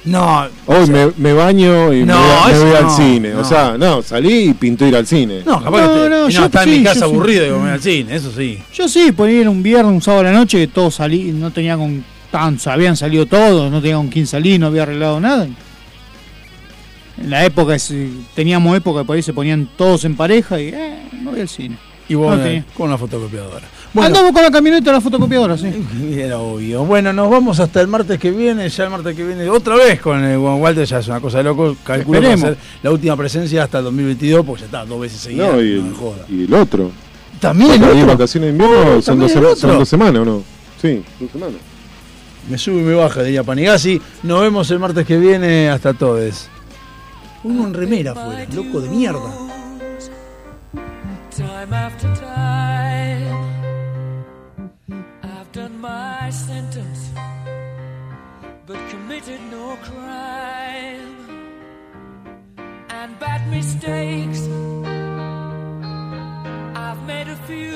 F: No,
H: Hoy me, me baño y
F: No,
H: me, voy a- me
F: eso
H: voy al
F: no,
H: cine. O
F: no.
H: sea, no, salí y pintó ir al cine.
F: no, capaz
G: No,
F: que te-
G: no,
F: no,
G: yo
F: estaba en
G: sí,
F: mi
G: yo
F: casa
G: sí.
F: aburrido digo, me voy al cine, eso sí.
G: Yo sí, por ir un viernes, un sábado a la noche, que todos salí, no tenía con tan, habían salido todos, no tenía con quién salir, no había arreglado nada. En la época, se- teníamos época que por ahí se ponían todos en pareja y eh, me voy al cine.
F: Y vos
G: No
F: eh,
G: tenía.
F: con la fotocopiadora.
G: Andamos con la camioneta a la fotocopiadora, sí.
F: Era obvio. Bueno, nos vamos hasta el martes que viene. Ya el martes que viene, otra vez con el Juan Walter, ya es una cosa de loco. Calculo que va a
G: Esperemos.
F: ser la última presencia hasta el 2022, porque ya está dos veces seguidas.
H: No, y,
F: no
H: el,
F: me jodas.
H: y el otro.
F: También el
H: Porque ahí
F: otro.
H: vacaciones de invierno
F: Oh,
H: son, dos,
F: también el
H: sema-
F: otro.
H: son dos semanas, ¿o no? Sí, dos semanas.
F: Me sube y me baja, diría Panigasi. Nos vemos el martes que viene. Hasta todos. Uno en remera fuera, loco de mierda.
E: Time after time, I've done my sentence, but committed no crime. And bad mistakes, I've made a few.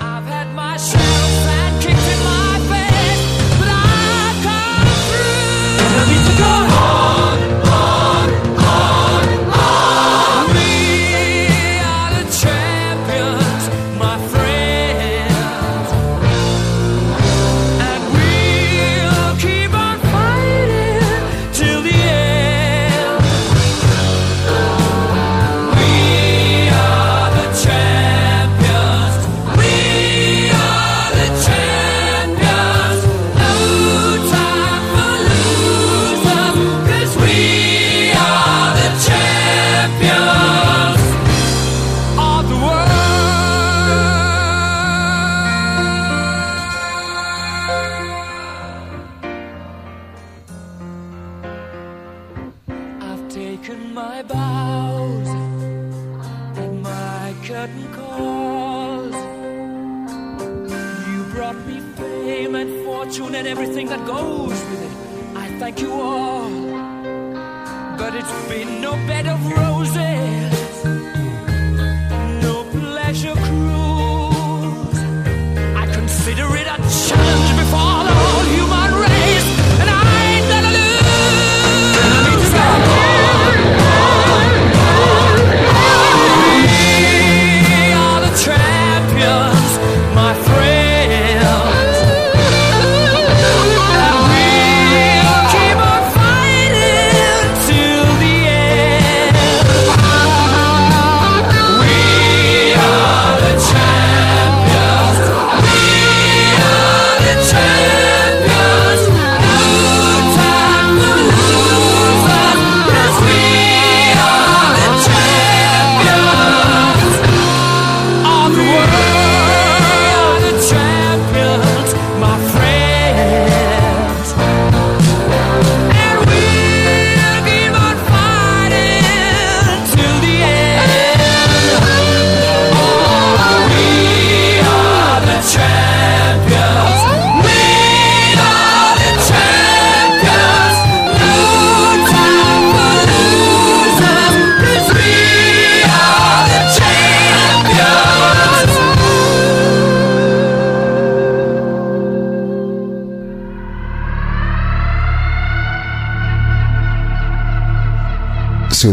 E: I've had my shells and kicks in my face, but I've come through. And I need to go on, on, on, on. We are the champions, my friends.
C: taken my bows and my curtain calls. You brought me fame and fortune and everything that goes with it. I thank you all. But it's been no bed of roses, no pleasure cruise. I consider it a challenge before the whole human race, and I ain't gonna lose. We are the champions, my friends. And we'll keep on fighting till the end. We are the champions. We are the champions. No time to lose us, 'cause we are the champions of the world. We are the champions, my friends. And we'll keep on fighting till the end. Oh, we are the champions. We are the champions. No time for losers, 'cause we are the champions.
A: Se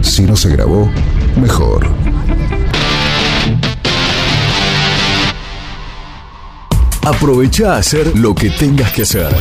A: Si no se grabó, mejor.
B: Aprovecha a hacer lo que tengas que hacer.